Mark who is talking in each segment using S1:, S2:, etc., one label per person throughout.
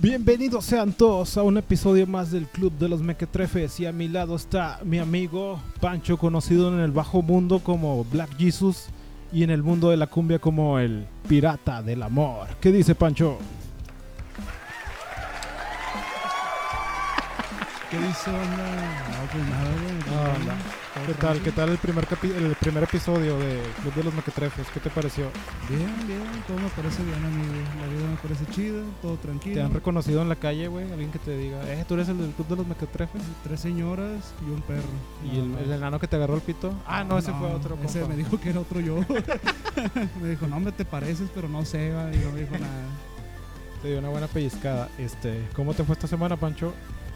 S1: Bienvenidos sean todos a un episodio más del Club de los Mequetrefes y a mi lado está mi amigo Pancho, conocido en el bajo mundo como Black Jesus y en el mundo de la cumbia como el Pirata del Amor. ¿Qué dice Pancho?
S2: ¿Qué dice, onda? No, pues nada, güey.
S1: ¿Qué tal? ¿Qué tal el primer, capi- el primer episodio del Club de los Mequetrefes? ¿Qué te pareció?
S2: Bien, bien, todo me parece bien a mí, güey. La vida me parece chida, todo
S1: ¿Te
S2: tranquilo.
S1: han reconocido en la calle, güey? Alguien que te diga, eh, tú eres el del Club de los Mequetrefes.
S2: Tres señoras y un perro.
S1: ¿Y el,
S2: Nada
S1: el
S2: más.
S1: enano que te agarró el pito? Ah, no, ese fue otro.
S2: Ese
S1: compa.
S2: me dijo que era otro yo. me dijo, no, hombre, te pareces, pero no sé, va", y no me dijo nada.
S1: Te dio una buena pellizcada. Este, ¿Cómo te fue esta semana, Pancho?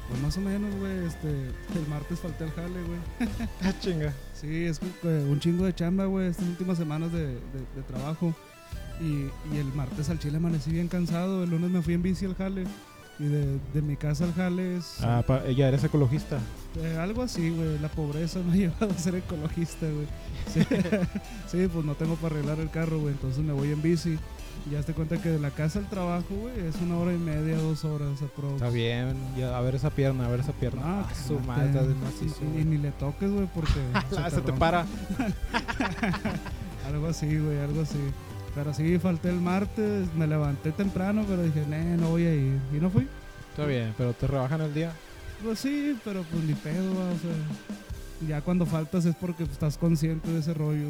S2: Pues más o menos, güey, este, el martes falté al jale, güey.
S1: Ah, chinga.
S2: Sí, es que, eh, un chingo de chamba, güey, estas últimas semanas de, de- de trabajo. Y, y el martes al chile amanecí bien cansado, el lunes me fui en bici al jale. Y de, de mi casa al jale es
S1: Ah, pa- ya eres ecologista.
S2: eh, algo así, güey. La pobreza me ha llevado a ser ecologista, güey. Sí, sí, pues no tengo para arreglar el carro, güey, entonces me voy en bici. Y ya te cuenta que de la casa al trabajo, güey, es una hora y media, dos horas aprox.
S1: Está bien. Ya, a ver esa pierna, a ver esa pierna.
S2: Ah,
S1: Ah, su
S2: cálmate.
S1: madre, está de macizo,
S2: Y- y,
S1: güey.
S2: ni le toques, güey, porque
S1: Ah, se te
S2: rompe.
S1: para.
S2: Algo así, güey, algo así. Pero sí, falté el martes, me levanté temprano, pero dije, nee, no voy a ir. Y no fui.
S1: Está bien, pero te rebajan el día.
S2: Pues sí, pero pues ni pedo, va, o sea. Ya cuando faltas es porque pues, estás consciente de ese rollo.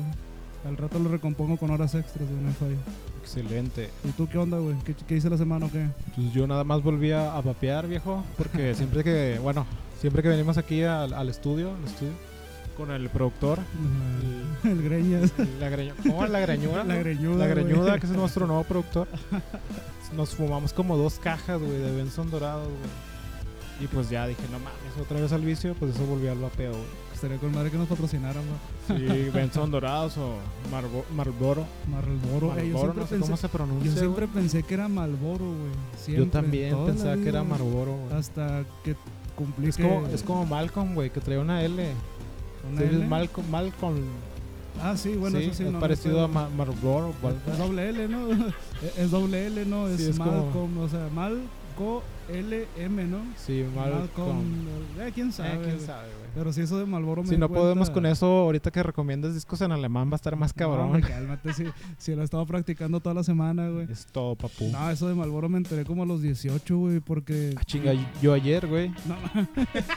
S2: Al rato lo recompongo con horas extras, güey, no hay fallo.
S1: Excelente.
S2: ¿Y tú qué onda, güey? ¿Qué, qué hice la semana o qué?
S1: Pues yo nada más volví a, a vapear, viejo, porque siempre que, bueno, siempre que venimos aquí al, al estudio, al estudio, con el productor, Mm.
S2: El, greñas.
S1: la greñuda. ¿Cómo? La greñuda.
S2: La
S1: ¿no?
S2: greñuda,
S1: La
S2: güey.
S1: greñuda, que es nuestro nuevo productor. Nos fumamos como dos cajas, güey, de Benson Dorado, güey. Y pues ya dije, no mames, otra vez al vicio, pues eso volvió al vapeo, güey.
S2: Estaría con madre que nos patrocinaran, güey.
S1: Sí, Benson Dorados o Marbo- Marlboro.
S2: Marlboro. güey, yo
S1: Marlboro,
S2: siempre,
S1: no sé
S2: pensé,
S1: cómo se pronuncia.
S2: yo
S1: güey.
S2: siempre pensé que era Malboro, güey. Siempre,
S1: Yo también
S2: toda la
S1: pensaba que era
S2: vida, güey.
S1: Marlboro, güey.
S2: Hasta que cumplí
S1: Es
S2: que-
S1: como, es como Malcolm, güey, que trae una L.
S2: una
S1: Sí,
S2: L.
S1: es Malcolm, Malcolm.
S2: Ah, sí, bueno,
S1: sí,
S2: eso sí.
S1: es
S2: no, no
S1: parecido
S2: puedo-
S1: a Ma- Marlboro.
S2: Es- Es doble L, ¿no? Es- es doble L, ¿no? Es,
S1: Sí, es como-
S2: Malcolm, o sea, Malco LM, ¿no?
S1: Sí, Malcolm.
S2: Malcolm. Eh, quién sabe.
S1: Eh, quién
S2: güey.
S1: sabe, güey.
S2: Pero si eso de Malboro me
S1: Si
S2: di
S1: no
S2: cuenta-
S1: podemos con eso, ahorita que recomiendas discos en alemán va a estar más
S2: No,
S1: cabrón.
S2: hombre, cálmate, si, si lo he estado practicando toda la semana, güey.
S1: es todo, papu.
S2: No, eso de Malboro me enteré como a los 18, güey, porque...
S1: Ah, chinga, yo ayer, güey.
S2: No,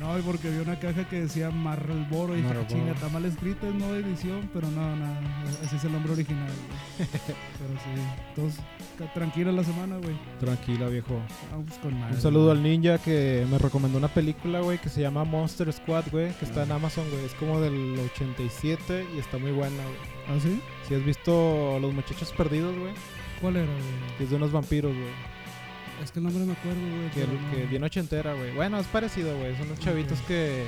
S2: no, y porque vi una caja que decía Marlboro y dije,
S1: Marlboro.
S2: chinga, está mal escrita, es nueva edición, pero no, no, así es el nombre original. güey. pero sí, entonces, ca- tranquila la semana, güey.
S1: Tranquila, viejo.
S2: Vamos con madre.
S1: Un saludo al ninja que me recomendó una película, güey, que se llama Monster Squad, güey, que
S2: Ah.
S1: está en Amazon, güey. Es como del 87 y está muy buena, güey.
S2: ¿Ah, sí?
S1: Si has visto Los Muchachos Perdidos, güey,
S2: ¿Cuál era, güey?
S1: que es de unos vampiros, güey.
S2: Es que el nombre me acuerdo, güey.
S1: Que,
S2: pero no.
S1: que bien ochentera, güey. Bueno, es parecido, güey. Son unos
S2: Ok.
S1: chavitos que,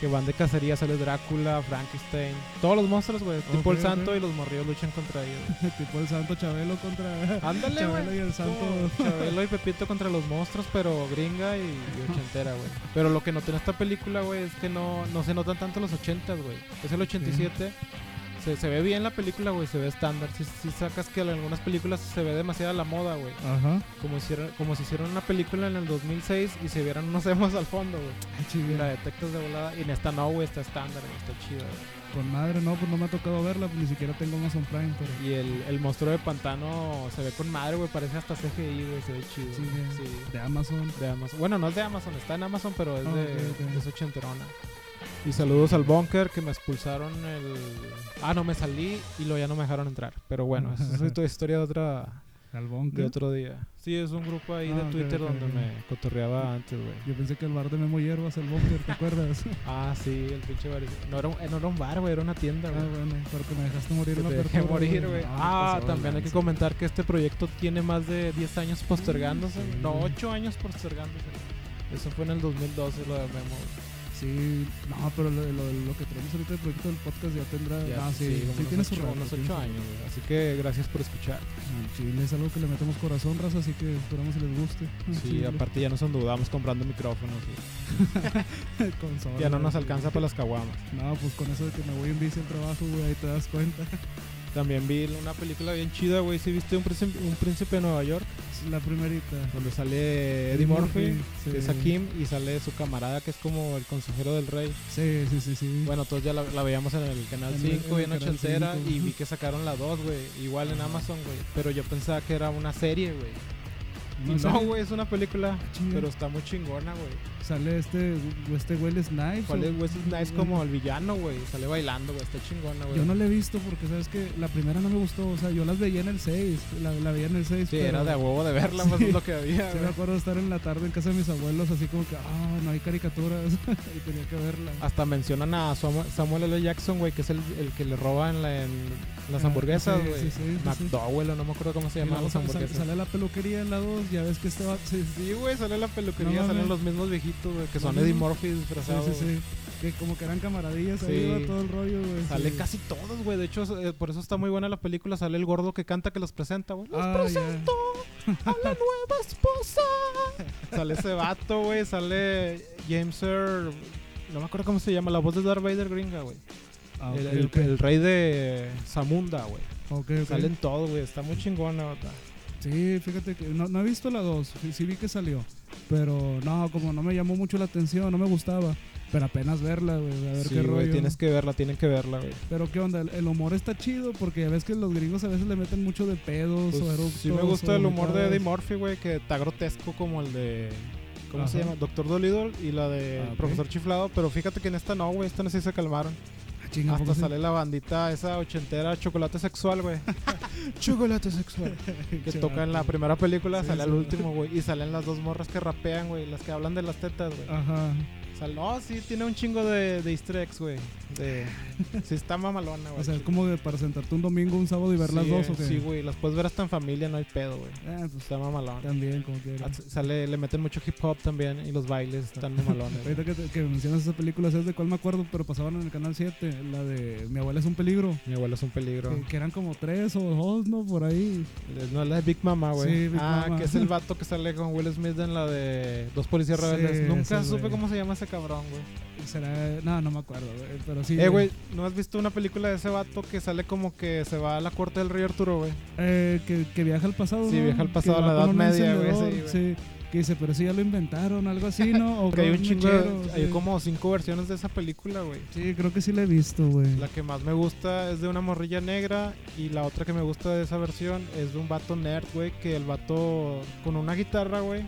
S1: que van de cacería. Sale Drácula, Frankenstein. Todos los monstruos, güey. Tipo
S2: Ok,
S1: el santo
S2: ok.
S1: y los morridos luchan contra ellos.
S2: tipo el santo Chabelo contra...
S1: Ándale,
S2: Chabelo
S1: Ah, güey.
S2: y el santo...
S1: Como Chabelo y Pepito contra los monstruos, pero gringa y, y ochentera, güey. Pero lo que noté en esta película, güey, es que no, no se notan tanto los ochentas, güey. Es el 87. Se, se ve bien la película, güey. Se ve estándar. Si, si sacas que en algunas películas se ve demasiada la moda, güey.
S2: Ajá.
S1: Como, hicieron, como si hicieron una película en el 2006 y se vieran unos hemos al fondo, güey.
S2: Ay,
S1: Y
S2: chinga.
S1: la detectas de volada. Y en esta no, güey. Está estándar, güey. Está chida, güey.
S2: Con madre, no, pues no me ha tocado verla, pues ni siquiera tengo Amazon Prime, pero...
S1: Y el, el monstruo de pantano se ve con madre, güey. Parece hasta CGI, güey. Se ve chido.
S2: Sí, güey.
S1: sí.
S2: De Amazon.
S1: De Amazon. Bueno, no es de Amazon, está en Amazon, pero es
S2: Ah,
S1: de
S2: ok, ok.
S1: es ochenterona. Y saludos al bunker que me expulsaron el. Ah, no, me salí y luego ya no me dejaron entrar. Pero bueno,
S2: Ah,
S1: esa es tu historia de, otra,
S2: Al bunker.
S1: de otro día. Sí, es un grupo ahí
S2: Ah,
S1: de
S2: ok,
S1: Twitter
S2: ok,
S1: donde
S2: ok.
S1: me cotorreaba antes, güey.
S2: Yo pensé que el bar de Memo Hierbas, el bunker, ¿te acuerdas?
S1: Ah, sí, el pinche bar. No era, un, eh, no era un bar, güey, era una tienda,
S2: Ah,
S1: güey.
S2: bueno, porque me dejaste morir
S1: Que
S2: en la
S1: te dejé
S2: apertura, pues,
S1: morir, güey.
S2: No,
S1: Ah,
S2: pasó,
S1: también hay que
S2: lanza.
S1: comentar que este proyecto tiene más de 10 años postergándose.
S2: Mm, Sí,
S1: No,
S2: güey.
S1: 8 años postergándose. Eso fue en el 2012 lo de Memo. güey.
S2: Sí, no, pero lo, lo, lo que tenemos ahorita el proyecto del podcast ya tendrá.
S1: Ya,
S2: ah, sí, sí,
S1: como unos
S2: tiene su
S1: ocho-
S2: rato,
S1: unos
S2: tiene su
S1: ocho
S2: rato.
S1: años, güey. Así que gracias por escuchar.
S2: Al Chile, es algo que le metemos corazón, raza, así que esperamos que les guste. Al
S1: Sí,
S2: chile.
S1: aparte ya nos andudamos comprando micrófonos. y
S2: Con sol,
S1: Ya no
S2: güey.
S1: nos alcanza para las caguamas.
S2: No, pues con eso de que me voy en bici al trabajo, güey, ahí te das cuenta.
S1: También vi una película bien chida, güey. ¿Sí viste un príncipe, un príncipe de Nueva York?
S2: Es la primerita.
S1: Donde sale Eddie
S2: Eddie
S1: Murphy,
S2: Murphy, sí.
S1: que es Hakim, y sale su camarada que es como el consejero del rey.
S2: Sí, sí, sí, sí.
S1: Bueno, todos ya la, la veíamos en el canal
S2: En el-
S1: 5,
S2: en
S1: bien
S2: el canal
S1: ochentera,
S2: cinco.
S1: y vi que sacaron la 2, güey. Igual en Amazon, güey. Pero yo pensaba que era una serie, güey. Y
S2: No,
S1: no,
S2: sale-
S1: güey, es una película,
S2: Chinga.
S1: pero está muy chingona, güey.
S2: Sale este, este Will Snipes.
S1: ¿Cuál
S2: o-
S1: es Wesley Snipes como el villano, güey? Sale bailando, güey. Está chingona, güey.
S2: Yo no la he visto porque, ¿sabes que La primera no me gustó. O sea, yo las veía en el 6. La, la veía en el 6.
S1: Sí, era de a huevo de verla,
S2: Sí.
S1: pues es lo que había,
S2: Sí, me
S1: güey.
S2: acuerdo de estar en la tarde en casa de mis abuelos, así como que, ah, no hay caricaturas. y tenía que verla.
S1: Hasta mencionan a Samu- Samuel L. Jackson, güey, que es el, el que le roban la, en las
S2: Ah,
S1: hamburguesas,
S2: sí,
S1: güey.
S2: sí, sí, sí, sí.
S1: McDowell, o no me acuerdo cómo se
S2: Y
S1: llamaban
S2: luego
S1: las
S2: sale- sale-
S1: hamburguesas.
S2: Sale a la peluquería en la 2, ya ves que este vato. Sí, sí,
S1: Sí, güey, sale la peluquería,
S2: No
S1: salen
S2: mames.
S1: los mismos viejitos, güey, que
S2: Los
S1: son Eddie
S2: mismos.
S1: Murphy
S2: sí,
S1: disfrazados.
S2: sí,
S1: güey.
S2: sí. Que como que eran camaradillas ahí,
S1: Sí.
S2: va todo el rollo, güey.
S1: Sale
S2: sí.
S1: casi todos, güey. De hecho, eh, por eso está muy buena la película. Sale el gordo que canta que los presenta, güey. Los
S2: Ah, ya.
S1: presento a la nueva esposa. sale ese vato, güey. Sale James Earl. No me acuerdo cómo se llama. La voz de Darth Vader gringa, güey.
S2: Ah, ok,
S1: El, el-
S2: ok.
S1: el rey de Zamunda, güey.
S2: Ok, ok.
S1: Salen todos, güey. Está muy chingona, bata.
S2: Sí, fíjate que no, no he visto la 2, sí, sí vi que salió, pero no, como no me llamó mucho la atención, no me gustaba, pero apenas verla, güey, a ver
S1: Sí,
S2: qué
S1: güey,
S2: rollo.
S1: Tienes que verla, tienen que verla, güey.
S2: Pero qué onda, el, el humor está chido porque ya ves que los gringos a veces le meten mucho de pedos
S1: Pues,
S2: o eructos.
S1: sí me gusta
S2: o
S1: el humor de
S2: vomitadas.
S1: Eddie Murphy, güey, que está grotesco como el de... ¿Cómo se
S2: Ajá.
S1: llama? Doctor Dolittle y la de
S2: Ah, ok.
S1: Profesor Chiflado. Pero fíjate que en esta no, güey. Esta no sí se calmaron.
S2: Ah, chinga, ¿a
S1: Hasta
S2: poco sí?
S1: sale la bandita esa ochentera Chocolate Sexual, güey. chocolate Sexual. Que
S2: Che,
S1: toca en la
S2: vato.
S1: primera película,
S2: Sí,
S1: sale al
S2: sí.
S1: último, güey. Y salen las dos morras que rapean, güey. Las que hablan de las tetas, güey.
S2: Ajá.
S1: Sal- no, sí, tiene un chingo de, de easter eggs, güey. De... Sí, está mamalona, güey.
S2: O sea, es como de para sentarte un domingo, un sábado y ver las
S1: Sí,
S2: dos,
S1: eh,
S2: ¿o qué?
S1: Sí, güey. Las puedes ver hasta en familia, no hay pedo, güey.
S2: Ah, pues
S1: Está mamalón.
S2: también, como quieras.
S1: Ah, Sale, le meten mucho hip hop también y los bailes están muy malones. güey.
S2: Ahorita que, te- que mencionas esa película, ¿sabes de cuál me acuerdo? Pero pasaban en el canal 7, la de Mi abuela es un peligro.
S1: Mi abuelo es un peligro.
S2: Que, que eran como tres o dos, ¿no? Por ahí.
S1: Eh, No, la de Big Mama, güey.
S2: Sí, Big
S1: ah,
S2: Mama.
S1: que es el vato que sale con Will Smith en la de Dos Policías
S2: Sí,
S1: Rebeldes. Nunca
S2: ese,
S1: supe
S2: güey.
S1: cómo se llama ese cabrón, güey.
S2: Será. No, no me acuerdo, güey, Pero sí.
S1: eh, güey, ¿no has visto una película de ese vato que sale como que se va a la corte del rey Arturo, güey?
S2: Eh, que, que viaja al pasado.
S1: Sí,
S2: ¿no?
S1: viaja al
S2: Que
S1: pasado, a la
S2: va
S1: Edad
S2: con un
S1: Media, güey,
S2: encendedor,
S1: sí, güey.
S2: Sí. Que dice, pero sí ya lo inventaron, algo así, ¿no? O
S1: Porque hay
S2: con
S1: un chingo,
S2: mechero,
S1: de- hay
S2: sí.
S1: como cinco versiones de esa película, güey.
S2: Sí, creo que sí la he visto, güey.
S1: La que más me gusta es de una morrilla negra y la otra que me gusta de esa versión es de un vato nerd, güey, que el vato con una guitarra, güey,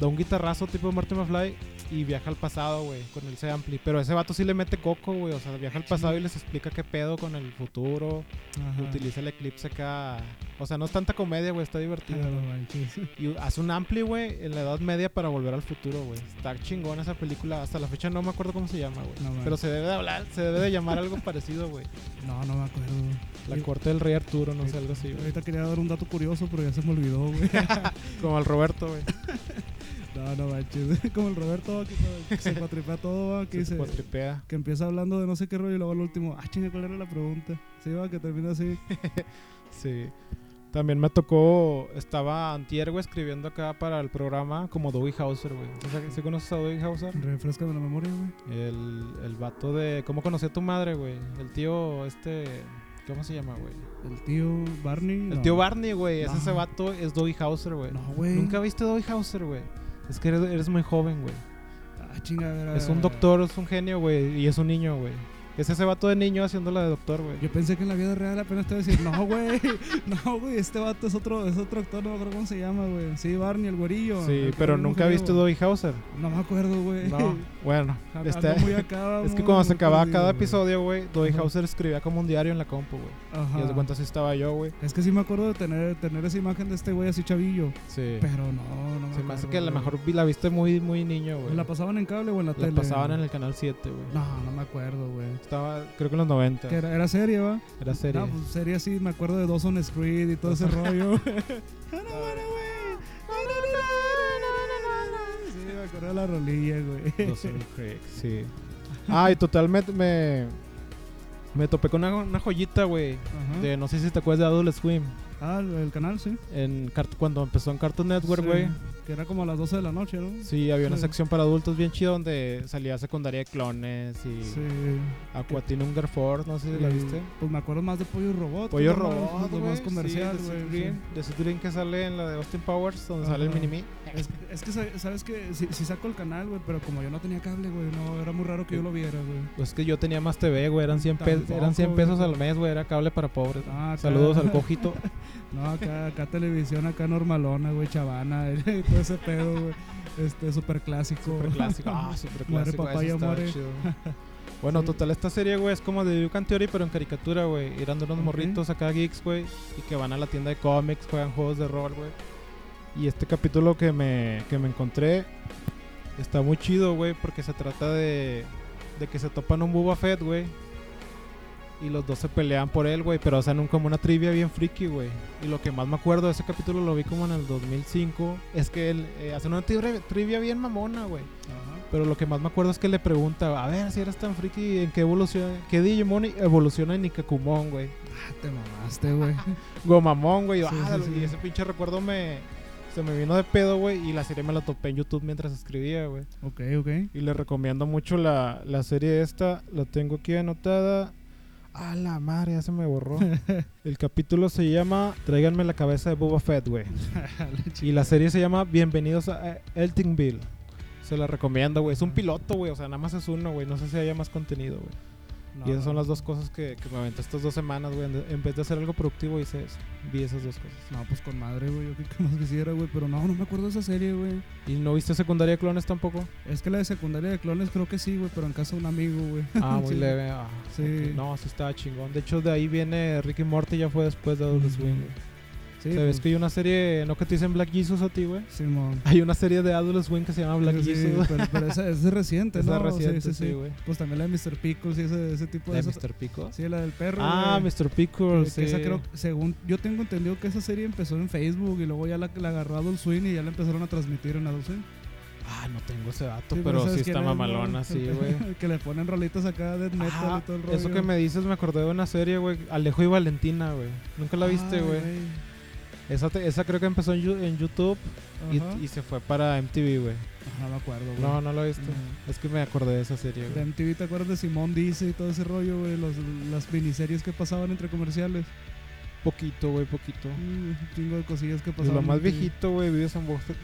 S1: da un guitarrazo tipo Marty McFly y viaja al pasado, güey, con el ampli Pero ese vato sí le mete coco, güey, o sea, viaja al pasado y les explica qué pedo con el futuro,
S2: Ajá.
S1: utiliza el eclipse acá. O sea, no es tanta comedia, güey, está
S2: Ah,
S1: divertido.
S2: no
S1: güey.
S2: manches.
S1: Y hace un ampli, güey, en la edad media para volver al futuro, güey. Está chingona esa película. Hasta la fecha no me acuerdo cómo se llama, güey.
S2: No, man.
S1: Pero se debe de hablar, se debe de llamar algo parecido, güey.
S2: No, no me acuerdo.
S1: Mm, La
S2: Sí.
S1: corte del rey Arturo, no sé, algo así, güey.
S2: Ahorita quería dar un dato curioso, pero ya se me olvidó, güey.
S1: Como al Roberto, güey.
S2: No, no manches. Como el Roberto que, que se cuatripea todo, va, que
S1: Que se
S2: dice.
S1: cuatripea.
S2: Que empieza hablando de no sé qué rollo y luego al último, ah, chinga, ¿cuál era la pregunta? Sí, va, que termina así.
S1: Sí. También me tocó, estaba antier, güey, escribiendo acá para el programa como Dewey Hauser, güey. O sea, ¿sí conoces a Dewey Hauser?
S2: Refrescame la memoria, güey.
S1: El, el vato de... ¿Cómo conocí a tu madre, güey? El tío este... ¿Cómo se llama, güey?
S2: El tío Barney.
S1: El
S2: no.
S1: tío Barney, güey. Es
S2: No.
S1: ese vato, es Dewey Hauser, güey.
S2: No, güey.
S1: Nunca viste Dewey Hauser, güey. Es que eres, eres muy joven, güey.
S2: Ah, chinga, a ver, a
S1: Es
S2: ver,
S1: un
S2: a ver.
S1: doctor, es un genio, güey. Y es un niño, güey. Es ese vato de niño haciéndola de doctor, güey.
S2: Yo pensé que en la vida real apenas te iba a decir, no, güey. No, güey, este vato es otro, es otro actor, no me acuerdo cómo se llama, güey. Sí, Barney, el güerillo.
S1: Sí,
S2: El que
S1: pero
S2: tiene un
S1: nunca
S2: ojo
S1: viste
S2: negro.
S1: Doggy Hauser.
S2: No me acuerdo, güey.
S1: No, bueno.
S2: Ando
S1: está-
S2: muy acá,
S1: es que
S2: muy-
S1: cuando se
S2: muy
S1: acababa
S2: perdido,
S1: cada
S2: güey.
S1: episodio, güey, Doggy
S2: Ajá.
S1: Hauser escribía como un diario en la compu, güey.
S2: Ajá.
S1: Y de cuenta así estaba yo, güey.
S2: Es que sí me acuerdo de tener, tener esa imagen de este güey así chavillo.
S1: Sí.
S2: Pero no, no me
S1: Se me hace
S2: acuerdo,
S1: que a lo
S2: güey.
S1: mejor vi- la viste muy, muy niño, güey.
S2: ¿La pasaban en cable o en la,
S1: La
S2: tele?
S1: pasaban en el canal 7, güey.
S2: No, no me acuerdo, güey.
S1: Estaba, creo que en los 90.
S2: Que
S1: Era,
S2: era, era serie, ¿va?
S1: serie.
S2: No, pues serie así, me acuerdo de Dawson Creed y todo ese rollo. Ah, Sí, me acuerdo de la rolilla, güey.
S1: Dawson Creek, sí. Ah, y totalmente me, me topé con una, una joyita, güey.
S2: Ajá.
S1: De, no sé si te acuerdas de Adult Swim.
S2: Ah, el, el canal, sí.
S1: En Cart- cuando empezó en Cartoon Network,
S2: Sí,
S1: güey.
S2: Que era como a las 12 de la noche, ¿no?
S1: Sí. había una
S2: Sí.
S1: sección para adultos bien chida donde salía secundaria de clones y
S2: Sí.
S1: Aquatin Hunger Force, no sé si la
S2: Y,
S1: viste.
S2: Pues me acuerdo más de Pollo Robot.
S1: Pollo
S2: ¿no?
S1: Robot,
S2: Lo
S1: güey.
S2: más comercial,
S1: sí, de
S2: güey,
S1: Seth
S2: sí.
S1: Green, de Seth Green que sale en la de Austin Powers, donde sale el
S2: Ajá.
S1: mini-me.
S2: Es, es que, sa- ¿sabes que Si, saco el canal, güey, pero como yo no tenía cable, güey, no, era muy raro que yo lo viera, güey.
S1: Pues es que yo tenía más TV, güey. Eran 100, pe-
S2: Tampoco,
S1: eran 100 pesos
S2: güey.
S1: al mes, güey. Era cable para pobres.
S2: Ah, acá-
S1: Saludos al cojito.
S2: No, acá, acá televisión, acá normalona, güey, chavana, y todo ese pedo, güey. Este, super clásico.
S1: Super clásico. Ah, super
S2: Muere
S1: clásico.
S2: papaya, muere.
S1: Bueno,
S2: Sí.
S1: total, esta serie, güey, es como de Duke Theory, pero en caricatura, güey. Ir dando unos
S2: Ok.
S1: morritos acá geeks, güey. Y que van a la tienda de cómics, juegan juegos de rol, güey. Y este capítulo que me, que me encontré está muy chido, güey, porque se trata de, de que se topan un Boba Fett, güey. Y los dos se pelean por él, güey, pero hacen un, como una trivia bien friki, güey. Y lo que más me acuerdo de ese capítulo, lo vi como en el 2005, es que él, eh, hacen una tri- trivia bien mamona, güey.
S2: Ajá.
S1: Pero lo que más me acuerdo es que le pregunta, a ver, si eres tan friki, ¿en qué evoluciona? ¿Qué Digimon evoluciona en Nikakumon, güey?
S2: Ah, te mamaste, güey.
S1: Gomamon, güey.
S2: Sí,
S1: Ah,
S2: sí, sí.
S1: Y ese pinche recuerdo me... Se me vino de pedo, güey, y la serie me la topé en YouTube mientras escribía, güey.
S2: ok, ok.
S1: Y le recomiendo mucho la, la serie esta. La tengo aquí anotada. A la madre, ya se me borró. El capítulo se llama Tráiganme la cabeza de Boba Fett, güey. Y la serie se llama Bienvenidos a Eltingville. Se la recomiendo, güey. Es
S2: Ah.
S1: un piloto, güey. O sea, nada más es uno, güey. No sé si haya más contenido, güey.
S2: No,
S1: y esas son
S2: no.
S1: las dos cosas que, que me aventé estas dos semanas, güey. En- En vez de hacer algo productivo, hice eso. Vi esas dos cosas.
S2: No, pues con madre, güey. Yo qué qué más quisiera, güey. Pero no, no me acuerdo de esa serie, güey.
S1: ¿Y no viste secundaria de clones tampoco?
S2: Es que la de secundaria de clones creo que sí, güey, pero en casa de un amigo, güey.
S1: Ah, muy
S2: Sí.
S1: leve. ah,
S2: Sí.
S1: ok. No, sí estaba chingón. De hecho, de ahí viene Ricky Morty, ya fue después de Adult Swing. güey.
S2: Sí,
S1: ¿Sabes
S2: pues,
S1: que hay una serie, no que te dicen Black Jesus a ti, güey?
S2: Simón.
S1: Hay una serie de Adult Swing que se llama Black
S2: Sí,
S1: Jesus.
S2: pero, pero esa, esa es reciente,
S1: Esa
S2: ¿no? Sí,
S1: reciente,
S2: sí, sí.
S1: sí, güey.
S2: Pues también la de Mr. Pickles y ese, ese tipo de...
S1: ¿De
S2: esas-
S1: Mr. Pico?
S2: Sí, la del perro,
S1: Ah,
S2: güey.
S1: Mr.
S2: Que-
S1: Pickles.
S2: que esa
S1: sí.
S2: creo, según yo tengo entendido que esa serie empezó en Facebook y luego ya la, la agarró Adult Swim y ya la empezaron a transmitir en Adult Swim.
S1: Ah, no tengo ese dato,
S2: Sí, pero
S1: pero
S2: ¿sabes
S1: sí
S2: quién
S1: está
S2: es, no?
S1: mamalona, sí, güey.
S2: que le ponen rolitas acá de metal
S1: Ah,
S2: y todo el rollo.
S1: eso que me dices me acordé de una serie, güey. Alejo y Valentina, güey. Nunca la viste,
S2: Ay,
S1: güey. Esa, te- esa creo que empezó en, Yu- en YouTube y,
S2: Ajá.
S1: y se fue para MTV, güey.
S2: Ajá, No me acuerdo, güey.
S1: No, no la viste.
S2: No.
S1: Es que me acordé de esa serie,
S2: De
S1: güey.
S2: MTV, ¿te acuerdas de Simón Dice y todo ese rollo, güey? Los- Las miniseries que pasaban entre comerciales.
S1: Poquito, güey, poquito.
S2: Mm, Un chingo de cosillas que
S1: Pues
S2: pasaban.
S1: lo más
S2: en MTV.
S1: viejito, güey, vives en Bosque.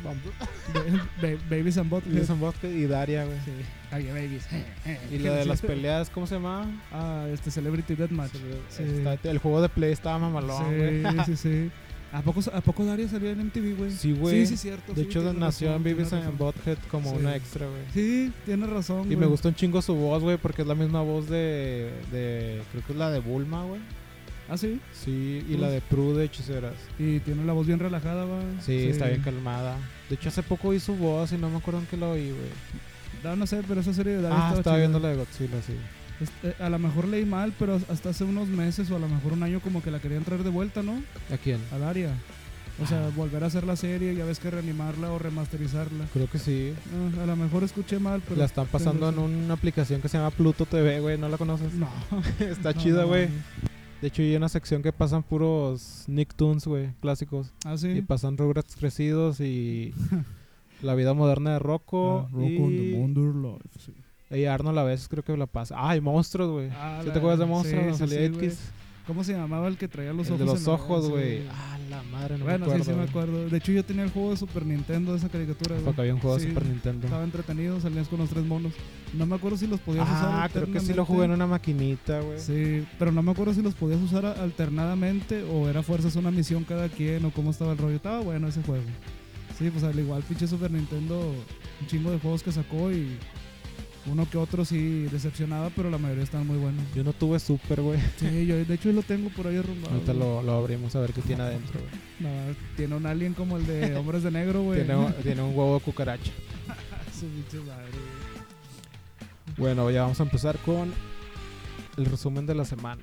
S2: Ba- ba- Babies and Butthead.
S1: Vives en Bosque y Daria, güey.
S2: Sí. Oye, Babies.
S1: Y la de las peleas, ¿cómo se llama?
S2: Ah, este Celebrity Deathmatch. Sí.
S1: Está- el juego de Play estaba mamalón, güey.
S2: Sí, sí, sí. ¿A poco, ¿A poco Daria salió en MTV, güey?
S1: Sí, güey.
S2: Sí, sí, cierto.
S1: De
S2: sí,
S1: hecho,
S2: tienes
S1: nació en
S2: razón,
S1: Babies
S2: tienes
S1: and
S2: razón.
S1: Bothead como
S2: Sí.
S1: una extra, güey.
S2: Sí, tienes razón,
S1: Y
S2: güey.
S1: me gustó un chingo su voz, güey, porque es la misma voz de, de- Creo que es la de Bulma, güey.
S2: Ah, sí.
S1: Sí, y la de Prue de Hechiceras.
S2: Y tiene la voz bien relajada, va.
S1: Sí, está bien calmada. De hecho, hace poco oí su voz y no me acuerdo en qué la oí, güey.
S2: No, no sé, pero esa serie de Daria
S1: Ah, estaba
S2: chida.
S1: viendo la de Godzilla, sí.
S2: Este, a lo mejor leí mal, pero hasta hace unos meses o a lo mejor un año como que la querían traer de vuelta, ¿no?
S1: ¿A quién?
S2: A Daria. O sea,
S1: Ah.
S2: volver a hacer la serie, ya ves que reanimarla o remasterizarla.
S1: Creo que sí.
S2: Ah, a lo mejor escuché mal, pero...
S1: La están pasando en
S2: tienes
S1: una aplicación que se llama Pluto TV, güey. ¿No la conoces?
S2: No.
S1: está
S2: no,
S1: chida,
S2: no,
S1: güey.
S2: no.
S1: De hecho, hay una sección que pasan puros Nicktoons, güey, clásicos.
S2: Ah, sí.
S1: Y pasan Rugrats crecidos y La vida moderna de Rocco.
S2: Ah, Rock on the
S1: y-
S2: Wonder Life, sí.
S1: Y Arnold a veces creo que la pasa. Ah, y monstruos, güey.
S2: Ah,
S1: ¿Sí
S2: la-
S1: te acuerdas de
S2: sí,
S1: monstruos?
S2: sí,
S1: Donde salía
S2: sí,
S1: Ed
S2: güey.
S1: Kiss.
S2: ¿Cómo se llamaba el que traía los
S1: el
S2: ojos?
S1: de
S2: en
S1: los
S2: la
S1: ojos,
S2: cabeza,
S1: güey. Ah, la madre, no
S2: bueno,
S1: me acuerdo.
S2: sí, sí me
S1: güey.
S2: acuerdo. De hecho, yo tenía el juego de Super Nintendo de esa caricatura, güey.
S1: Porque había un juego
S2: Sí,
S1: de Super Nintendo.
S2: Estaba entretenido, salías con los tres monos. No me acuerdo si los podías usar
S1: Ah, creo que sí lo jugué en una maquinita, güey.
S2: Sí, pero no me acuerdo si los podías usar a- alternadamente o era fuerzas una misión cada quien o cómo estaba el rollo. Estaba bueno ese juego. Sí, pues al igual pinche Super Nintendo, un chingo de juegos que sacó y uno que otro sí decepcionaba, pero la mayoría están muy buenos.
S1: Yo no tuve Super, güey.
S2: Sí, yo de hecho lo tengo por ahí arrumbado.
S1: Ahorita
S2: güey.
S1: lo, lo abrimos a ver qué tiene adentro, güey.
S2: No, tiene un alien como el de Hombres de Negro, güey.
S1: Tiene, tiene un huevo de cucaracha.
S2: Su pinche madre, güey.
S1: Bueno, ya vamos a empezar con el resumen de la semana.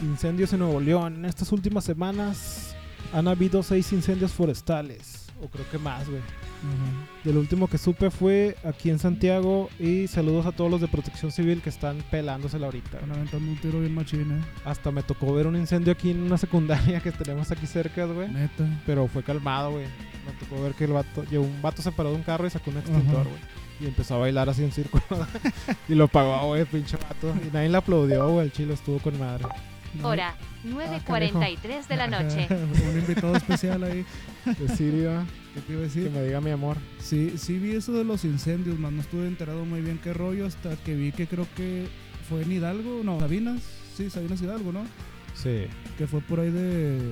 S2: Ok.
S1: Incendios en Nuevo León. En estas últimas semanas han habido seis incendios forestales. o creo que más, güey.
S2: Ajá.
S1: Del último que supe fue aquí en Santiago y saludos a todos los de Protección Civil que están pelándosela ahorita.
S2: Están aventando un tiro bien ¿eh? machina.
S1: Hasta me tocó ver un incendio aquí en una secundaria que tenemos aquí cerca, güey.
S2: Neta.
S1: Pero fue calmado, güey. Me tocó ver que el vato, llegó un vato separado de un carro y sacó un extintor,
S2: Ajá.
S1: güey. Y empezó a bailar así en círculo. y lo pagó, güey, pinche vato. Y nadie le aplaudió, güey. El chilo estuvo con madre.
S2: No,
S3: Hora,
S1: canijo.
S3: 9.43 de la noche.
S2: un invitado especial ahí.
S1: De Sirio,
S2: ¿Qué te iba
S1: que
S2: a decir?
S1: me diga mi amor.
S2: Sí, sí vi eso de los incendios, más no estuve enterado muy bien qué rollo hasta que vi que creo que fue en Hidalgo, no, Sabinas, sí, Sabinas Hidalgo, ¿no?
S1: Sí.
S2: Que fue por ahí de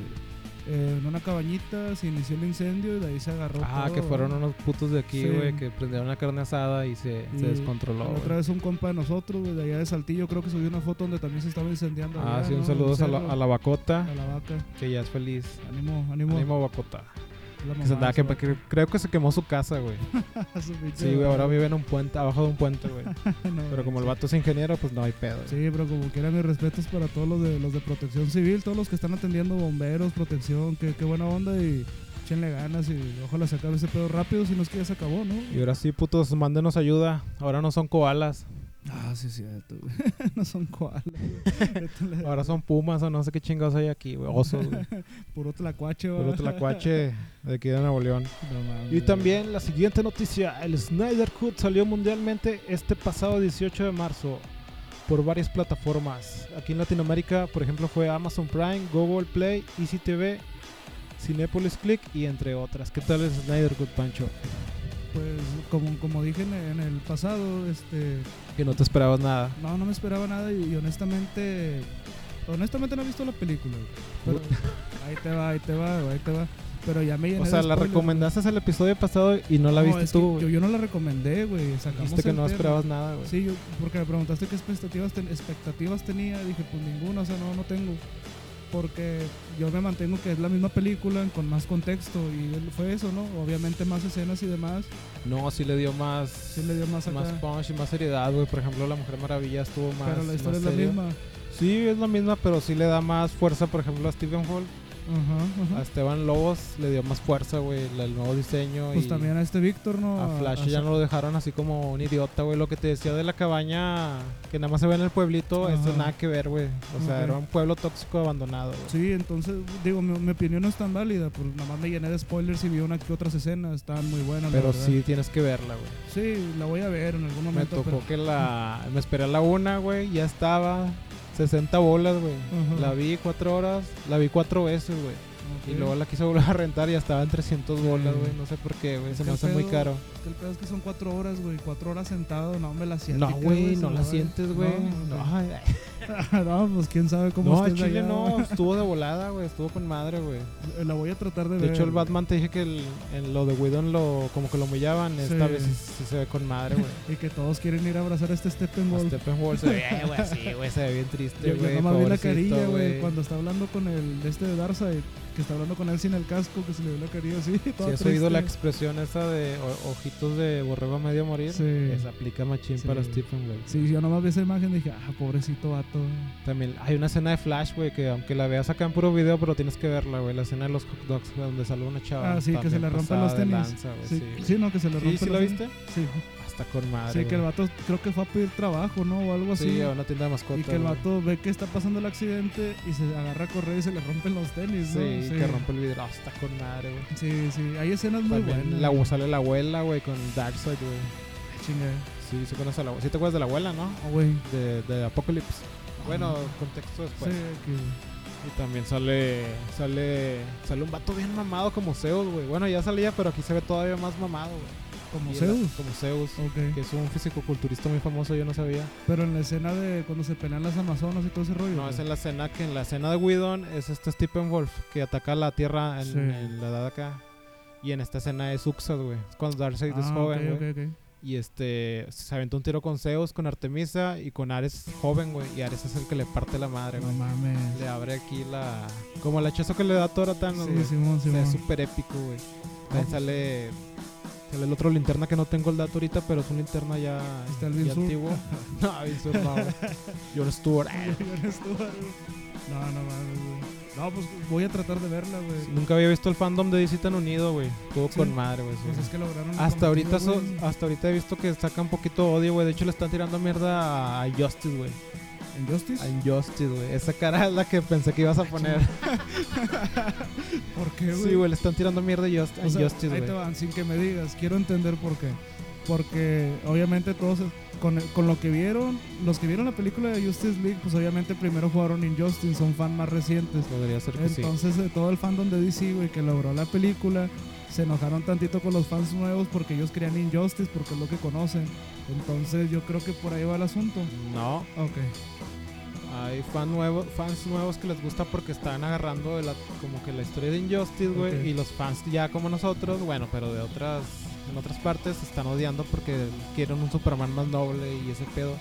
S2: eh, en una cabañita, se inició el incendio y de ahí se agarró.
S1: Ah,
S2: todo,
S1: que fueron
S2: ¿no?
S1: unos putos de aquí,
S2: Sí.
S1: güey, que prendieron la carne asada y se, se
S2: Y
S1: descontroló. güey.
S2: Otra vez un compa de nosotros, güey, de allá de Saltillo, creo que subió una foto donde también se estaba incendiando.
S1: Ah,
S2: allá,
S1: sí, un
S2: ¿no?
S1: saludo a
S2: Cerro,
S1: la, a la
S2: a
S1: Bacota,
S2: la vaca.
S1: que ya es feliz.
S2: Ánimo, ánimo.
S1: Ánimo Bacota.
S2: La
S1: Que se
S2: mamá
S1: andaba que,
S2: esa
S1: que- creo que se quemó su casa, güey.
S2: vaca, su pinche
S1: Sí, güey, ahora
S2: vaca.
S1: vive en un puente, abajo de un puente, güey.
S2: No,
S1: Pero como el
S2: sí.
S1: vato es ingeniero, pues no hay pedo. güey.
S2: Sí, pero como quiera, mis respetos para todos los de, los de protección civil, todos los que están atendiendo bomberos, protección, que, qué buena onda y échenle ganas y ojalá se acabe ese pedo rápido, si no es que ya se acabó, ¿no?
S1: Y ahora sí, putos, mándenos ayuda. Ahora no son koalas,
S2: Ah, sí, sí, no son koalas. güey.
S1: ahora son pumas o no sé qué chingados hay aquí, güey. Osos, güey.
S2: Puro tlacuache, va.
S1: Puro tlacuache de aquí de Nuevo León.
S2: No mames.
S1: Y también la siguiente noticia, el Snyder Cut salió mundialmente este pasado 18 de marzo por varias plataformas. Aquí en Latinoamérica, por ejemplo, fue Amazon Prime, Google Play, E Easy TV, Cinepolis Click y entre otras. ¿Qué tal el Snyder Cut, Pancho?
S2: Pues, como, como dije en, en el pasado, este,
S1: Que no te esperabas nada.
S2: no, no me esperaba nada y, y honestamente, honestamente no he visto la película, güey. Pero- ahí te va, ahí te va, güey, ahí te va. Pero ya me llené
S1: O
S2: de
S1: sea, la
S2: spoilers, güey.
S1: recomendaste el episodio pasado y no la
S2: No,
S1: viste
S2: es que
S1: tú.
S2: Yo,
S1: güey.
S2: yo no la recomendé, güey. Sacamos
S1: Dijiste que
S2: el
S1: no
S2: tema.
S1: esperabas nada, güey.
S2: Sí, yo, porque me preguntaste qué expectativas, ten- expectativas tenía. Dije, pues ninguna, o sea, no, no tengo. Porque yo me mantengo que es la misma película con más contexto. Y él- fue eso, ¿no? Obviamente más escenas y demás.
S1: No, sí le dio más,
S2: Sí le dio más acá.
S1: más punch y más seriedad, güey. Por ejemplo, La Mujer Maravilla estuvo más.
S2: pero la
S1: más
S2: historia es la
S1: seria.
S2: misma.
S1: Sí, es la misma, pero sí le da más fuerza, por ejemplo, a Stephen Hall.
S2: Ajá, ajá.
S1: A Esteban Lobos le dio más fuerza, güey, la- el nuevo diseño.
S2: Pues
S1: y
S2: también a este Víctor, ¿no?
S1: a Flash ya no lo dejaron así como un idiota, güey. Lo que te decía de la cabaña que nada más se ve en el pueblito,
S2: Ajá.
S1: eso nada que ver, güey. O sea,
S2: Ok.
S1: era un pueblo tóxico abandonado, güey.
S2: Sí, entonces, digo, mi, mi opinión no es tan válida. Pues nada más me llené de spoilers y vi una que otras escenas. Estaban muy buenas. la
S1: Pero
S2: verdad.
S1: sí tienes que verla, güey.
S2: Sí, la voy a ver en algún
S1: Me
S2: momento.
S1: tocó
S2: pero-
S1: que la. Me esperé a la una, güey, ya estaba. 60 bolas, güey.
S2: Ajá.
S1: La vi cuatro horas, la vi cuatro veces, güey. Y
S2: Ok.
S1: luego la quise volver a rentar y ya estaba en 300 bolas,
S2: Sí.
S1: güey. No sé por qué, güey.
S2: Es
S1: Se me
S2: que el
S1: hace muy
S2: pedo-
S1: caro.
S2: Es que el pedo es que son cuatro horas, güey. Cuatro horas sentado, no me la siento.
S1: no, güey, no la sientes, güey.
S2: No,
S1: No, ay, ay.
S2: no, pues quién sabe cómo
S1: No,
S2: estés
S1: Chile
S2: allá,
S1: no, estuvo de volada, güey, estuvo con madre, güey.
S2: güey. La voy a tratar de,
S1: De
S2: ver.
S1: hecho, el
S2: güey.
S1: Batman te dije que el- en lo de Whedon lo, como que lo humillaban, esta
S2: Sí.
S1: vez sí, sí se ve con madre, güey.
S2: Y que todos quieren ir a abrazar a este Steppenwolf.
S1: A Steppenwolf se ve, eh, güey, así, güey, se ve bien
S2: Yo,
S1: triste,
S2: yo
S1: güey.
S2: nomás vi la
S1: pobrecito,
S2: carilla, güey, cuando está hablando con el de este de Darkseid, que está hablando con él sin el casco, que se le ve la carilla así.
S1: Si has oído la expresión esa de o- ojitos de borrego a medio morir,
S2: Sí.
S1: esa aplica machín
S2: Sí.
S1: para Stephen, güey.
S2: Sí, yo nomás vi esa imagen y dije, ah, pobrecito vato.
S1: También hay una escena de Flash, güey, que aunque la veas acá en puro video, pero tienes que verla, güey. La escena de los hot dogs, donde sale una chava.
S2: Ah, sí, que se
S1: también
S2: le rompen
S1: pasada
S2: los
S1: de
S2: tenis.
S1: lanza, güey,
S2: Sí,
S1: Pues sí, güey.
S2: sí, no, que se le
S1: ¿Sí,
S2: rompe
S1: sí
S2: la
S1: la
S2: mano.
S1: viste?
S2: Sí.
S1: Hasta con madre.
S2: Sí, que el
S1: güey.
S2: vato creo que fue a pedir trabajo, ¿no? O algo así.
S1: Sí, a una tienda de mascotas.
S2: Y que el
S1: güey.
S2: vato ve que está pasando el accidente y se agarra a correr y se le rompen los tenis,
S1: Sí,
S2: ¿no?
S1: que rompe el vidrio. Ah, está con madre, güey.
S2: Sí, sí. Hay escenas muy
S1: También
S2: buenas.
S1: la, sale la abuela, güey, con Darkseid, güey.
S2: Chinga.
S1: Sí, sí conoces a la abuela. Sí te acuerdas de la abuela, ¿no?
S2: Oh, güey.
S1: De, de Apocalypse. Bueno,
S2: Ah.
S1: contexto
S2: Sí,
S1: después.
S2: que...
S1: Y también sale sale sale un vato bien mamado como Zeus, güey. Bueno, ya salía, pero aquí se ve todavía más mamado, güey.
S2: Como
S1: Y era-
S2: Zeus.
S1: Como Zeus.
S2: Ok.
S1: Que es un físico-culturista muy famoso, yo no sabía.
S2: Pero en la escena de cuando se pelean las amazonas y todo ese rollo.
S1: No,
S2: güey.
S1: es en la escena que en la escena de Whedon es este Steppenwolf que ataca la Tierra en,
S2: Sí.
S1: en la edad acá. Y en esta escena es Uxas, güey. Es cuando Darkseid es
S2: Ah,
S1: joven, güey.
S2: ok, ok, ok.
S1: Y este se aventó un tiro con Zeus, con Artemisa y con Ares joven, güey. Y Ares es el que le parte la madre,
S2: No
S1: güey.
S2: mames.
S1: Le abre aquí la. Como el hachazo que le da a Thor a Thanos,
S2: Sí,
S1: güey.
S2: Simón,
S1: Se ve
S2: Simón.
S1: súper épico, güey. También
S2: Ah.
S1: sale. Sale el otro linterna que no tengo el dato ahorita, pero es un linterna ya,
S2: Está el
S1: ya
S2: Bill Sur.
S1: antiguo. no, Bill Sur no, güey. John Stewart. eh.
S2: Yo no estuve, güey. No, no mames, güey. No, pues voy a tratar de verla, güey.
S1: Nunca había visto el fandom de DC tan unido, güey. Estuvo
S2: Sí.
S1: con madre, güey. sí.
S2: Pues es que lograron. el
S1: Hasta ahorita,
S2: cometido,
S1: so-
S2: güey.
S1: hasta ahorita he visto que sacan poquito odio, güey. De hecho, le están tirando mierda a Justice, güey.
S2: ¿En Justice?
S1: A Injustice, güey. Esa cara es la que pensé que ibas a poner.
S2: ¿Por qué, güey?
S1: Sí, güey, le están tirando mierda a Just- a
S2: O sea,
S1: Injustice,
S2: ahí
S1: güey.
S2: te van, sin que me digas. Quiero entender por qué. Porque obviamente todos con, con lo que vieron, los que vieron la película de Justice League, pues obviamente primero jugaron Injustice, son fan más recientes.
S1: Podría ser que sí.
S2: Entonces de todo el fandom de DC, güey, que logró la película, se enojaron tantito con los fans nuevos porque ellos querían Injustice porque es lo que conocen. Entonces yo creo que por ahí va el asunto.
S1: No,
S2: Ok.
S1: hay fan nuevo, fans nuevos que les gusta porque están agarrando de la, como que la historia de Injustice, güey.
S2: Ok.
S1: Y los fans ya como nosotros, bueno, pero de otras, en otras partes, están odiando porque quieren un Superman más noble y ese pedo.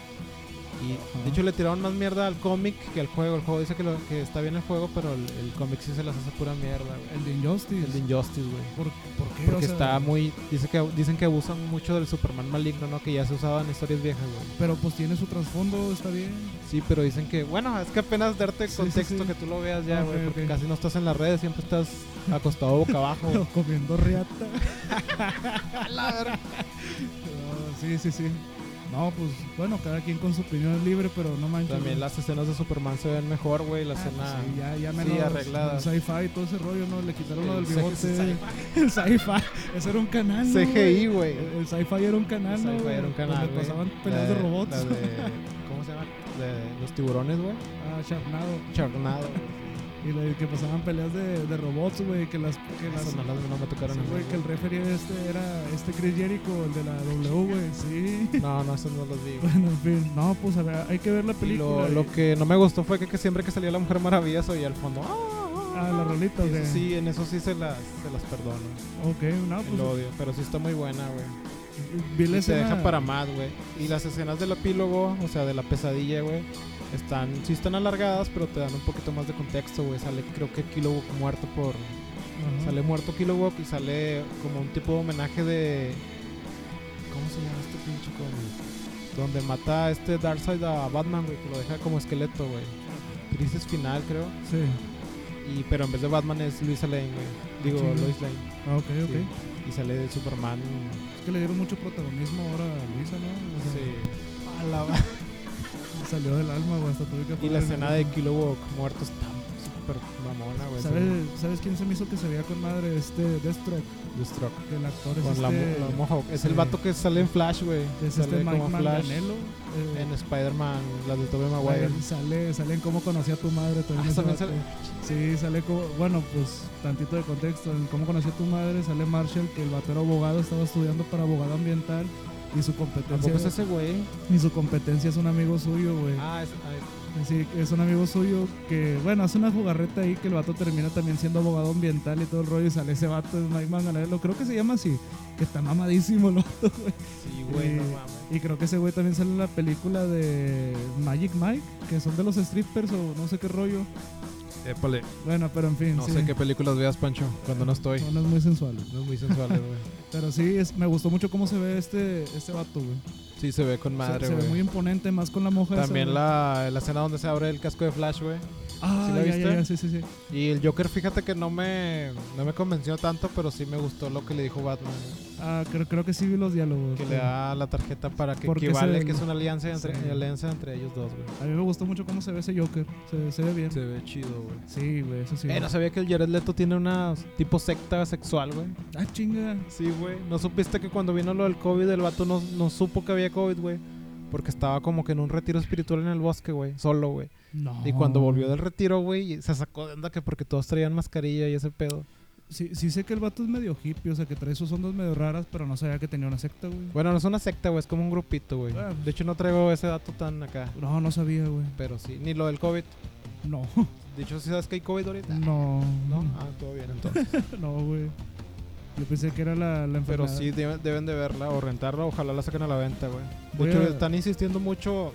S1: Y
S2: Ajá.
S1: de hecho le tiraron más mierda al cómic que al juego. El juego dice que, lo- que está bien el juego, pero el, el cómic sí se las hace pura mierda, güey.
S2: El de Injustice.
S1: El de Injustice, güey.
S2: ¿Por, por qué?
S1: Porque
S2: O sea,
S1: está muy. Dice que, dicen que abusan mucho del Superman maligno, ¿no? Que ya se usaba en historias viejas, güey.
S2: Pero pues tiene su trasfondo, está bien.
S1: Sí, pero dicen que. Bueno, es que apenas darte
S2: Sí, sí,
S1: contexto
S2: sí. Ah,
S1: que tú lo veas ya,
S2: Ok,
S1: güey. porque
S2: ok.
S1: casi no estás en las redes, siempre estás acostado boca abajo. güey.
S2: comiendo riata. No, sí, sí, sí. No, pues bueno, cada quien con su opinión libre, pero no manches.
S1: También
S2: güey.
S1: las escenas de Superman se ven mejor, güey. La
S2: Ah, pues,
S1: escena.
S2: sí, ya, ya
S1: sí,
S2: menos
S1: arreglada.
S2: Sci-fi y todo ese rollo, ¿no? Le quitaron lo del
S1: El
S2: bigote.
S1: sci-
S2: el sci-fi. Ese era un canal. ¿no,
S1: CGI,
S2: güey?
S1: güey.
S2: El sci-fi era un canal.
S1: Esa
S2: Ah, ¿no,
S1: fue,
S2: güey?
S1: era un canal,
S2: Donde
S1: güey.
S2: pasaban
S1: La
S2: peleas de, robots.
S1: la de- ¿Cómo se llama? De los tiburones, güey.
S2: Ah, charnado.
S1: Charnado.
S2: Y la de que pasaban peleas de, de robots, güey. Que las. Que las
S1: Eso no, las- no me tocaron
S2: Sí,
S1: a mí,
S2: güey, que el
S1: güey.
S2: referee este era este Chris Jericho, el de la W, güey, sí.
S1: No, no, esos no los vi, güey.
S2: Bueno, en fin, no, pues a ver, hay que ver la
S1: Y
S2: película.
S1: lo,
S2: y-
S1: lo que no me gustó fue que, que siempre que salía la Mujer Maravilla soy al fondo. "Ah,
S2: Ah, la rolita,
S1: Eso
S2: ok.
S1: sí, en eso sí se las, se las perdono.
S2: Ok, no,
S1: el
S2: pues.
S1: odio. Pero sí está muy buena, güey.
S2: Vi la
S1: Y se
S2: escena.
S1: deja para más, güey. Y las escenas del epílogo, o sea, de la pesadilla, güey, están, sí están alargadas, pero te dan un poquito más de contexto, güey. Sale, creo que Kilowog muerto por.
S2: Ajá.
S1: Sale muerto Kilowog y sale como un tipo de homenaje de. ¿Cómo se llama este pinche cómic? Donde mata a este Darkseid a Batman, güey, que lo deja como esqueleto, güey. Crisis final, creo.
S2: Sí,
S1: Y, pero en vez de Batman es Luisa Lane, güey. Digo,
S2: Chinga.
S1: Lois Lane.
S2: ah, ok, ok.
S1: Sí. Y sale de Superman.
S2: Es que le dieron mucho protagonismo ahora a Luisa, ¿no? O sea,
S1: Sí.
S2: Salió del alma, güey, hasta tuve que
S1: Y la
S2: ponerle-
S1: escena de pues, Kilowog muerto está súper mamona, güey.
S2: ¿Sabes, ¿Sabes quién se me hizo que se veía con madre? Este Deathstroke,
S1: Sí. Deathstroke.
S2: que el actor es
S1: Con
S2: este,
S1: la, mo- la Mohawk. Es el
S2: sí.
S1: vato que sale en Flash, güey.
S2: es
S1: sale
S2: este Mike
S1: como Flash.
S2: Manganello. eh,
S1: En Spider-Man, las de Tobey Maguire.
S2: Sale- Sale, sale en cómo conocí a tu madre
S1: Ah,
S2: también. ese
S1: también
S2: vato.
S1: sale-
S2: Sí, sale como, bueno, pues tantito de contexto, en cómo conocí a tu madre, sale Marshall, que el batero abogado estaba estudiando para abogado ambiental y su competencia
S1: Tampoco es ese güey.
S2: y su competencia es un amigo suyo, güey.
S1: Ah, es, ah, es-
S2: Sí, es un amigo suyo que, bueno, hace una jugarreta ahí que el vato termina también siendo abogado ambiental y todo el rollo y sale ese vato de Mike Manganello, creo que se llama así, que está mamadísimo el vato, güey.
S1: sí, güey, no
S2: Eh,
S1: mames.
S2: Y creo que ese güey también sale en la película de Magic Mike, que son de los strippers o no sé qué rollo.
S1: Épale,
S2: Bueno, pero en fin,
S1: no
S2: sí.
S1: sé qué películas veas, Pancho, cuando no estoy.
S2: Son las muy sensuales.
S1: No es muy sensual, güey.
S2: Pero sí, es- me gustó mucho cómo se ve este, este vato, güey.
S1: Sí, se ve con
S2: se,
S1: madre,
S2: se ve muy
S1: güey.
S2: imponente, más con la moja. esa,
S1: También
S2: güey.
S1: la, la escena donde se abre el casco de Flash, güey.
S2: Ah,
S1: ¿sí la
S2: ya, ya,
S1: viste?
S2: ya, sí, sí, sí.
S1: Y el Joker, fíjate que no me, no me convenció tanto, pero sí me gustó lo que le dijo Batman. güey.
S2: Ah, creo, creo que sí vi los diálogos.
S1: Que
S2: güey.
S1: le da la tarjeta para que
S2: Porque
S1: equivale
S2: se-
S1: que es una alianza entre,
S2: Sí.
S1: alianza entre ellos dos, güey.
S2: A mí me gustó mucho cómo se ve ese Joker. Se, se ve bien.
S1: Se ve chido, güey.
S2: Sí, güey, eso sí.
S1: Eh, no sabía que el Jared Leto tiene una tipo secta sexual, güey.
S2: Ah, chinga.
S1: Sí, güey. ¿No supiste que cuando vino lo del COVID, el vato no, no supo que había COVID, güey? Porque estaba como que en un retiro espiritual en el bosque, güey. Solo, güey.
S2: No.
S1: Y cuando volvió del retiro, güey, se sacó de onda que porque todos traían mascarilla y ese pedo.
S2: Sí, sí sé que el vato es medio hippie, o sea, que trae sus ondas medio raras, pero no sabía que tenía una secta, güey.
S1: Bueno, no es una secta, güey, es como un grupito, güey.
S2: Ah.
S1: De hecho, no traigo ese dato tan acá.
S2: No, no sabía, güey.
S1: Pero sí, ni lo del COVID.
S2: No.
S1: De hecho, ¿sí ¿sabes que hay COVID ahorita?
S2: No.
S1: ¿No? Ah, todo bien entonces.
S2: No, güey. Yo pensé que era la, la
S1: Pero
S2: enfermedad.
S1: sí, debe- deben de verla o rentarla. Ojalá la saquen a la venta, güey.
S2: Voy
S1: De hecho,
S2: a-
S1: están insistiendo mucho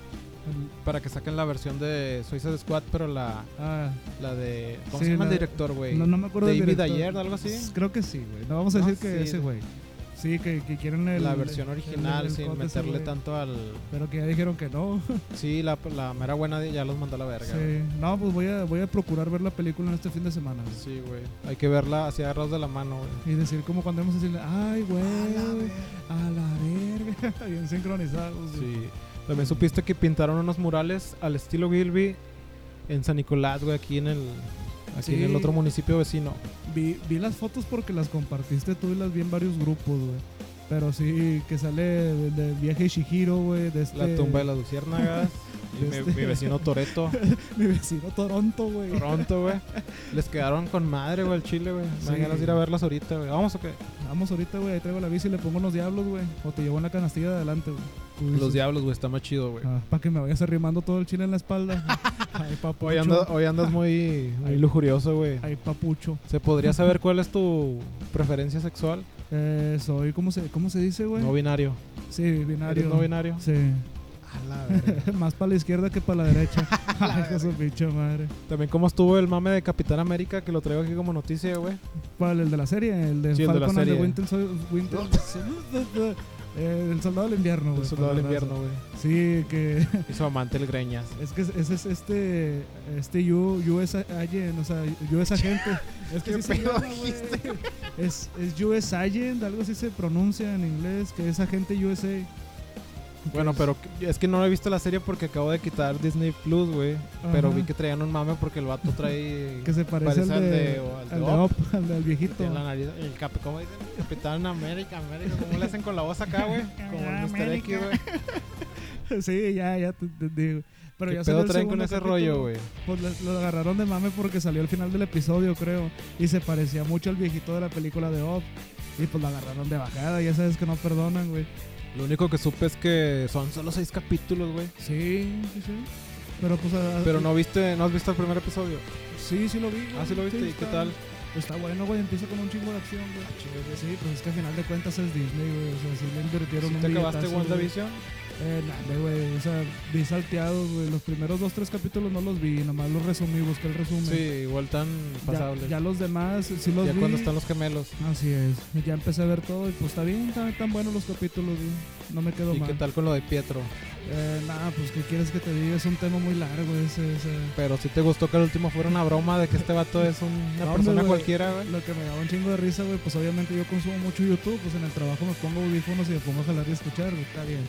S1: para que saquen la versión de Suicide Squad, pero la,
S2: Ah,
S1: la de... ¿Cómo
S2: Sí,
S1: se llama el
S2: la-
S1: director, güey?
S2: no, no me acuerdo del
S1: David
S2: director.
S1: Ayer, algo así.
S2: Creo que sí, güey. No vamos a
S1: No,
S2: decir que
S1: sí.
S2: ese güey. Sí, que, que quieren el-
S1: la versión
S2: el-
S1: original
S2: el- el
S1: sin
S2: corte ese,
S1: meterle
S2: güey.
S1: tanto al...
S2: Pero que ya dijeron que no.
S1: Sí, la, la mera buena de- ya los mandó a la verga. güey.
S2: Sí. No, pues voy a, voy a procurar ver la película en este fin de semana. güey.
S1: Sí, güey. Hay que verla así agarrados de la mano, güey.
S2: Y decir como cuando hemos decirle, ay, güey, a la verga. Bien sincronizados. güey.
S1: Sí. También supiste que pintaron unos murales al estilo Gilby en San Nicolás, güey, aquí en el aquí en el
S2: Sí.
S1: otro municipio vecino.
S2: Vi, vi las fotos porque las compartiste tú y las vi en varios grupos, güey. Pero sí, que sale de, de viaje Shihiro, güey. De este,
S1: La tumba de las luciérnagas y mi,
S2: Este-
S1: mi vecino Toreto,
S2: Mi vecino Toronto, güey.
S1: pronto, güey. Les quedaron con madre, güey, el chile, güey. Me dan
S2: Sí.
S1: ganas de ir a verlas ahorita, güey. Vamos o qué?
S2: Vamos ahorita, güey. ahí Traigo la bici y le pongo los diablos, güey. O te llevo en la canastilla de adelante, güey. Tú dices,
S1: Los diablos, güey, está más chido, güey.
S2: Ah, para que me vayas arrimando todo el chile en la espalda. ay, papucho.
S1: Hoy, anda- hoy andas muy, muy lujurioso, güey.
S2: Ay, papucho.
S1: ¿Se podría saber cuál es tu preferencia sexual?
S2: Eh, soy, ¿cómo se, cómo se dice, güey?
S1: No binario.
S2: sí, binario.
S1: ¿Eres no binario?
S2: Sí.
S1: A la verga.
S2: Más para la izquierda que para la derecha. Ay, hijo de su pinche madre.
S1: También cómo estuvo el mame de Capitán América, que lo traigo aquí como noticia, güey.
S2: ¿Cuál? ¿El de la serie? El de
S1: Sí, el de la
S2: Falcon and the
S1: serie.
S2: Winter, Sol- Winter- Eh, El Soldado del Invierno, güey.
S1: El soldado del
S2: para la raza.
S1: invierno, güey.
S2: Sí, que
S1: Y su amante el Greñas.
S2: es que ese es este este U, US Agent, o sea, US Agente. Es que
S1: ¿Qué
S2: sí se
S1: pedo
S2: llama, güey. Es, es US Agent, algo así se pronuncia en inglés, que es Agente USA.
S1: Bueno,
S2: Pues,
S1: pero que- es que no he visto la serie porque acabo de quitar Disney Plus, güey. Pero vi que traían un mame porque el vato trae.
S2: que se parece, al de,
S1: o al de
S2: al de
S1: Up,
S2: Up, al del
S1: que
S2: viejito.
S1: tiene la nariz. El cap, ¿Cómo dicen? Capitán América, América. ¿Cómo le hacen con la voz acá, güey? Como el Mr. X, güey.
S2: Sí, ya, ya te entendí. güey. Pero
S1: ¿Qué pedo
S2: ya salió el
S1: traen con
S2: segundo
S1: ese
S2: capítulo.
S1: rollo, güey?
S2: Pues les- lo agarraron de mame porque salió al final del episodio, creo. Y se parecía mucho al viejito de la película de Up. Y pues lo agarraron de bajada, ya sabes que no perdonan, güey.
S1: Lo único que supe es que son solo seis capítulos, güey.
S2: Sí, sí, sí. Pero pues. a-
S1: Pero no viste, no has visto el primer episodio.
S2: Sí, sí lo vi. güey.
S1: Ah, sí lo viste. ¿Y qué
S2: está-
S1: tal?
S2: Está bueno, güey. Empieza con un chingo de acción, güey.
S1: Chingados,
S2: Sí, pues es que al final de cuentas es Disney, güey. O sea, sí le invirtieron
S1: ¿Sí
S2: un
S1: ¿Te acabaste
S2: billetazo, güey.
S1: WandaVision?
S2: Eh, nada, güey. O sea, vi salteados, güey. Los primeros dos, tres capítulos no los vi. Nomás los resumí, busqué el resumen.
S1: Sí, igual tan
S2: Ya,
S1: pasable.
S2: ya los demás, sí los
S1: ya
S2: vi.
S1: cuando están los gemelos.
S2: Así es, ya empecé a ver todo y pues está bien, están tan buenos los capítulos, güey. no me quedo
S1: ¿Y
S2: mal.
S1: qué tal con lo de Pietro?
S2: Eh, nada, pues qué quieres que te diga, es un tema muy largo ese, ese.
S1: Pero si te gustó que el último fuera una broma de que este vato es un- una
S2: No, hombre,
S1: persona
S2: güey.
S1: cualquiera, güey.
S2: Lo que me daba un chingo de risa, güey, pues obviamente yo consumo mucho YouTube, pues en el trabajo me pongo audífonos y me pongo a jalar y escuchar, güey, está bien.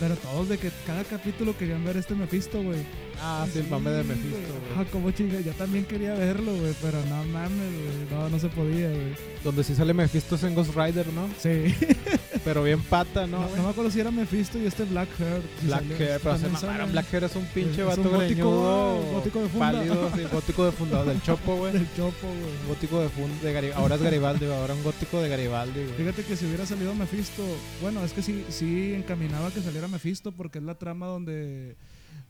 S2: Pero todos de que cada capítulo querían ver este Mephisto, güey.
S1: Ah, sí, el mame de Mephisto,
S2: güey.
S1: güey.
S2: Ah, como chinga, yo también quería verlo, güey, pero no mames, güey, no, no se podía, güey.
S1: Donde sí sale Mephisto es en Ghost Rider, ¿no?
S2: Sí.
S1: Pero bien pata, ¿no?
S2: No,
S1: güey?
S2: no me acuerdo si era Mephisto y este Black Hair. si
S1: Black
S2: salió-
S1: Hair, pero se
S2: también
S1: mamaron.
S2: sale
S1: Black Hair es un pinche
S2: Es
S1: vato
S2: un gótico,
S1: greñudo.
S2: gótico de funda.
S1: Pálido, sí, gótico de fundado del Chopo, güey.
S2: del Chopo, güey.
S1: Gótico de funda, de Garibaldi. Ahora es Garibaldi, güey, ahora un gótico de Garibaldi, güey.
S2: Fíjate que si hubiera salido Mephisto, bueno, es que sí, sí encaminaba que saliera Mephisto porque es la trama donde,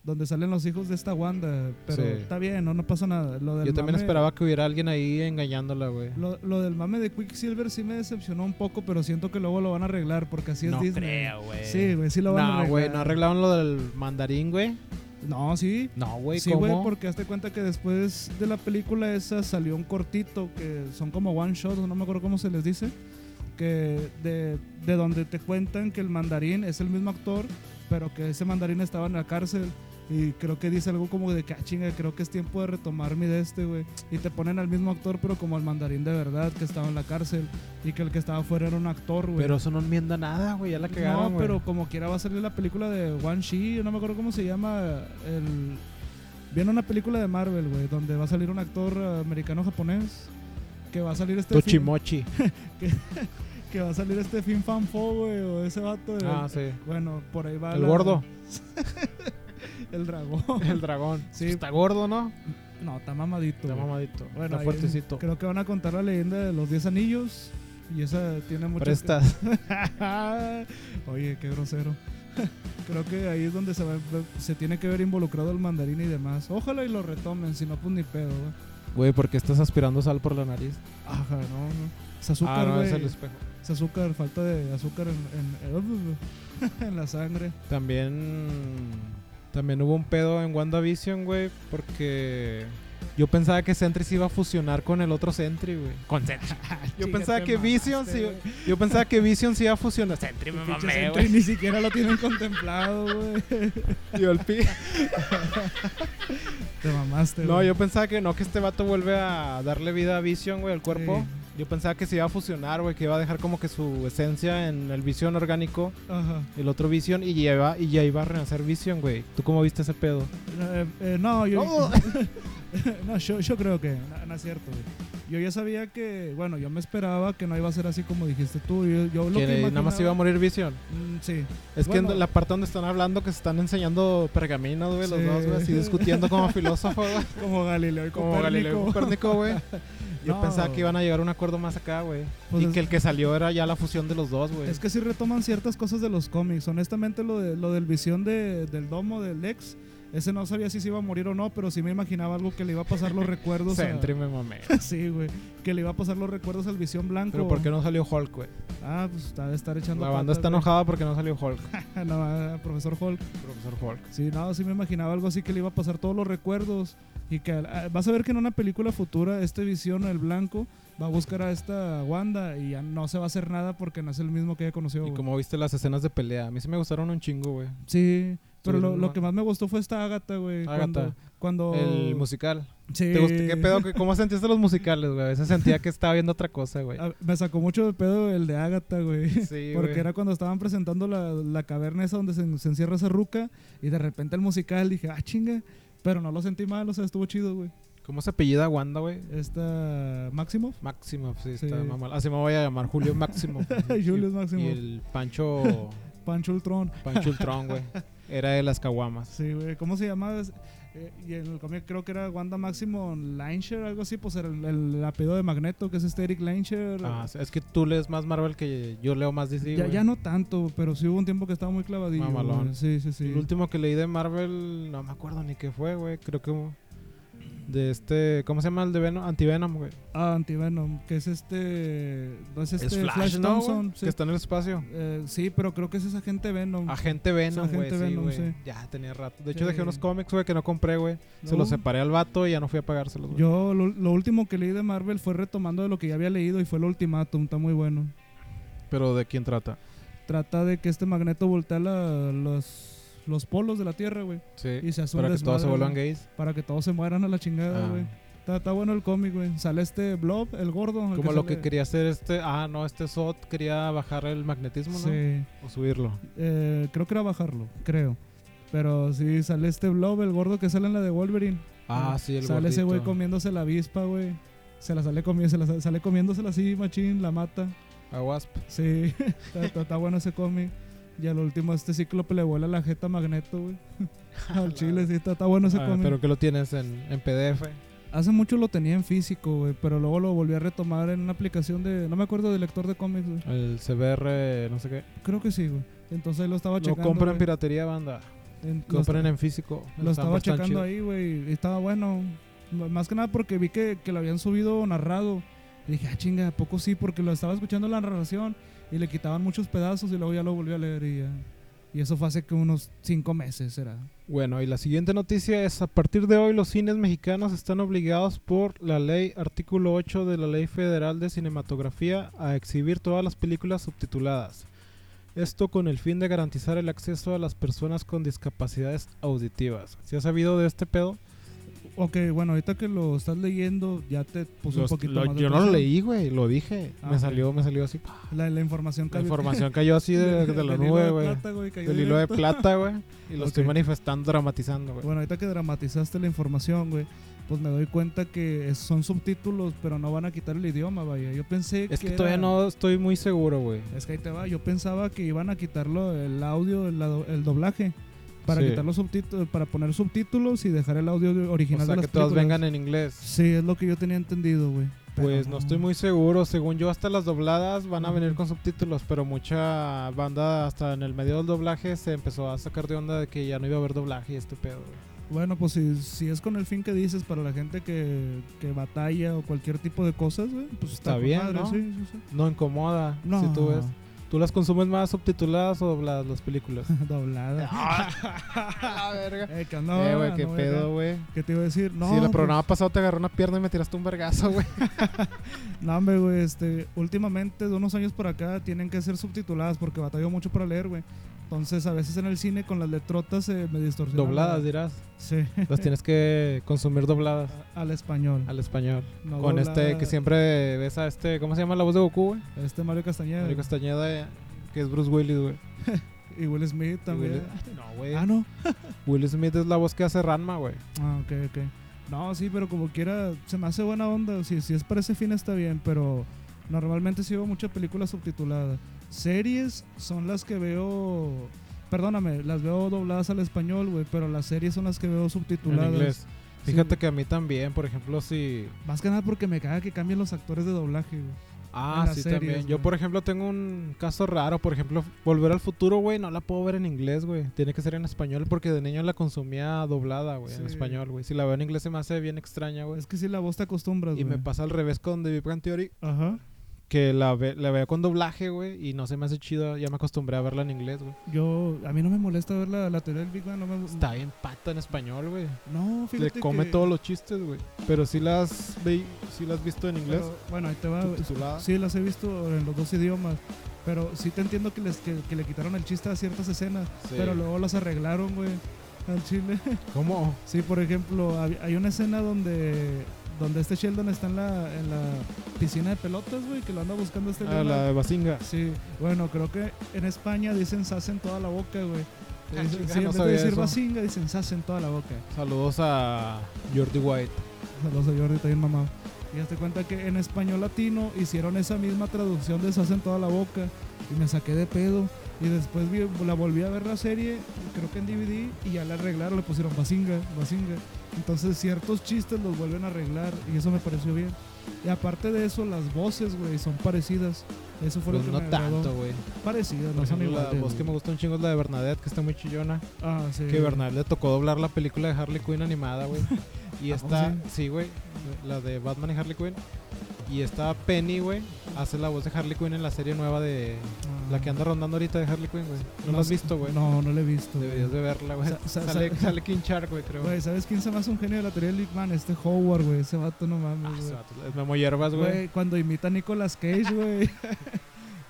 S2: donde salen los hijos de esta Wanda, pero
S1: Sí.
S2: está bien, no, no pasa nada. Lo del
S1: Yo también
S2: mame-
S1: esperaba que hubiera alguien ahí engañándola, güey.
S2: Lo, lo del mame de Quicksilver sí me decepcionó un poco, pero siento que luego lo van a arreglar porque así es
S1: No
S2: Disney.
S1: creo, güey.
S2: Sí, güey, sí lo van a
S1: No,
S2: arreglar.
S1: güey, no arreglaron lo del mandarín, güey.
S2: No, sí.
S1: No, güey,
S2: Sí,
S1: ¿cómo?
S2: güey, porque hazte cuenta que después de la película esa salió un cortito que son como one shot, no me acuerdo cómo se les dice, que de, de donde te cuentan que el mandarín es el mismo actor, pero que ese mandarín estaba en la cárcel. Y creo que dice algo como de que, "Ah, chinga, creo que es tiempo de retomar mi de este, güey. Y te ponen al mismo actor, pero como el mandarín de verdad, que estaba en la cárcel. Y que el que estaba afuera era un actor, güey.
S1: Pero eso no enmienda nada, güey, ya la cagaron,
S2: No,
S1: güey.
S2: pero como quiera va a salir la película de One She, no me acuerdo cómo se llama. El... Viene una película de Marvel, güey, donde va a salir un actor americano-japonés. Que va a salir este. fin,
S1: Tochimochi.
S2: que va a salir este Fin Fan Fo, güey, o ese vato. el-
S1: Ah, sí.
S2: Bueno, por ahí va.
S1: El
S2: la-
S1: gordo,
S2: El dragón.
S1: el dragón. Pues,
S2: Sí.
S1: Está gordo, ¿no?
S2: No, está mamadito.
S1: Está
S2: güey.
S1: mamadito.
S2: Bueno,
S1: está
S2: ahí
S1: fuertecito.
S2: Creo que van a contar la leyenda de los 10 anillos. Y esa tiene mucho.
S1: Prestas.
S2: Oye, qué grosero. Creo que ahí es donde se, va- se tiene que ver involucrado el mandarín y demás. Ojalá y lo retomen, si no, pues ni pedo, güey.
S1: Güey, ¿por qué estás aspirando sal por la nariz?
S2: Ajá, no, no. Es azúcar,
S1: ah, no,
S2: güey.
S1: es el espejo.
S2: Es azúcar, falta de azúcar en, en, en la sangre.
S1: También. También hubo un pedo en WandaVision, güey, porque Yo pensaba que Sentry se iba a fusionar con el otro Sentry, güey. Con Sentry. Yo
S2: Chinga,
S1: pensaba
S2: te
S1: que Vision
S2: mamaste,
S1: se iba-
S2: güey.
S1: yo pensaba que Vision se iba a fusionar. Sentry me
S2: Pinche
S1: mamé,
S2: Sentry
S1: güey.
S2: Ni siquiera lo tienen contemplado, güey.
S1: Yo el pi-
S2: Te mamaste,
S1: No,
S2: güey.
S1: yo pensaba que no, que este vato vuelve a darle vida a Vision, güey, al cuerpo.
S2: Sí.
S1: Yo pensaba que se iba a fusionar, güey, que iba a dejar como que su esencia en el Vision orgánico,
S2: Ajá.
S1: el otro Vision, y ya iba, y ya iba a renacer Vision, güey. ¿Tú cómo viste ese pedo?
S2: Eh, eh, no, yo,
S1: No.
S2: no yo, yo creo que no, no es cierto. güey. Yo ya sabía que, bueno, yo me esperaba que no iba a ser así como dijiste tú. Yo, yo lo
S1: Que
S2: que
S1: nada más
S2: imaginaba-
S1: iba a morir Vision.
S2: Mm, sí,
S1: Es que
S2: Bueno.
S1: en la parte donde están hablando que se están enseñando pergaminos, güey, los
S2: Sí.
S1: dos, güey, así discutiendo como filósofos, güey.
S2: como Galileo y
S1: Como Galileo
S2: Copérnico.
S1: Copérnico, güey. Yo
S2: No.
S1: pensaba que iban a llegar a un acuerdo más acá, güey.
S2: Pues
S1: y
S2: es-
S1: que el que salió era ya la fusión de los dos, güey.
S2: Es que sí retoman ciertas cosas de los cómics. Honestamente, lo, de, lo del visión de- del domo del Lex, ese no sabía si se iba a morir o no, pero sí me imaginaba algo que le iba a pasar los recuerdos. a-
S1: Sentry me mamé.
S2: sí, güey. Que le iba a pasar los recuerdos al visión blanco.
S1: Pero ¿por qué no salió Hulk, güey?
S2: Ah, pues está de estar echando.
S1: La banda está
S2: patas,
S1: enojada porque no salió Hulk.
S2: güey. No, ah, profesor Hulk.
S1: Profesor Hulk.
S2: Sí, no, sí me imaginaba algo así que le iba a pasar todos los recuerdos. Y que ah, vas a ver que en una película futura, este visión, el blanco, va a buscar a esta Wanda y ya no se va a hacer nada porque no es el mismo que ella conoció.
S1: Y
S2: güey.
S1: como viste las escenas de pelea, a mí sí me gustaron un chingo, güey.
S2: Sí, pero lo,
S1: Estuvieron
S2: lo
S1: mal.
S2: que más me gustó fue esta Agatha, güey.
S1: Agatha.
S2: Cuando. cuando-
S1: El musical.
S2: Oh. Sí.
S1: ¿Te gustó? ¿Qué pedo? ¿Qué- ¿Cómo sentiste los musicales, güey? A veces sentía que estaba viendo otra cosa, güey.
S2: Ah, Me sacó mucho de pedo el de Agatha, güey.
S1: Sí,
S2: Porque
S1: güey.
S2: era cuando estaban presentando la, la caverna esa donde se, se encierra esa ruca y de repente el musical dije, ah, chinga. Pero no lo sentí mal, o sea, estuvo chido, güey.
S1: ¿Cómo se apellida Wanda, güey?
S2: Esta Máximo.
S1: Máximo, sí,
S2: Sí.
S1: está mamal. Así me voy a llamar Julio Máximo.
S2: Julius Máximo.
S1: Y el Pancho,
S2: Pancho Ultron.
S1: Pancho Ultrón, güey. Era de las caguamas.
S2: Sí, güey. ¿Cómo se llamaba? Es- eh, y en el cómic creo que era Wanda Máximo Lansher, algo así, pues era el, el apellido de Magneto, que es este Eric Lansher.
S1: Ah, es que tú lees más Marvel que yo leo más DC,
S2: Ya,
S1: güey.
S2: ya no tanto, pero sí hubo un tiempo que estaba muy clavadillo.
S1: Mamalón.
S2: güey. Sí, sí, sí.
S1: El último que leí de Marvel, no me acuerdo ni qué fue, güey. Creo que de este, ¿cómo se llama el de Venom? Antivenom, güey.
S2: Ah, Antivenom, que es este. No es este.
S1: es Flash,
S2: Flash
S1: ¿no, güey?
S2: Thompson. Sí.
S1: Que está Ah, en el espacio.
S2: Eh, sí, pero creo que es esa gente Venom.
S1: Agente Venom,
S2: Agente
S1: güey. Sí,
S2: Venom,
S1: güey.
S2: sí.
S1: Ya tenía rato. De hecho,
S2: Sí.
S1: dejé unos cómics, güey, que no compré, güey. Se
S2: No.
S1: los separé al vato y ya no fui a pagárselos, güey.
S2: Yo lo, lo último que leí de Marvel fue retomando de lo que ya había leído y fue el ultimátum, está muy bueno.
S1: Pero ¿de quién trata?
S2: Trata de que este magneto voltea la- los, los polos de la Tierra, güey.
S1: Sí.
S2: Y se hace un
S1: Para que todos se
S2: desmadre,
S1: vuelvan
S2: güey.
S1: gays.
S2: Para que todos se mueran a la chingada,
S1: Ah.
S2: güey. Está, está bueno el cómic, güey. Sale este Blob, el gordo. el
S1: Como lo que
S2: sale-
S1: quería hacer este. Ah, no, este Sot quería bajar el magnetismo, ¿no?
S2: Sí.
S1: O subirlo.
S2: Eh, creo que era bajarlo, creo. Pero sí, sale este Blob, el gordo que sale en la de Wolverine.
S1: Ah, sí, el
S2: Sale ese güey
S1: gordito.
S2: comiéndose la avispa, güey. Se la sale comiendo, se la sa- sale comiéndosela así, machín, la mata.
S1: A Wasp.
S2: Sí, está, está- está bueno ese cómic. Y al último, este cíclope le vuela la jeta a magneto, güey. al chile, sí, está, está bueno ese
S1: Ah,
S2: cómic.
S1: pero que lo tienes en, en PDF.
S2: Hace mucho lo tenía en físico, güey, pero luego lo volví a retomar en una aplicación de. No me acuerdo de lector de cómics, güey.
S1: El CBR, no sé qué.
S2: Creo que sí, güey. Entonces lo estaba
S1: No
S2: checando.
S1: compren
S2: güey.
S1: piratería, banda.
S2: En- lo
S1: Compren en físico. Están
S2: Lo estaba
S1: bastante
S2: checando
S1: chido.
S2: ahí, güey. y Estaba bueno. M- Más que nada porque vi que, que lo habían subido narrado. Y dije, ah, chinga, ¿a poco sí? Porque lo estaba escuchando la narración y le quitaban muchos pedazos y luego ya lo volví a leer y ya. Y eso fue hace que unos cinco meses, era.
S1: Bueno, y la siguiente noticia es, a partir de hoy los cines mexicanos están obligados por la ley artículo 8 de la Ley Federal de Cinematografía a exhibir todas las películas subtituladas. Esto con el fin de garantizar el acceso a las personas con discapacidades auditivas. ¿Se ha sabido de este pedo?
S2: Ok, bueno, ahorita que lo estás leyendo ya te puso un
S1: Los-
S2: poquito
S1: lo-
S2: más de
S1: yo no lo
S2: atención.
S1: leí, güey, lo dije.
S2: Ah,
S1: me
S2: ok.
S1: salió, me salió así. ¡pah!
S2: La, la información
S1: La
S2: cayó-
S1: información cayó así de, de la
S2: del hilo
S1: nube,
S2: de
S1: güey.
S2: plata, güey, cayó
S1: Del hilo de
S2: directo.
S1: plata, güey. Y lo estoy
S2: Ok.
S1: manifestando, dramatizando, güey.
S2: Bueno, ahorita que dramatizaste la información, güey, pues me doy cuenta que es- son subtítulos, pero no van a quitar el idioma, vaya. Yo pensé
S1: Es que
S2: era-
S1: todavía no estoy muy seguro, güey.
S2: Es que ahí te va. Yo pensaba que iban a quitarlo el audio, el, do- el doblaje, para
S1: Sí.
S2: quitar los subtítulos, para poner subtítulos y dejar el audio original
S1: O sea,
S2: de
S1: que
S2: las
S1: todas
S2: películas.
S1: vengan en inglés.
S2: Sí, es lo que yo tenía entendido, güey. Pero
S1: Pues no estoy muy seguro. Según yo, hasta las dobladas van a
S2: Ujú.
S1: venir con subtítulos, pero mucha banda, hasta en el medio del doblaje, se empezó a sacar de onda de que ya no iba a haber doblaje y este pedo. güey.
S2: Bueno, pues si, si es con el fin que dices para la gente que, que batalla o cualquier tipo de cosas, güey, pues
S1: Está
S2: con
S1: bien,
S2: madre,
S1: ¿no?
S2: sí, sí, sí.
S1: No incomoda,
S2: No,
S1: si tú ves. ¿Tú las consumes más subtituladas o dobladas las películas?
S2: Doblada.
S1: la verga.
S2: Eh, que andaba,
S1: Ah. eh, güey, qué
S2: andaba acá.
S1: pedo, güey.
S2: ¿Qué te iba a decir? No,
S1: si el
S2: pues,
S1: programa pasado te agarró una pierna y me tiraste un vergazo, güey.
S2: No, hombre, güey, este, últimamente, de unos años por acá, tienen que ser subtituladas porque batallo mucho para leer, güey. Entonces, a veces en el cine con las letrotas eh, me distorsionan.
S1: dobladas,
S2: la-
S1: dirás.
S2: Sí,
S1: Las tienes que consumir dobladas
S2: a- al español.
S1: al español.
S2: No
S1: Con este
S2: doblada.
S1: que siempre ves a este, ¿cómo se llama la voz de Goku, güey?
S2: Este Mario Castañeda
S1: Mario Castañeda, eh, que es Bruce Willis, güey.
S2: y Will Smith también.
S1: Will- No, güey.
S2: Ah, no.
S1: Will Smith es la voz que hace Ranma, güey.
S2: Ah, ok, ok. No, sí, pero como quiera, se me hace buena onda. Si, si es para ese fin está bien, pero normalmente sí veo muchas películas subtituladas. Series son las que veo... Perdóname, las veo dobladas al español, güey, pero las series son las que veo
S1: En
S2: subtituladas.
S1: inglés.
S2: Sí,
S1: Fíjate
S2: güey.
S1: que a mí también, por ejemplo, si.
S2: Más que nada porque me caga que cambien los actores de doblaje, güey.
S1: Ah,
S2: En las
S1: sí,
S2: series,
S1: también. Yo,
S2: güey.
S1: por ejemplo, tengo un caso raro. Por ejemplo, Volver al Futuro, güey, no la puedo ver en inglés, güey. Tiene que ser en español porque de niño la consumía doblada, güey, en
S2: Sí.
S1: español, güey. Si la veo en inglés se me hace bien extraña, güey.
S2: Es que si la voz te acostumbras,
S1: Y me
S2: güey.
S1: pasa al revés con The Big Bang Theory,
S2: Ajá.
S1: que la, ve- la veo con doblaje, güey, y no se me hace chido. Ya me acostumbré a verla en inglés, güey.
S2: Yo, a mí no me molesta ver la, la teoría del Big Bang, no me...
S1: Está bien pata en español, güey.
S2: No,
S1: Le
S2: fíjate
S1: come
S2: que-
S1: todos los chistes, güey. Pero si las vi, si las has visto en inglés,
S2: pero, bueno, ahí te va, güey.
S1: subtitulada.
S2: Sí, las he visto en los dos idiomas. Pero sí te entiendo que, les, que, que le quitaron el chiste a ciertas escenas.
S1: Sí.
S2: Pero luego las arreglaron, güey, al chile.
S1: ¿Cómo?
S2: Sí, por ejemplo, hab- hay una escena donde, donde este Sheldon está en la, en la piscina de pelotas, güey, que lo anda buscando este
S1: Ah,
S2: Leonard.
S1: la de Basinga.
S2: Sí, bueno, creo que en España dicen sas en toda la boca, güey.
S1: Ah,
S2: Dicen-
S1: chinga, no
S2: sí, en vez de
S1: sabía
S2: decir
S1: eso.
S2: bazinga, dicen sas en toda la boca.
S1: Saludos a Jordi White.
S2: Saludos a Jordi, está bien mamado. Y hazte cuenta que en español latino hicieron esa misma traducción de Sas en toda la boca y me saqué de pedo. Y después vi- la volví a ver la serie, creo que en DVD, y ya la arreglaron, le pusieron Basinga, Basinga. Entonces ciertos chistes los vuelven a arreglar y eso me pareció bien. Y aparte de eso, las voces, güey, son parecidas. Eso fue
S1: Pues
S2: lo que
S1: no
S2: me agradó.
S1: tanto, güey.
S2: Parecidas,
S1: Por
S2: no son
S1: ejemplo, La
S2: iguales.
S1: voz que me
S2: güey.
S1: gusta un chingo es la de Bernadette, que está muy chillona.
S2: Ah, sí.
S1: Que Bernadette le tocó doblar la película de Harley Quinn animada, güey. Y
S2: ¿A poco
S1: está,
S2: sí?
S1: sí, güey, la de Batman y Harley Quinn. Y está Penny, güey, hace la voz de Harley Quinn en la serie nueva de...
S2: Ah.
S1: La que anda rondando ahorita de Harley Quinn, güey. ¿No la has visto, güey?
S2: No, no la he visto. güey.
S1: Deberías de verla, güey.
S2: Sa- sa-
S1: Sale,
S2: sa-
S1: sale King Shark, güey, creo.
S2: Güey, ¿sabes quién se me hace un genio de la teoría del Big Bang? Este Howard, güey. Ese vato no mames,
S1: Ah,
S2: güey.
S1: ese vato, es Memo Hierbas, güey.
S2: Güey, cuando imita a Nicolas Cage, güey.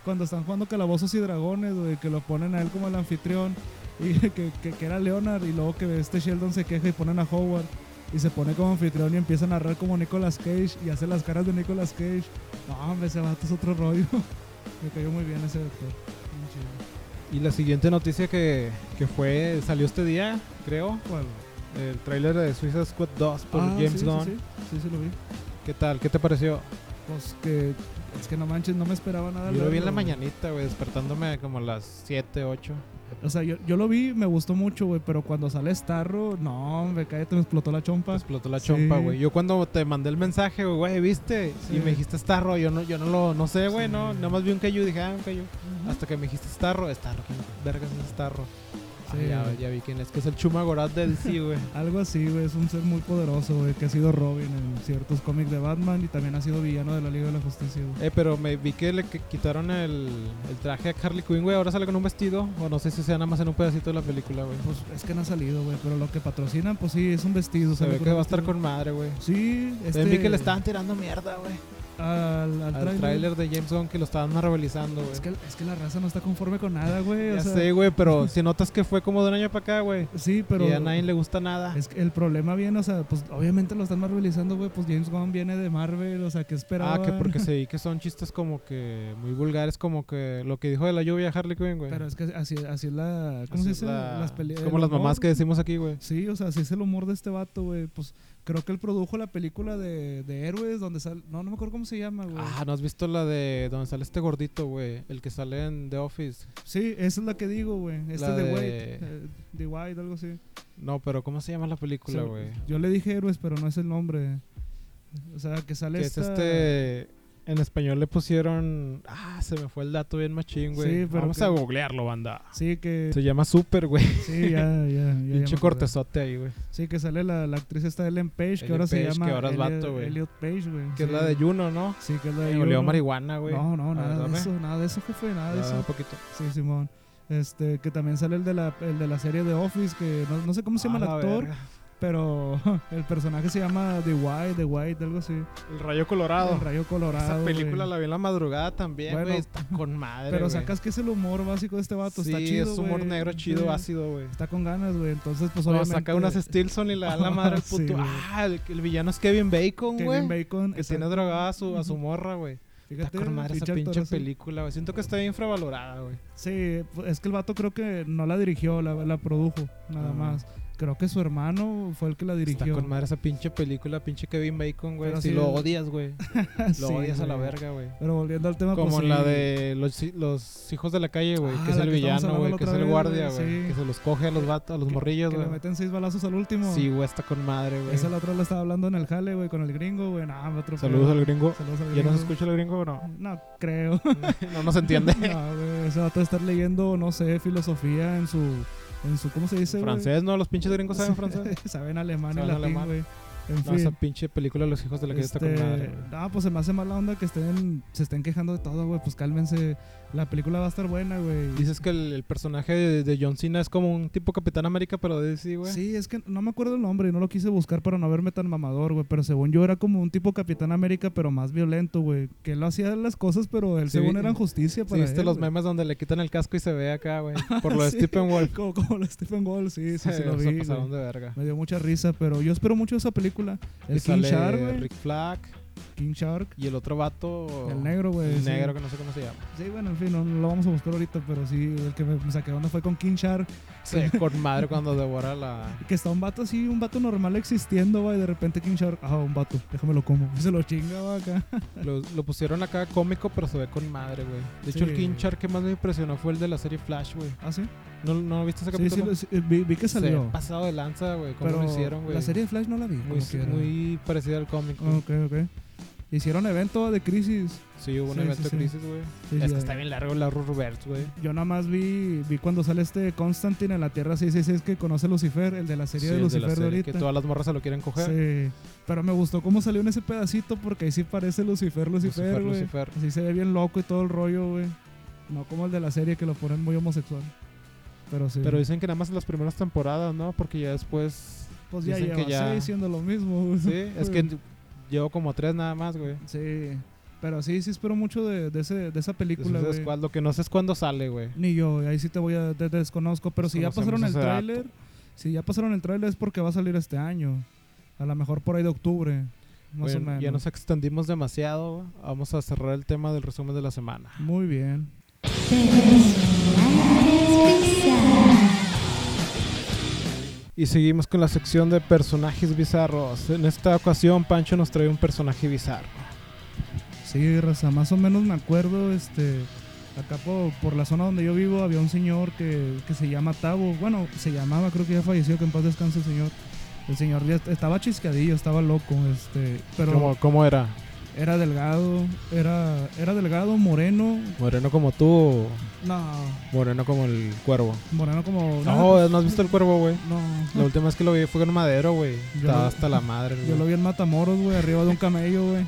S2: cuando están jugando calabozos y dragones, güey, que lo ponen a él como el anfitrión. Y que, que, que era Leonard. Y luego que este Sheldon se queja y ponen a Howard. Y se pone como anfitrión y empieza a narrar como Nicolas Cage. Y hace las caras de Nicolas Cage. No, hombre, ese vato es otro rollo. me cayó muy bien ese doctor. Bien chido.
S1: Y la siguiente noticia que, que fue, salió este día, creo.
S2: ¿Cuál?
S1: El tráiler de Suicide Squad 2 por
S2: Ah,
S1: James
S2: sí, sí,
S1: Gunn.
S2: Sí, sí, sí, lo vi.
S1: ¿Qué tal? ¿Qué te pareció?
S2: Pues que es que no manches, no me esperaba nada. al
S1: Yo lo vi en la
S2: verlo, güey.
S1: mañanita, güey, despertándome como a las 7, 8.
S2: O sea, yo, yo lo vi, me gustó mucho, güey, pero cuando sale Starro, no, me cállate, me explotó la chompa.
S1: Explotó la
S2: Sí.
S1: chompa, güey. Yo cuando te mandé el mensaje, güey, güey, ¿viste?
S2: Sí.
S1: Y me dijiste Starro, yo no, yo no lo, no sé, güey,
S2: Sí.
S1: no. Nada más vi un cayú, dije, ah, un cayú.
S2: Ujú.
S1: Hasta que me dijiste Starro, Starro, ¿quién vergas es Starro? Ah,
S2: Sí.
S1: ya, ya vi quién es, que es el Chuma Gorat del sí, güey.
S2: Algo así, güey, es un ser muy poderoso, güey, que ha sido Robin en ciertos cómics de Batman y también ha sido villano de la Liga de la Justicia, güey.
S1: Eh, pero me vi que le qui- quitaron el, el traje a Harley Quinn, güey. Ahora sale con un vestido. O no sé si sea nada más en un pedacito de la película, güey.
S2: Pues es que no ha salido, güey, pero lo que patrocinan, pues sí, es un vestido.
S1: Se
S2: sale
S1: ve
S2: con
S1: que
S2: un
S1: va a estar
S2: vestido.
S1: con madre, güey.
S2: Sí, este...
S1: También vi que le estaban tirando mierda, güey.
S2: Al, al
S1: Al
S2: tráiler.
S1: tráiler de James Gunn que lo estaban marvelizando, güey.
S2: Es que, es que la raza no está conforme con nada, güey. o
S1: ya
S2: sea,
S1: sé, güey, pero si notas que fue como de un año para acá, güey.
S2: Sí, pero...
S1: Y a nadie le gusta nada.
S2: Es que el problema viene, o sea, pues obviamente lo están marvelizando, güey, pues James Gunn viene de Marvel, o sea, ¿qué esperaba?
S1: Ah, que porque se vi que son chistes como que muy vulgares, como que lo que dijo de la lluvia Harley Quinn, güey.
S2: Pero es que así, así es la... ¿Cómo
S1: Así
S2: se
S1: es
S2: dice?
S1: la-
S2: Las peli-
S1: es
S2: el
S1: como las mamás
S2: humor.
S1: que decimos aquí, güey.
S2: Sí, o sea, así es el humor de este vato, güey. Pues creo que él produjo la película de, de Héroes, donde sale... No, no me acuerdo cómo se llama, güey.
S1: Ah, ¿no has visto la de donde sale este gordito, güey? El que sale en The Office.
S2: Sí, esa es la que digo, güey. Esta
S1: La
S2: es de
S1: de-
S2: White. eh, De White, algo así.
S1: No, pero ¿cómo se llama la película,
S2: Sí,
S1: güey?
S2: Yo le dije Héroes, pero no es el nombre. O sea, que sale
S1: Que es
S2: esta...
S1: este. En español le pusieron. Ah, se me fue el dato bien machín, güey.
S2: Sí, pero
S1: Vamos
S2: que-
S1: a googlearlo, banda.
S2: Sí, que.
S1: Se llama Super, güey.
S2: Sí, ya, ya. ya, ya me
S1: Pinche
S2: acordé.
S1: cortezote ahí, güey.
S2: Sí, que sale la, la actriz esta Ellen Page, que
S1: Ellen
S2: ahora se
S1: Page,
S2: llama
S1: que ahora es
S2: Elliot-
S1: vato, güey.
S2: Elliot Page, güey.
S1: Que es
S2: sí.
S1: la de Juno, ¿no?
S2: Sí, que es la de
S1: Me olió
S2: Juno.
S1: marihuana, güey.
S2: No, no,
S1: A ver,
S2: nada de
S1: dame.
S2: eso, nada de eso, jefe, nada de
S1: Ah,
S2: eso.
S1: un poquito.
S2: Sí, Simón. Este, que también sale el de la, el de la serie de Office, que no, no sé cómo se llama
S1: Ah,
S2: el
S1: la
S2: actor,
S1: verga.
S2: pero el personaje se llama The White, The White, algo así.
S1: El Rayo Colorado.
S2: El Rayo Colorado.
S1: Esa película
S2: güey.
S1: la vi en la madrugada también,
S2: Bueno,
S1: güey. Está con madre,
S2: Pero
S1: güey.
S2: sacas que es el humor básico de este vato, está
S1: Sí,
S2: chido.
S1: es humor
S2: güey.
S1: negro chido,
S2: Sí.
S1: ácido, güey.
S2: Está con ganas, güey. Entonces, pues
S1: O
S2: obviamente.
S1: saca unas Stilson y le da la madre al
S2: Sí,
S1: puto.
S2: güey.
S1: ah, el, el villano es Kevin Bacon, güey.
S2: Kevin Bacon.
S1: Que tiene
S2: exacto.
S1: drogada a su, a su morra, güey. Está
S2: Fíjate,
S1: con madre esa
S2: pinche
S1: pinche
S2: actorazo.
S1: película, güey. Siento que está bien infravalorada, güey.
S2: Sí, pues, es que el vato creo que no la dirigió, la, la produjo, nada
S1: Ah.
S2: más. Creo que su hermano fue el que la dirigió.
S1: Está con madre esa pinche película, pinche Kevin Bacon, güey.
S2: Pero
S1: Si
S2: sí,
S1: lo
S2: güey.
S1: odias, güey. Lo
S2: Sí,
S1: odias a la
S2: güey.
S1: verga, güey.
S2: Pero volviendo al tema,
S1: Como
S2: pues,
S1: en la
S2: sí.
S1: de los, hi- los hijos de la calle, güey.
S2: Ah,
S1: que es
S2: la
S1: el
S2: que
S1: villano,
S2: estamos
S1: güey.
S2: hablando
S1: Que es
S2: la
S1: el
S2: otra vez,
S1: guardia,
S2: güey,
S1: güey.
S2: sí.
S1: Que se los coge a los vatos, a los morrillos,
S2: Que le
S1: güey.
S2: meten seis balazos al último.
S1: Sí, güey, está con madre, güey.
S2: Esa la otra la estaba hablando en el jale, güey, con el gringo, güey. Nah, me otro
S1: Saludos al gringo.
S2: Saludos al
S1: ¿Ya
S2: gringo.
S1: nos escucha el gringo o no?
S2: No creo.
S1: No nos entiende.
S2: no, güey. Ese vato de estar leyendo, no sé, filosofía en su. En su ¿Cómo se dice? güey?
S1: Francés, ¿no? Los pinches gringos saben francés.
S2: Saben alemán
S1: Saben
S2: y latín,
S1: alemán.
S2: güey. En
S1: No, esa
S2: fin.
S1: pinche película Los hijos de la calle está con
S2: este,
S1: madre, güey.
S2: no, pues se me hace mala onda que estén, se estén quejando de todo, güey. Pues cálmense. La película va a estar buena, güey.
S1: Dices que el, el personaje de, de John Cena es como un tipo Capitán América, pero de DC, güey.
S2: Sí, es que no me acuerdo el nombre y no lo quise buscar para no verme tan mamador, güey. Pero según yo era como un tipo Capitán América, pero más violento, güey. Que él hacía las cosas, pero él
S1: Sí,
S2: según
S1: vi-
S2: eran justicia
S1: ¿Sí
S2: para
S1: viste
S2: él,
S1: los
S2: güey.
S1: memes donde le quitan el casco y se ve acá, güey? Por lo de
S2: Sí.
S1: Stephen Wolf.
S2: Como, como lo de Stephen Gold, sí, sí, sí lo vi,
S1: se
S2: güey.
S1: pasaron de verga.
S2: Me dio mucha risa, pero yo espero mucho esa película.
S1: Y
S2: El King
S1: sale
S2: Shark, güey.
S1: Rick Flag
S2: King Shark.
S1: y el otro vato.
S2: El negro, güey.
S1: el
S2: sí.
S1: negro que no sé cómo se llama.
S2: Sí, bueno, en fin, no, no lo vamos a buscar ahorita, pero sí, el que me, me saqué de onda fue con King Shark.
S1: Sí, con madre cuando devora la.
S2: Que está un vato así, un vato normal existiendo, güey. De repente King Shark, ah, un vato, déjame lo como. Y se lo chingaba acá.
S1: Lo, lo pusieron acá cómico, pero se ve con madre, güey. De hecho, el
S2: Sí.
S1: King Shark que más me impresionó fue el de la serie Flash, güey.
S2: ¿Ah, sí?
S1: ¿No, ¿No viste ese
S2: Sí,
S1: capítulo?
S2: sí, lo- sí, vi, vi que
S1: Se
S2: salió.
S1: ve pasado de lanza, güey. ¿Cómo
S2: pero
S1: lo hicieron, güey?
S2: La serie de Flash no Ah. la vi.
S1: muy,
S2: como quiera.
S1: muy parecida al cómic. güey.
S2: Ok, ok. Hicieron evento de crisis.
S1: Sí, hubo un
S2: Sí,
S1: evento
S2: sí,
S1: de
S2: sí.
S1: crisis, güey.
S2: Sí,
S1: es
S2: sí,
S1: que está bien largo la Roberts, güey.
S2: Yo nada más vi, vi cuando sale este Constantine en la Tierra 666 que conoce a Lucifer, el de la serie
S1: Sí,
S2: de
S1: el de
S2: Lucifer
S1: la
S2: de,
S1: serie que
S2: ahorita.
S1: todas las morras se lo quieren coger.
S2: Sí. Pero me gustó cómo salió en ese pedacito porque ahí sí parece Lucifer, Lucifer,
S1: Lucifer,
S2: güey.
S1: Lucifer.
S2: Así se ve bien loco y todo el rollo, güey. No como el de la serie que lo ponen muy homosexual. Pero sí.
S1: Pero dicen que nada más en las primeras temporadas, ¿no? Porque ya después.
S2: pues ya
S1: dicen que
S2: lleva
S1: ya-
S2: seis siendo lo mismo, güey.
S1: Sí, es que llevo como tres nada más, güey.
S2: Sí. Pero sí, sí espero mucho de, de ese, de esa película,
S1: Suicide
S2: güey.
S1: Squad, Lo que no sé es cuándo sale, güey.
S2: Ni yo, güey. ahí sí te voy a te desconozco, pero si ya
S1: Desconocemos
S2: pasaron el
S1: ese dato.
S2: tráiler, si ya pasaron el tráiler es porque va a salir este año. A lo mejor por ahí de octubre, más
S1: Bueno,
S2: o menos.
S1: Ya nos extendimos demasiado. güey. Vamos a cerrar el tema del resumen de la semana.
S2: Muy bien.
S1: Y seguimos con la sección de personajes bizarros. En esta ocasión, Pancho nos trae un personaje bizarro.
S2: Sí, raza, más o menos me acuerdo, este, acá po- por, la zona donde yo vivo había un señor que, que se llama Tavo, bueno, se llamaba, creo que ya falleció, que en paz descanse el señor. El señor ya est- estaba chisqueadillo, estaba loco, este, pero
S1: ¿Cómo, cómo era?
S2: era delgado, era, era delgado, moreno,
S1: ¿Moreno como tú o
S2: no,
S1: moreno como el cuervo?
S2: moreno como...
S1: No,
S2: nada,
S1: no has visto el cuervo, güey. La
S2: No,
S1: última vez que lo vi fue con Madero, güey.
S2: Yo
S1: Estaba
S2: lo-
S1: hasta la madre,
S2: yo lo
S1: güey.
S2: vi en Matamoros, güey, arriba de un camello, güey.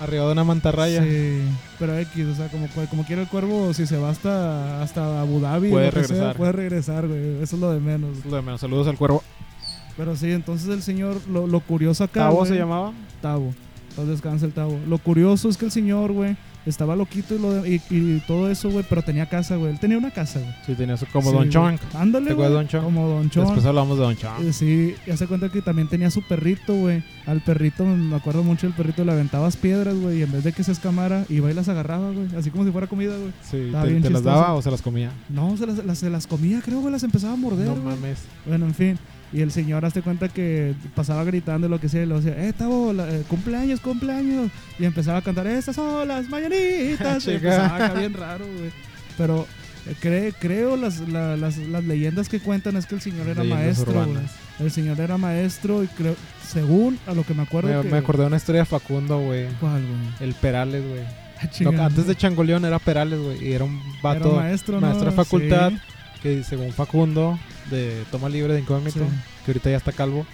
S1: Arriba de una mantarraya.
S2: Sí, pero X, o sea, como, cual- como quiera el cuervo, si se va hasta, hasta Abu Dhabi,
S1: Puede
S2: lo que sea,
S1: regresar.
S2: puede regresar, güey. Eso es lo de menos.
S1: Lo de menos, saludos al cuervo.
S2: Pero sí, entonces el señor, lo, lo curioso acá.
S1: ¿Tavo
S2: güey,
S1: se llamaba?
S2: Tavo. Entonces descansa el Tavo. Lo curioso es que el señor, güey, estaba loquito y, lo de- y- y todo eso, güey, pero tenía casa, güey. Él tenía una casa, güey.
S1: Sí, tenía su como
S2: Sí,
S1: Don
S2: güey.
S1: Chonk.
S2: Ándale.
S1: ¿Te acuerdas
S2: güey,
S1: de Don Chonk?
S2: Como Don Chon.
S1: Después hablamos de Don Chonk.
S2: Eh, Sí, ya se cuenta que también tenía su perrito, güey. Al perrito, me acuerdo mucho, el perrito le aventabas piedras, güey, y en vez de que se escamara, iba y las agarraba, güey, así como si fuera comida, güey.
S1: Sí,
S2: Estaba
S1: ¿te,
S2: bien
S1: te las
S2: chistoso.
S1: daba o se las comía?
S2: No, se las, las- se las comía, creo, güey, las empezaba a morder.
S1: No
S2: güey.
S1: mames.
S2: Bueno, en fin. Y el señor, hazte cuenta que pasaba gritando lo que sea, y luego decía, eh, Tavo, la- eh, cumpleaños, cumpleaños. Y empezaba a cantar, estas son las mañanitas. y
S1: Chica.
S2: empezaba acá bien raro, güey. Pero eh, cre- creo las, la- las, las leyendas que cuentan es que el señor era
S1: Leyendas
S2: maestro,
S1: urbanas.
S2: güey. El señor era maestro y creo, según a lo que me acuerdo.
S1: Me,
S2: que-
S1: me acordé de una historia de Facundo, güey.
S2: ¿Cuál, güey?
S1: El Perales, güey.
S2: Ah,
S1: No,
S2: chinga,
S1: antes
S2: ¿no?
S1: de Changoleón era Perales, güey. Y era un
S2: Era
S1: vato
S2: maestro, ¿no?
S1: maestro de facultad.
S2: Sí,
S1: que, según Facundo, de Toma Libre de Incógnito,
S2: sí.
S1: que ahorita ya está calvo,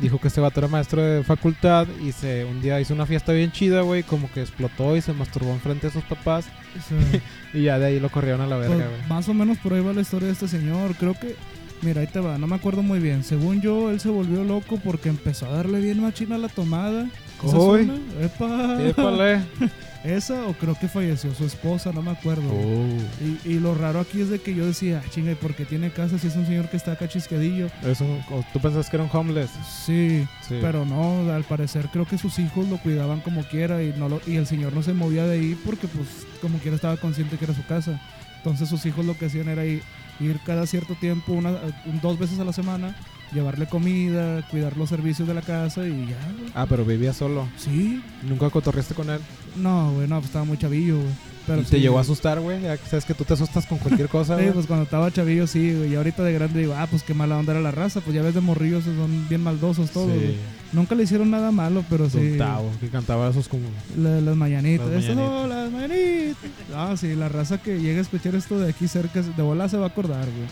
S1: dijo que este vato era maestro de facultad y se un día hizo una fiesta bien chida, güey. Como que explotó y se masturbó enfrente de sus papás.
S2: Sí.
S1: Y ya de ahí lo corrieron a la
S2: Pues,
S1: verga, güey.
S2: más o menos por ahí va la historia de este señor. Creo que, mira, ahí te va, no me acuerdo muy bien. Según yo, él se volvió loco porque empezó a darle bien machina a la tomada. ¿Esa Oh. es
S1: Uy.
S2: una? ¡Epa!
S1: Épale.
S2: Esa o creo que falleció su esposa, no me acuerdo.
S1: Oh,
S2: Y, y lo raro aquí es de que yo decía, "Ah, chinga, ¿y por qué tiene casa si es un señor que está acá chisquedillo?
S1: es un- o tú pensás que era un homeless.
S2: Sí,
S1: Sí.
S2: pero no, al parecer creo que sus hijos lo cuidaban como quiera y, no lo, y el señor no se movía de ahí porque pues como quiera estaba consciente que era su casa. Entonces sus hijos lo que hacían era ir, ir cada cierto tiempo, una, un- dos veces a la semana, llevarle comida, cuidar los servicios de la casa y ya, güey.
S1: Ah, pero vivía solo.
S2: Sí,
S1: Nunca cotorreaste con él.
S2: no, güey, no, pues estaba muy chavillo, güey. Pero
S1: y te
S2: sí.
S1: llegó a asustar, güey. Ya que Sabes que tú te asustas con cualquier cosa,
S2: Sí,
S1: güey.
S2: pues cuando estaba chavillo sí, güey. Y ahorita de grande digo, ah, pues qué mala onda era la raza. Pues ya ves de morrillos, son bien maldosos todos, güey. Nunca le hicieron nada malo, pero
S1: Don
S2: sí.
S1: Tavo, que cantaba esos como...
S2: La- las mañanitas.
S1: Las
S2: Eso,
S1: mañanitas.
S2: las mañanitas. Ah, sí, la raza que llega a escuchar esto de aquí cerca, de bola se va a acordar, güey.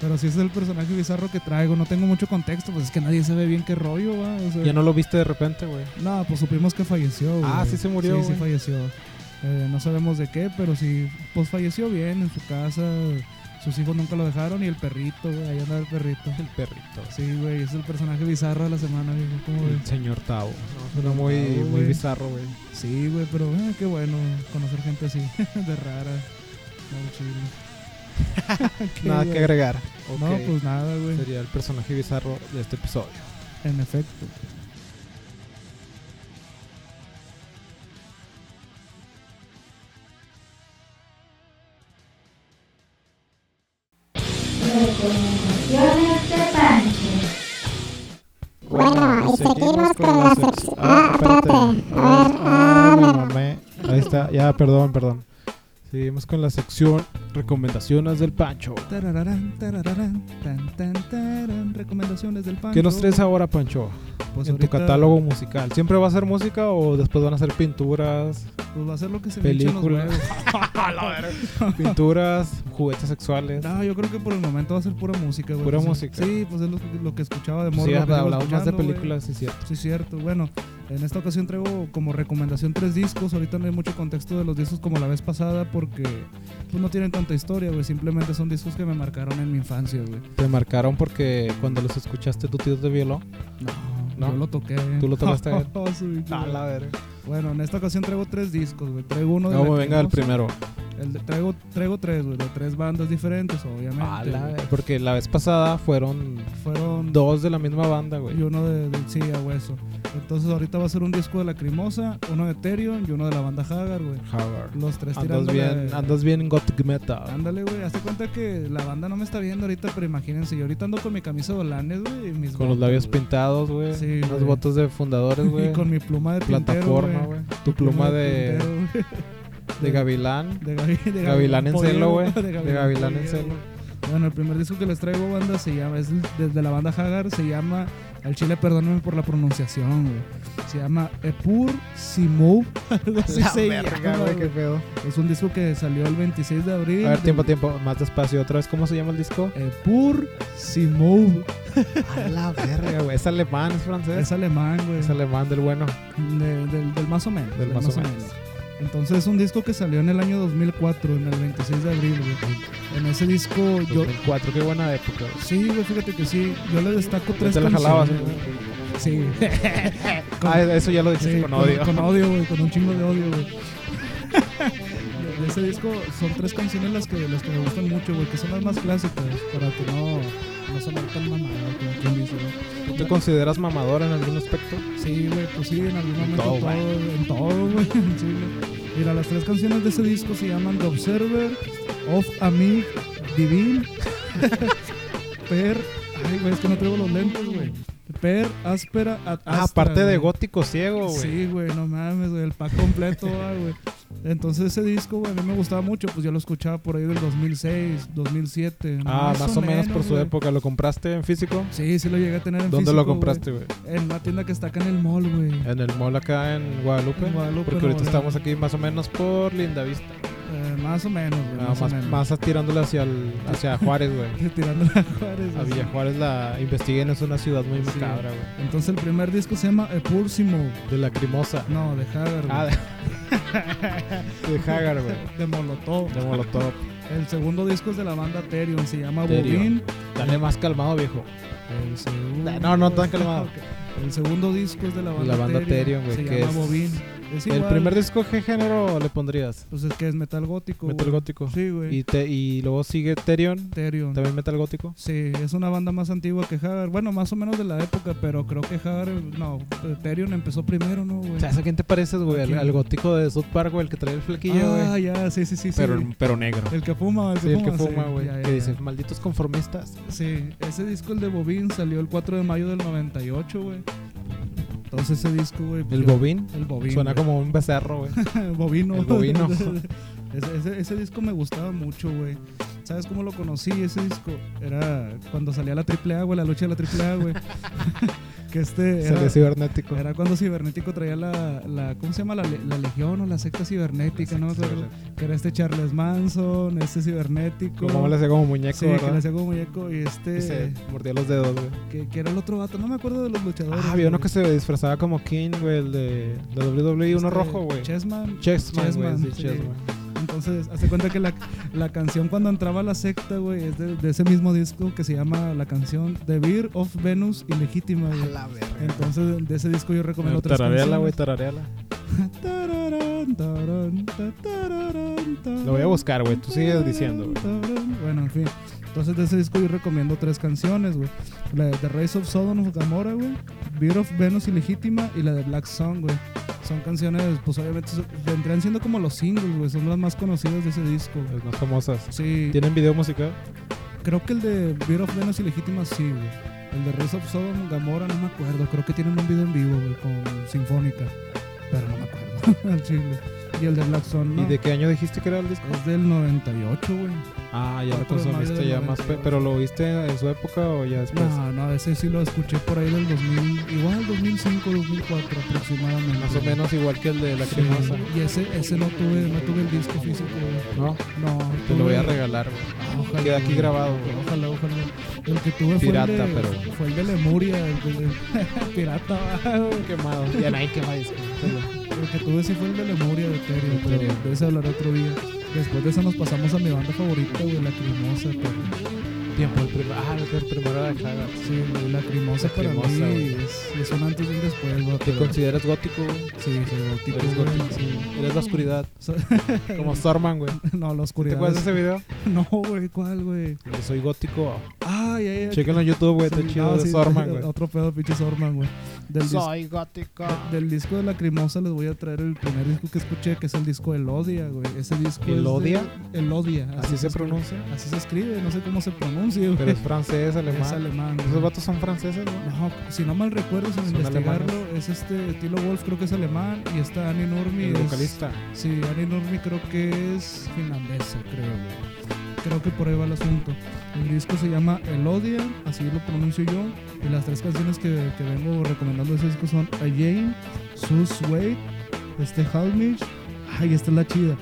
S2: Pero si ese es el personaje bizarro que traigo, no tengo mucho contexto, pues es que nadie sabe bien qué rollo, va. O sea,
S1: Ya no lo viste de repente, güey.
S2: No, pues supimos que falleció. güey.
S1: Ah, sí se murió,
S2: Sí, sí
S1: güey.
S2: falleció. Eh, no sabemos de qué, pero sí, pues falleció bien en su casa. Sus hijos nunca lo dejaron y el perrito, güey. Ahí anda el perrito.
S1: El perrito.
S2: Sí, güey, es el personaje bizarro de la semana, güey. ¿Cómo
S1: El
S2: ves?
S1: señor Tavo. No, suena
S2: Don
S1: muy,
S2: Tavo,
S1: muy
S2: güey.
S1: bizarro, güey.
S2: Sí, güey, pero eh, qué bueno conocer gente así, de rara. No, chido. Qué
S1: Nada que
S2: bueno.
S1: agregar.
S2: No, pues nada, güey.
S1: Sería el personaje bizarro de este episodio.
S2: En efecto.
S3: Recomendaciones de Pancho.
S1: Bueno,
S4: y seguimos con la sec- Ah, espérate. A ver,
S1: Ah, me mamé. Ahí está. Ya, perdón, perdón. Seguimos con la sección Recomendaciones del Pancho.
S2: Tarararán, tarararán, tan, tan, tarán. Recomendaciones del pan.
S1: ¿Qué nos traes ahora, Pancho?
S2: Pues
S1: en tu
S2: ahorita,
S1: catálogo musical. ¿Siempre va a ser música o después van a ser pinturas,
S2: Pues va a ser lo que se me echen los
S1: películas?
S2: huevos.
S1: A la verga. pinturas, juguetes sexuales.
S2: No, yo creo que por el momento va a ser pura música, güey.
S1: Pura
S2: Pues,
S1: música.
S2: Sí, pues es lo, que- lo que escuchaba de
S1: Pues
S2: morro.
S1: sí,
S2: lo que sigo
S1: hablamos más de
S2: escuchando, güey.
S1: películas, sí, cierto.
S2: Sí, cierto. Bueno, en esta ocasión traigo como recomendación tres discos. Ahorita no hay mucho contexto de los discos como la vez pasada porque pues, no tienen tanta historia, güey. Simplemente son discos que me marcaron en mi infancia, güey.
S1: Te marcaron porque cuando los escuchaste tu tío te violó.
S2: No,
S1: ¿No?
S2: yo lo toqué.
S1: ¿Tú lo tocaste?
S2: Su bicho, güey.
S1: verga.
S2: bueno, en esta ocasión traigo tres discos, güey. Traigo uno de
S1: No,
S2: la
S1: venga el
S2: Cremosa.
S1: primero.
S2: El de- traigo, traigo tres, güey, de tres bandas diferentes, obviamente. güey.
S1: Porque la vez pasada fueron
S2: Fueron
S1: dos de la misma banda, güey.
S2: y uno de, de- sí, a hueso. Entonces ahorita va a ser un disco de Lacrimosa, uno de Ethereum y uno de la banda Hagar, güey.
S1: Howard.
S2: Los tres
S1: Andas
S2: tirando
S1: bien, andas bien en gothic metal.
S2: Ándale, güey, hazte cuenta que la banda no me está viendo ahorita, pero imagínense, yo ahorita ando con mi camisa de volanes, güey, y mis
S1: Con los
S2: botas,
S1: labios
S2: güey.
S1: pintados, güey.
S2: Sí,
S1: Unas
S2: güey.
S1: botas de fundadores, güey.
S2: y con mi pluma de
S1: plataforma,
S2: tintero,
S1: güey. Tu pluma de,
S2: tintero, güey.
S1: de gavilán.
S2: de, gavi- de
S1: Gavilán en
S2: polígono,
S1: celo, güey.
S2: de
S1: De gavilán en
S2: polígono.
S1: celo.
S2: Bueno, el primer disco que les traigo, banda, se llama, es desde la banda Hagar, se llama, al chile, perdónenme por la pronunciación, güey. Se llama Epur Simou, algo así se llama, güey.
S1: pedo.
S2: Es un disco que salió el 26 de abril.
S1: A ver,
S2: del-
S1: tiempo, tiempo. Más despacio. Otra vez, ¿cómo se llama el disco?
S2: Epur Eh, Simou.
S1: A la verga, güey. Es alemán, es francés.
S2: Es alemán, güey.
S1: Es alemán del bueno.
S2: De- del, del más o menos.
S1: Del más o menos.
S2: Entonces es un disco que salió en el año 2004, en el 26 de abril, güey. En ese disco yo...
S1: 2004, qué buena época. güey.
S2: Sí, güey, fíjate que sí. Yo le destaco tres
S1: te la jalabas, ¿eh?
S2: canciones,
S1: ¿no?
S2: güey. Sí. Con-
S1: Ah, eso ya lo dijiste
S2: sí,
S1: con odio.
S2: Con odio, güey, con un chingo de odio, güey. De ese disco son tres canciones las que, las que me gustan mucho, güey, que son las más clásicas, para que no, no sonar tan mamada, como quien dice, güey.
S1: ¿Tú te consideras mamador en algún aspecto?
S2: Sí, güey, pues sí, en algún momento
S1: todo,
S2: todo, en todo, güey, en Chile. Mira, las tres canciones de ese disco se llaman The Observer, Of Amig, Divine, Per, ay, güey, es que no traigo los lentes, güey. Per, Áspera, Ad
S1: Ah,
S2: Astra,
S1: aparte de
S2: güey.
S1: gótico ciego, güey.
S2: Sí, güey, no mames, güey, el pack completo, ah, güey. Entonces ese disco, güey, a mí me gustaba mucho, pues yo lo escuchaba por ahí del 2006, 2007.
S1: Ah, más, o menos, por su
S2: güey.
S1: época. ¿Lo compraste en físico?
S2: Sí, sí lo llegué a tener en
S1: ¿Dónde
S2: físico,
S1: lo
S2: güey.
S1: compraste, güey?
S2: En una tienda que está acá en el mall, güey.
S1: En el mall acá en Guadalupe.
S2: En Guadalupe,
S1: porque ahorita
S2: Nuevo León.
S1: estamos aquí más o menos por Lindavista.
S2: Eh, más o menos, güey.
S1: Ah,
S2: más, o
S1: más,
S2: menos.
S1: más tirándole hacia, el- hacia Juárez, güey.
S2: Retirando a Juárez.
S1: A
S2: güey.
S1: Villa Juárez la investiguen, es una ciudad muy
S2: Sí.
S1: macabra, güey.
S2: Entonces el primer disco se llama Epulsimo.
S1: De lacrimosa.
S2: No, de Hagar. güey.
S1: Ah, de, de Hagar, güey.
S2: de Molotov.
S1: De Molotov.
S2: El segundo disco es de la banda Therion, se llama
S1: Therion.
S2: Bobin.
S1: Dale más calmado, viejo.
S2: El segundo...
S1: No, no, tan calmado.
S2: Ok. El segundo disco es de la banda,
S1: La banda Therion, güey,
S2: se
S1: que
S2: llama
S1: es-
S2: Bobin. Es
S1: El
S2: igual,
S1: primer disco, ¿qué género le pondrías?
S2: Pues es que es metal gótico.
S1: Metal
S2: güey.
S1: gótico.
S2: Sí, güey.
S1: Y, te, y luego sigue Terion,
S2: Therion.
S1: también metal gótico.
S2: Sí, es una banda más antigua que Hagar. Bueno, más o menos de la época, pero creo que Hagar, no, Therion empezó primero, ¿no, güey?
S1: O sea, ¿a quién te pareces, güey?
S2: ¿A
S1: Al,
S2: quién?
S1: al gótico de South Park, güey, el que trae el flequillo, güey.
S2: ah, ya, sí, sí, sí. sí.
S1: pero negro.
S2: El que fuma, el que
S1: Sí, el
S2: fuma.
S1: que fuma,
S2: sí,
S1: güey.
S2: ya, ya,
S1: que
S2: ya.
S1: dice, malditos conformistas.
S2: Sí, ese disco, el de Bobín, salió el 4 de mayo del 98, güey. Entonces ese disco, güey. pues,
S1: El
S2: yo-
S1: bobín.
S2: El Bobín.
S1: Suena
S2: güey.
S1: como un becerro, güey.
S2: bobino.
S1: el bobino.
S2: ese, ese- ese disco me gustaba mucho, güey. ¿Sabes cómo lo conocí? Ese disco era cuando salía la AAA, güey, la lucha de la AAA, güey. que este
S1: Salió
S2: era,
S1: cibernético.
S2: era cuando Cibernético traía la, la ¿cómo se llama? La, le- la Legión o la secta cibernética, ¿no? me acuerdo. Que era este Charles Manson, este Cibernético.
S1: Como le hacía como muñeco,
S2: Sí, que le
S1: ¿verdad?
S2: hacía como muñeco y este...
S1: Y se mordía los dedos, güey.
S2: Que, que era el otro vato, no me acuerdo de los luchadores.
S1: Ah, había uno
S2: güey.
S1: que se disfrazaba como King, güey, el de, de WWE, uno
S2: Este,
S1: rojo, güey.
S2: Chessman.
S1: Chessman, güey.
S2: Chessman,
S1: sí,
S2: sí.
S1: Chessman.
S2: Entonces, hace cuenta que la, la canción cuando entraba a la secta, güey, es de, de ese mismo disco que se llama la canción The Beer of Venus Ilegítima, güey. Entonces, de ese disco yo recomiendo otras
S1: Eh, Tarareala, güey,
S2: canciones.
S1: tarareala.
S2: Tararán, tarán, ta, tararán, tarán,
S1: Lo voy a buscar, güey. Tú sigues diciendo, güey.
S2: tarán. Bueno, en fin. Entonces, de ese disco yo recomiendo tres canciones, güey. La de The Rise of Sodom of Gamora, güey. Beer of Venus Ilegítima y la de Black Sun, güey. Son canciones, pues obviamente son- vendrían siendo como los singles, güey. Son las más conocidas de ese disco, güey.
S1: Las más famosas.
S2: Sí,
S1: ¿Tienen video musical?
S2: creo que el de Beer of Venus Ilegítima sí, güey. El de Rise of Sodom, Gamora, no me acuerdo. Creo que tienen un video en vivo, güey, con Sinfónica. Pero no me acuerdo. Al chile. Y el de Black Sun, ¿no?
S1: ¿Y de qué año dijiste que era el disco?
S2: Es del 98, güey.
S1: Ah, ya lo
S2: Cuatro de mayo
S1: consumiste
S2: del
S1: ya más. pe-
S2: 92.
S1: ¿Pero lo viste en su época o ya después?
S2: No, no, ese sí lo escuché por ahí del 2000, igual 2005, 2004 aproximadamente.
S1: Más o menos igual que el de la
S2: Sí, y ese, ese no tuve, no tuve el disco físico, güey.
S1: ¿no?
S2: No,
S1: Te lo voy a
S2: tuve-
S1: regalar, güey.
S2: Ojalá,
S1: Queda aquí
S2: güey.
S1: grabado, güey.
S2: Ojalá, ojalá. El que tuve
S1: Pirata,
S2: fue, el de,
S1: pero-
S2: fue el de Lemuria, el de Pirata. güey.
S1: Quemado. Ya nadie quema disco.
S2: El que tuve sí fue el de Lemuria de Ethereum, pero
S1: Ethereum.
S2: de ese hablar otro día. Después de eso nos pasamos a mi banda favorita, güey, Lacrimosa. pero-
S1: Tiempo, el primero. Ah, el primero era de Hagar.
S2: Sí, güey, Lacrimosa para mí
S1: Lacrimosa, güey.
S2: es, es un antes y un después, güey.
S1: ¿Te
S2: pero-
S1: consideras gótico? güey?
S2: Sí, sí, gótico,
S1: Eres
S2: güey,
S1: gótico.
S2: sí.
S1: Eres la oscuridad.
S2: So-
S1: Como Storman, güey.
S2: no, la
S1: ¿Te
S2: oscuridad.
S1: acuerdas de
S2: es-
S1: ese video?
S2: No, güey, ¿cuál, güey?
S1: Yo soy gótico.
S2: Ah, ya, ya.
S1: Chequenlo en YouTube, güey. Está
S2: Sí,
S1: chido
S2: no,
S1: de
S2: sí,
S1: Storman, güey.
S2: Otro pedo, pinche Sorman, güey. Del, dis-
S1: gótico.
S2: de- del disco de Lacrimosa les voy a traer el primer disco que escuché, que es el disco Elodia, güey. Ese disco es de-
S1: ¿Elodia?
S2: Elodia.
S1: Así se
S2: escribe.
S1: pronuncia.
S2: Así se escribe, no sé cómo se pronuncia, güey.
S1: Pero es francés,
S2: es
S1: alemán.
S2: alemán.
S1: Esos
S2: güey.
S1: vatos son franceses, ¿no?
S2: No, si no mal recuerdo, sin
S1: Son
S2: investigarlo, es este Tilo Wolf, creo que es alemán, y está Annie Normi.
S1: El
S2: es-
S1: vocalista.
S2: Sí, Annie Normi creo que es finlandesa, creo. güey. Creo que por ahí va el asunto. El disco se llama Elodia, así lo pronuncio yo. Y las tres canciones que, que vengo recomendando de ese disco son A Jane, Sus Wade, este Halmish, ay, esta es la chida,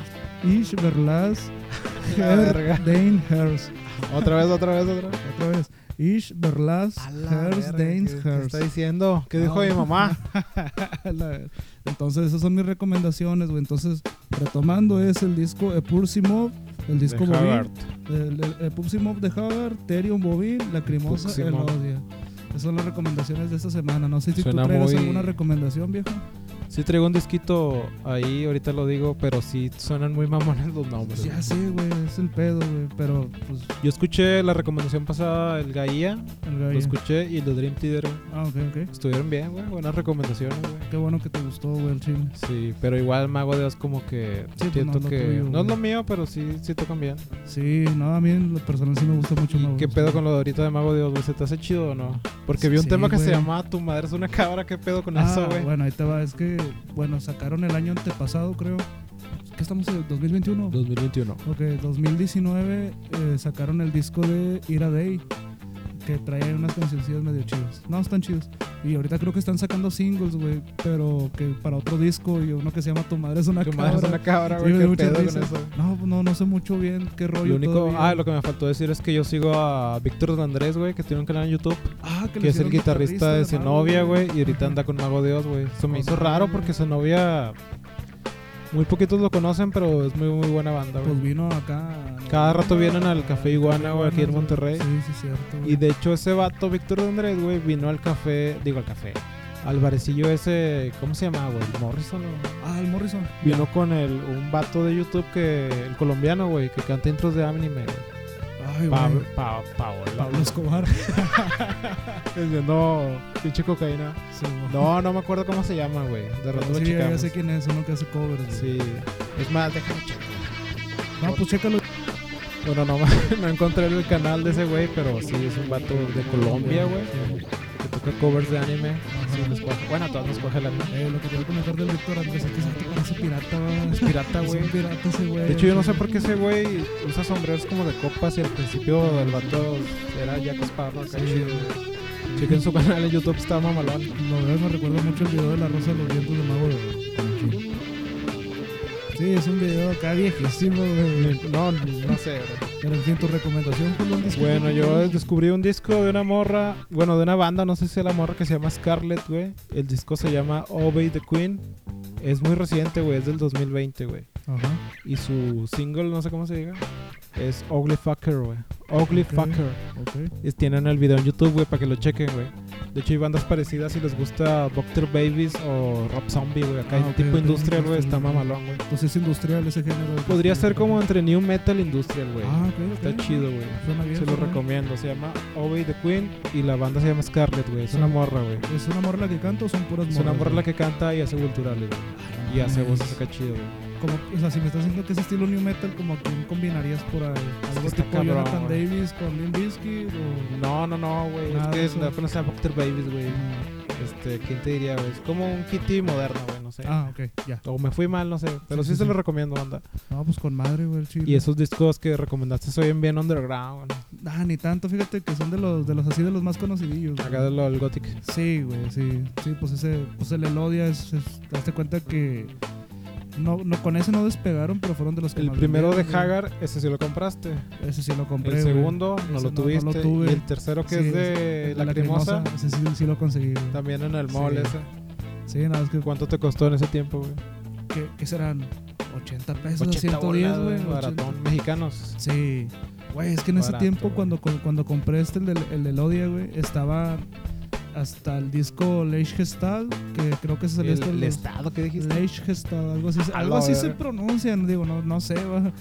S2: Ish Berlaz,
S1: La verga.
S2: Her, Dane Hers.
S1: Otra vez, otra vez, otra vez.
S2: Otra vez, Ish Berlaz, Hers, Dane
S1: ¿Qué,
S2: Hers.
S1: está diciendo? ¿Qué
S2: No,
S1: dijo mi
S2: güey.
S1: mamá?
S2: A la- Entonces, esas son mis recomendaciones, güey. Entonces, retomando, es el disco Epulsimov, el disco
S1: De
S2: Bobin,
S1: Haggard.
S2: el, el Epulsimov de Hagar, Therion Bobin, Lacrimosa,
S1: Epulsimov.
S2: Elodia. Esas son las recomendaciones de esta semana. No sé si
S1: Suena
S2: tú traigas
S1: muy-
S2: alguna recomendación, viejo.
S1: Sí traigo un disquito ahí, ahorita lo digo, pero sí suenan muy mamones los nombres.
S2: Pues ya
S1: güey.
S2: sé, güey, es el pedo, güey. Pero, pues,
S1: Yo escuché la recomendación pasada, el Gaia,
S2: el
S1: lo
S2: gallo.
S1: escuché, y el de Dream Theater, güey.
S2: Ah, ok, ok.
S1: Estuvieron bien, güey, buenas recomendaciones, güey.
S2: Qué bueno que te gustó, güey, el chile.
S1: Sí, pero igual Mago de Oz como que
S2: Sí, pues,
S1: siento
S2: no es lo
S1: que...
S2: tuyo,
S1: no es
S2: güey.
S1: lo mío, pero sí, sí tocan bien.
S2: Sí, no, a mí en lo personal sí me gusta mucho.
S1: ¿Y
S2: me
S1: qué
S2: gusta.
S1: pedo con lo de ahorita de Mago de Oz, güey? ¿Se te hace chido o no? Porque vi un
S2: Sí,
S1: tema que se
S2: güey.
S1: llamaba Tu madre es una cabra, ¿qué pedo con
S2: Ah,
S1: eso, güey?
S2: bueno, ahí te va. Es que, bueno, sacaron el año antepasado, creo. ¿Qué estamos en el 2021?
S1: 2021.
S2: Ok, 2019 eh, sacaron el disco de Ira Day, que trae unas cancioncillas medio chidas. No, están chidas. Y ahorita creo que están sacando singles, güey, pero que para otro disco y uno que se llama Tu Madre es una
S1: Tu madre es
S2: cabra.
S1: una cabra,
S2: Ah, Sí,
S1: güey.
S2: me
S1: qué
S2: dio mucha
S1: pedo con
S2: risa.
S1: eso.
S2: No, no, no sé mucho bien qué rollo.
S1: Lo único,
S2: todavía.
S1: ah, lo que me faltó decir es que yo sigo a Víctor de Andrés, güey, que tiene un canal en YouTube,
S2: Ah, que, le
S1: que es el
S2: hicieron
S1: guitarrista de
S2: Mago,
S1: Zenobia, güey, y ahorita
S2: Ah,
S1: anda con Mago Dios, güey. Se me
S2: Con
S1: hizo raro
S2: Mago,
S1: porque
S2: güey.
S1: Zenobia, muy poquitos lo conocen, pero es muy, muy buena banda,
S2: Pues
S1: güey.
S2: vino acá. ¿no?
S1: Cada rato vienen al Café Iguana, güey, aquí en
S2: Iguana,
S1: Monterrey.
S2: güey. Sí, sí, cierto. güey.
S1: Y de hecho ese vato, Víctor de Andrés, güey, vino al café, digo al café, al barecillo ese, ¿cómo se llama, güey? Morrison, o-
S2: Ah, el Morrison.
S1: Vino con el, un vato de YouTube que, el colombiano, güey, que canta intros de anime, güey.
S2: Ay,
S1: Pa-
S2: güey.
S1: pa- Paola,
S2: Pablo Escobar.
S1: No, pinche cocaína.
S2: Sí, güey.
S1: No, no me acuerdo cómo se llama, güey. De rato lo
S2: Sí, ya
S1: checamos.
S2: sé quién es, uno que hace covers.
S1: Sí.
S2: güey.
S1: Es más, déjame checar.
S2: No, pues chécalo.
S1: Bueno, no, no encontré el canal de ese güey, pero sí, es un vato de Colombia, güey.
S2: Eh,
S1: Que toca covers de anime. Sí, les cuaja. Bueno, a todos nos cuaja el anime.
S2: Eh, lo que quería comentar del Víctor Andrés es que ese vato parece pirata, güey.
S1: Es pirata,
S2: Es
S1: güey.
S2: un pirata ese güey.
S1: De hecho, yo no sé por qué ese güey usa sombreros como de copas y al principio el vato era Jack Sparrow. acá chido, güey. Chequen su canal en YouTube, está mamalón.
S2: Lo veo, me recuerda mucho el video de la rosa de los vientos de Mago de Sí, es un video acá viejísimo, güey.
S1: No, no sé, güey.
S2: Pero en fin, tu recomendación, pues, Julio, un disco.
S1: Bueno, yo descubrí un disco de una morra, bueno, de una banda, no sé si es la morra que se llama Scarlett, güey. El disco se llama Obey the Queen. Es muy reciente, güey, es del 2020, güey.
S2: Ajá.
S1: Y su single, no sé cómo se diga, es Ugly Fucker, güey. Ugly
S2: Ok.
S1: Fucker.
S2: Ok.
S1: Es- tienen el video en YouTube, güey, para que lo chequen, güey. De hecho, hay bandas parecidas si les gusta Doctor Babies o Rob Zombie, güey. Acá
S2: Ah,
S1: hay
S2: ok,
S1: tipo
S2: ok,
S1: industrial, güey, está
S2: ok.
S1: mamalón, güey.
S2: Pues es industrial ese género. de-
S1: Podría ser como entre New Metal Industrial, güey.
S2: Ah, ok, ok.
S1: está chido, güey.
S2: Suena bien.
S1: Se lo
S2: suena bien.
S1: recomiendo, se llama Obey the Queen y la banda se llama Scarlett, güey. Es
S2: Ah,
S1: una morra, güey.
S2: ¿Es una morra la que canta o son puras
S1: Es
S2: morras?
S1: una morra
S2: güey? Ah,
S1: la que canta y hace culturales, güey. Y hace voces acá chido, güey.
S2: Como, o sea, si me estás diciendo que es estilo new metal, como que combinarías por ahí. Algo
S1: está
S2: tipo
S1: cabrón,
S2: Jonathan
S1: güey.
S2: Davis con Limp Bizkit o...
S1: No, no, no, güey.
S2: Nada de
S1: Es
S2: eso.
S1: que la pones a Dr. Babies, güey.
S2: No.
S1: Este, ¿quién te diría, güey? Es como un kitty moderno, güey, no sé.
S2: Ah, ok, ya.
S1: O me fui mal, no sé. Pero
S2: Sí,
S1: sí,
S2: sí,
S1: se
S2: sí.
S1: lo recomiendo, banda.
S2: No, pues con madre, güey, el chile.
S1: Y esos discos que recomendaste soy bien bien underground.
S2: Ah, ni tanto, fíjate que son de los, de los así de los más conocidillos. güey.
S1: Acá de lo del gothic.
S2: Sí, güey, sí. Sí, pues ese, pues el Elodia, es, es- te das cuenta que no, no, con ese no despegaron, pero fueron de los que
S1: El
S2: más
S1: primero de
S2: vendieron, güey.
S1: Hagar, ese sí lo compraste.
S2: Ese sí lo compré.
S1: El
S2: güey.
S1: segundo no
S2: Ese
S1: lo
S2: no- no lo
S1: tuviste.
S2: tuve.
S1: Y el tercero que
S2: Sí,
S1: es de
S2: el
S1: la cremosa,
S2: Ese sí, sí lo conseguí. güey.
S1: también en el
S2: Sí.
S1: mall ese.
S2: Sí, nada, es que
S1: ¿Cuánto te costó en ese tiempo, güey?
S2: ¿Qué, qué serán? 80 pesos,
S1: 80
S2: 110,
S1: bolas,
S2: güey.
S1: güey.
S2: 80.
S1: Baratón. Mexicanos.
S2: Sí. Güey, es que en ese
S1: Barato,
S2: tiempo
S1: güey.
S2: cuando, cu- cuando compré este, el del, el del Odia, güey, estaba hasta el disco Leich Gestalt, que creo que se salió
S1: El,
S2: hasta
S1: el
S2: el
S1: estado que dijiste.
S2: Leich Gestalt, algo así, se-
S1: A
S2: algo
S1: la
S2: así se
S1: verga.
S2: pronuncia, digo, no, no sé, güey.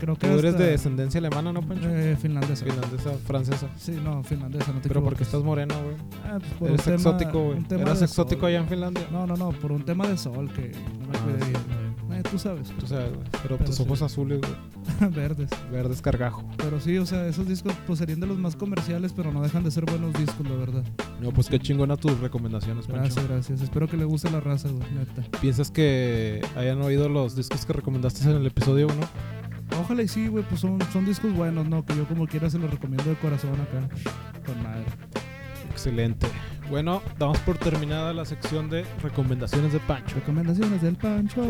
S2: Creo
S1: Tú
S2: que
S1: eres
S2: hasta-
S1: de descendencia alemana, ¿no, Pancho?
S2: eh, finlandesa.
S1: Finlandesa, francesa.
S2: Sí, no, finlandesa, no te
S1: Pero porque
S2: equivoques.
S1: estás moreno, güey.
S2: Ah, pues, por un
S1: Eres
S2: tema-
S1: exótico, güey.
S2: un tema
S1: Eras
S2: de
S1: exótico
S2: sol.
S1: allá en Finlandia.
S2: No, no, no, por un tema de sol que no me
S1: Ah,
S2: cuidé
S1: sí.
S2: bien, güey. Eh, tú sabes,
S1: Tú sabes, güey. Pero,
S2: Pero
S1: tus
S2: sí.
S1: ojos azules, güey.
S2: verdes.
S1: Verdes cargajo.
S2: Pero sí, o sea, esos discos pues serían de los más comerciales, pero no dejan de ser buenos discos, la verdad.
S1: No, pues qué chingona tus recomendaciones, Pancho.
S2: Gracias, gracias. Espero que le guste la raza, güey, neta.
S1: ¿Piensas que hayan oído los discos que recomendaste en el episodio 1?
S2: Ojalá y sí, güey, pues son, son discos buenos, ¿no? Que yo como quiera se los recomiendo de corazón acá. Con madre.
S1: Excelente. Bueno, damos por terminada la sección de recomendaciones de Pancho.
S2: Recomendaciones del Pancho.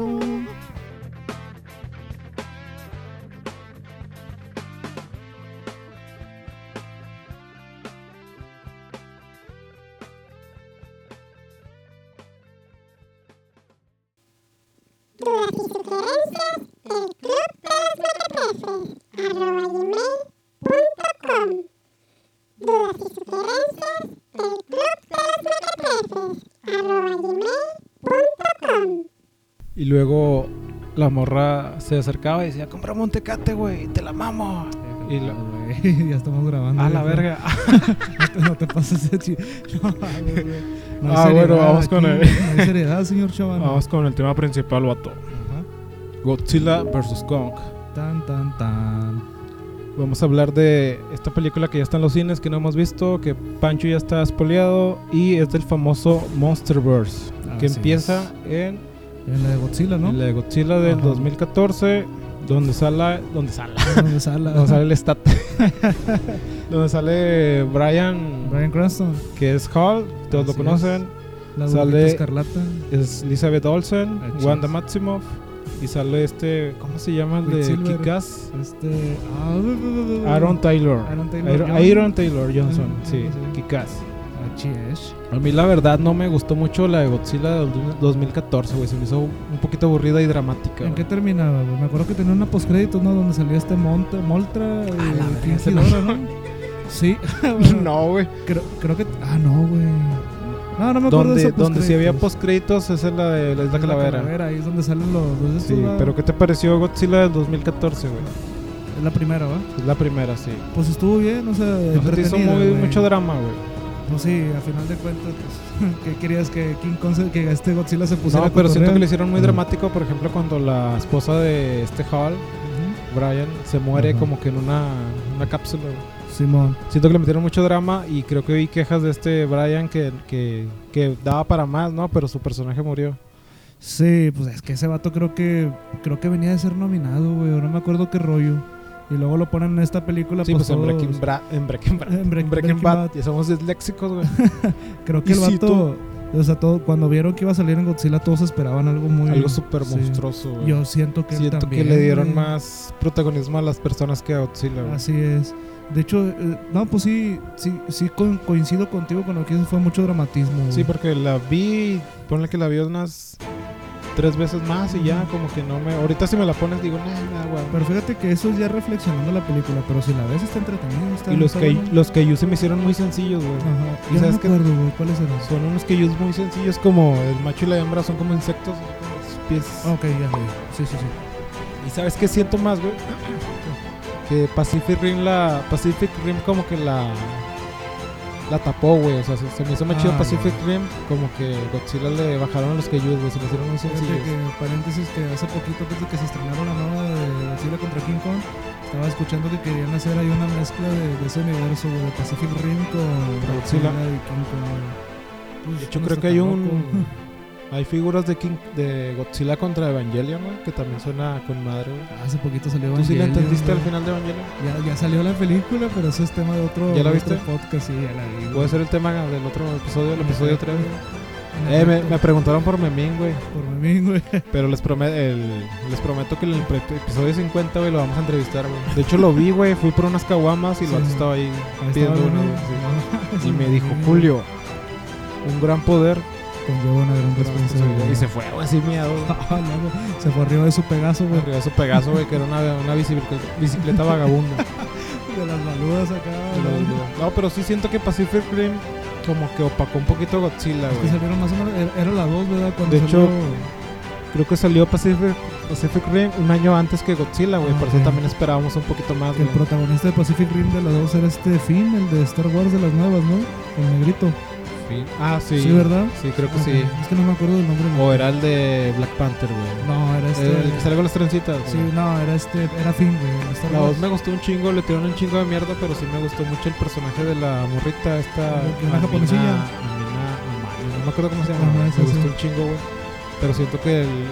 S4: Dudas y sugerencias, el club de los mequetrefes, arroba gmail.com. Dudas y sugerencias, el club de los mequetrefes, arroba gmail.com.
S1: Y luego la morra se acercaba y decía, comprame un tecate, güey, te la mamo. Y la-
S2: güey, ya estamos grabando.
S1: A la
S2: güey.
S1: verga.
S2: No te, no te pases de chi- No, mames, güey. No hay
S1: Ah,
S2: seriedad
S1: bueno, vamos con
S2: aquí,
S1: el-
S2: güey. No hay seriedad, señor Chavano.
S1: Vamos con el tema principal, vato.
S2: Ajá.
S1: Godzilla vs. Kong.
S2: Tan, tan, tan.
S1: Vamos a hablar de esta película que ya está en los cines, que no hemos visto, que Pancho ya está espoleado y es del famoso Monsterverse,
S2: Así
S1: que
S2: es.
S1: empieza en
S2: En la de Godzilla, ¿no?
S1: En la de Godzilla del
S2: Ajá.
S1: 2014, donde sale, donde sale,
S2: Donde sale,
S1: donde sale el stat, donde sale Brian,
S2: Brian Cranston,
S1: que es Hall, todos lo
S2: Así
S1: conocen,
S2: la
S1: Sale-
S2: sale... escarlata,
S1: es Elizabeth Olsen,
S2: Ah,
S1: Wanda
S2: chis.
S1: Maximoff y sale este, ¿cómo se llama el de
S2: Quicksilver.
S1: Kikas?
S2: este ah, bu- bu- bu- bu-
S1: Aaron Taylor.
S2: Aaron Taylor
S1: Aaron
S2: Johnson.
S1: Aaron Taylor Johnson,
S2: Ah,
S1: sí,
S2: sí.
S1: Kikas.
S2: Así Ah, es.
S1: A mí la verdad no me gustó mucho la de Godzilla del 2014, güey, se me hizo un poquito aburrida y dramática.
S2: ¿En
S1: güey.
S2: qué terminaba? güey? Me acuerdo que tenía una postcréditos, ¿no? Donde salía este Monta, Moltra y
S1: verga,
S2: King
S1: ese no.
S2: Ghidorah, ¿no? Sí. bueno,
S1: no, güey.
S2: Creo, creo que ah no, güey. No, no me acuerdo de
S1: Donde,
S2: esa
S1: donde si había
S2: postcréditos.
S1: postcréditos, esa es la de la Isla
S2: La
S1: Calavera.
S2: calavera, ahí es donde salen los dos
S1: Sí, pero ¿qué te pareció Godzilla del 2014, güey?
S2: es la primera, ¿va?
S1: Es la primera, sí.
S2: Pues estuvo bien, o sea,
S1: No se te hizo
S2: entretenida,
S1: muy-
S2: güey.
S1: mucho drama, güey.
S2: Pues sí, a final de cuentas, pues, ¿qué querías que King Kong se- que este Godzilla se pusiera
S1: No, pero siento que lo
S2: cotorrear?
S1: hicieron muy
S2: Ajá.
S1: dramático, por ejemplo, cuando la esposa de este Hall, Brian, se muere
S2: Ajá.
S1: como que en una, una cápsula, güey.
S2: Ujú. Simón.
S1: Siento que le metieron mucho drama y creo que vi quejas de este Brian que, que, que daba para más, ¿no? Pero su personaje murió.
S2: Sí, pues es que ese vato creo que creo que venía de ser nominado, güey, o no me acuerdo qué rollo. Y luego lo ponen en esta película
S1: Sí, pues en
S2: todos-
S1: Breaking Bad. En Breaking Bad.
S2: En Break-
S1: En Breaking
S2: Breaking
S1: Bad.
S2: Bad.
S1: Ya somos disléxicos, güey.
S2: Creo que
S1: Y
S2: el
S1: sí,
S2: vato, o sea, todo, cuando vieron que iba a salir en Godzilla todos esperaban algo muy
S1: Algo súper
S2: sí.
S1: monstruoso, güey.
S2: Yo siento que él
S1: Siento que
S2: también,
S1: le dieron
S2: güey.
S1: más protagonismo a las personas que a Godzilla, güey.
S2: Así es. De hecho, eh, no, pues sí, sí, sí con- coincido contigo con lo que dices, fue mucho dramatismo. güey.
S1: Sí, porque la vi, ponle que la vi unas tres veces más y ya como que no me... Ahorita si me la pones digo, nah, nah, güey.
S2: Pero fíjate que eso es ya reflexionando la película, pero si la ves está entretenida. Está
S1: Y los
S2: está
S1: que,
S2: buena.
S1: los que se me hicieron muy sencillos, güey.
S2: Ajá.
S1: ¿Y
S2: Ya
S1: sabes
S2: no
S1: qué?
S2: me acuerdo, güey, ¿cuáles eran?
S1: Son unos que muy sencillos como el macho y la hembra son como insectos, como los pies.
S2: Ah, Ok, ya, güey. Sí, sí, sí.
S1: Y sabes qué siento más, güey? que Pacific Rim la Pacific Rim como que la la tapó, güey, o sea, se, se me hizo más
S2: Ah,
S1: chido
S2: ya.
S1: Pacific Rim como que Godzilla le bajaron los que güey, se me hicieron muy
S2: Fíjate
S1: sencillos.
S2: que, paréntesis, que hace poquito fíjate que se estrenaron la nueva de Godzilla contra King Kong, estaba escuchando que querían hacer ahí una mezcla de, de ese universo, güey, de Pacific Rim con
S1: Godzilla.
S2: y King Kong. güey.
S1: De hecho,
S2: Pues,
S1: creo
S2: no
S1: que
S2: está
S1: hay
S2: tan
S1: un.
S2: loco.
S1: Hay figuras de King, de Godzilla contra Evangelion, güey, que también suena con madre, güey.
S2: Hace poquito salió
S1: ¿Tú sí la
S2: Evangelion,
S1: entendiste
S2: güey.
S1: al final de Evangelion?
S2: Ya, ya salió la película, pero eso es tema de otro,
S1: ¿Ya la
S2: de otro
S1: viste?
S2: podcast. Sí, ya la vi. güey.
S1: Puede ser el tema del otro episodio, el
S2: En
S1: episodio
S2: efecto,
S1: 3.
S2: en
S1: Eh, me,
S2: efecto,
S1: me preguntaron por Memín, güey.
S2: Por mí, güey.
S1: Pero les, prome- el- les prometo que en el pre- episodio 50, güey, lo vamos a entrevistar, güey. De hecho, lo vi, güey. Fui por unas caguamas y el
S2: Sí.
S1: vato estaba ahí
S2: Ahí
S1: pidiendo
S2: estaba,
S1: una,
S2: ¿no?
S1: güey, sí.
S2: Sí,
S1: Y me dijo,
S2: güey.
S1: Julio, un gran poder. pues,
S2: Conlleva una gran responsabilidad.
S1: Y se fue, güey, así miado, güey.
S2: Ah, no, güey. Se fue arriba de su Pegaso, güey.
S1: Arriba de su Pegaso, güey, que era una, una bicicleta- bicicleta vagabunda.
S2: De las baludas acá.
S1: Lo
S2: güey.
S1: dudo. No, pero sí siento que Pacific Rim como que opacó un poquito Godzilla,
S2: Es que
S1: güey.
S2: salieron más o menos. era- Era la 2, ¿verdad? Cuando
S1: De hecho,
S2: salió-
S1: Creo que salió Pacific, Pacific Rim un año antes que Godzilla, güey.
S2: Ah,
S1: Por eso
S2: ok.
S1: también esperábamos un poquito más,
S2: que el
S1: güey.
S2: protagonista de Pacific Rim de la 2 era este Finn, el de Star Wars de las nuevas, ¿no? El negrito.
S1: Sí. Ah, sí.
S2: Sí, ¿verdad?
S1: Sí, creo que
S2: Ok,
S1: sí.
S2: Es que no me acuerdo del nombre.
S1: O era el de Black Panther, güey.
S2: No, era este.
S1: Oh. El que sale con las trencitas.
S2: Sí,
S1: güey.
S2: no, era este, era Finn, güey. el Star
S1: La
S2: Wars.
S1: voz me gustó un chingo, le tiraron un chingo de mierda, pero sí me gustó mucho el personaje de la morrita, esta...
S2: La- la
S1: Amina-
S2: japonesilla.
S1: Amina Amari, no me acuerdo cómo se llama,
S2: Ajá,
S1: me
S2: esa
S1: gustó
S2: sí.
S1: un chingo, güey. Pero siento que el-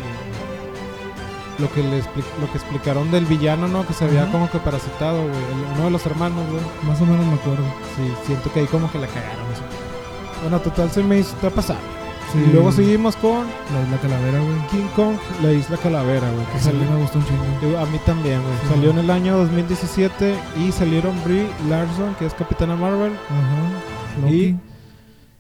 S1: Lo que, le expli- lo que explicaron del villano, ¿no? Que se había
S2: Ajá.
S1: como que parasitado, güey. el- Uno de los hermanos, güey.
S2: Más o menos me acuerdo.
S1: Sí, siento que ahí como que la cagaron. o sea. Bueno, total se me hizo... Está pasado.
S2: Sí,
S1: Y luego seguimos con
S2: La, la calavera, güey.
S1: King Kong, la isla calavera, güey. Que
S2: Esa
S1: salió-
S2: me gustó un chingo.
S1: yo- A mí también, güey.
S2: Sí.
S1: Salió en el año 2017 y salieron Brie Larson, que es Capitana Marvel,
S2: Ajá. Loki.
S1: Y-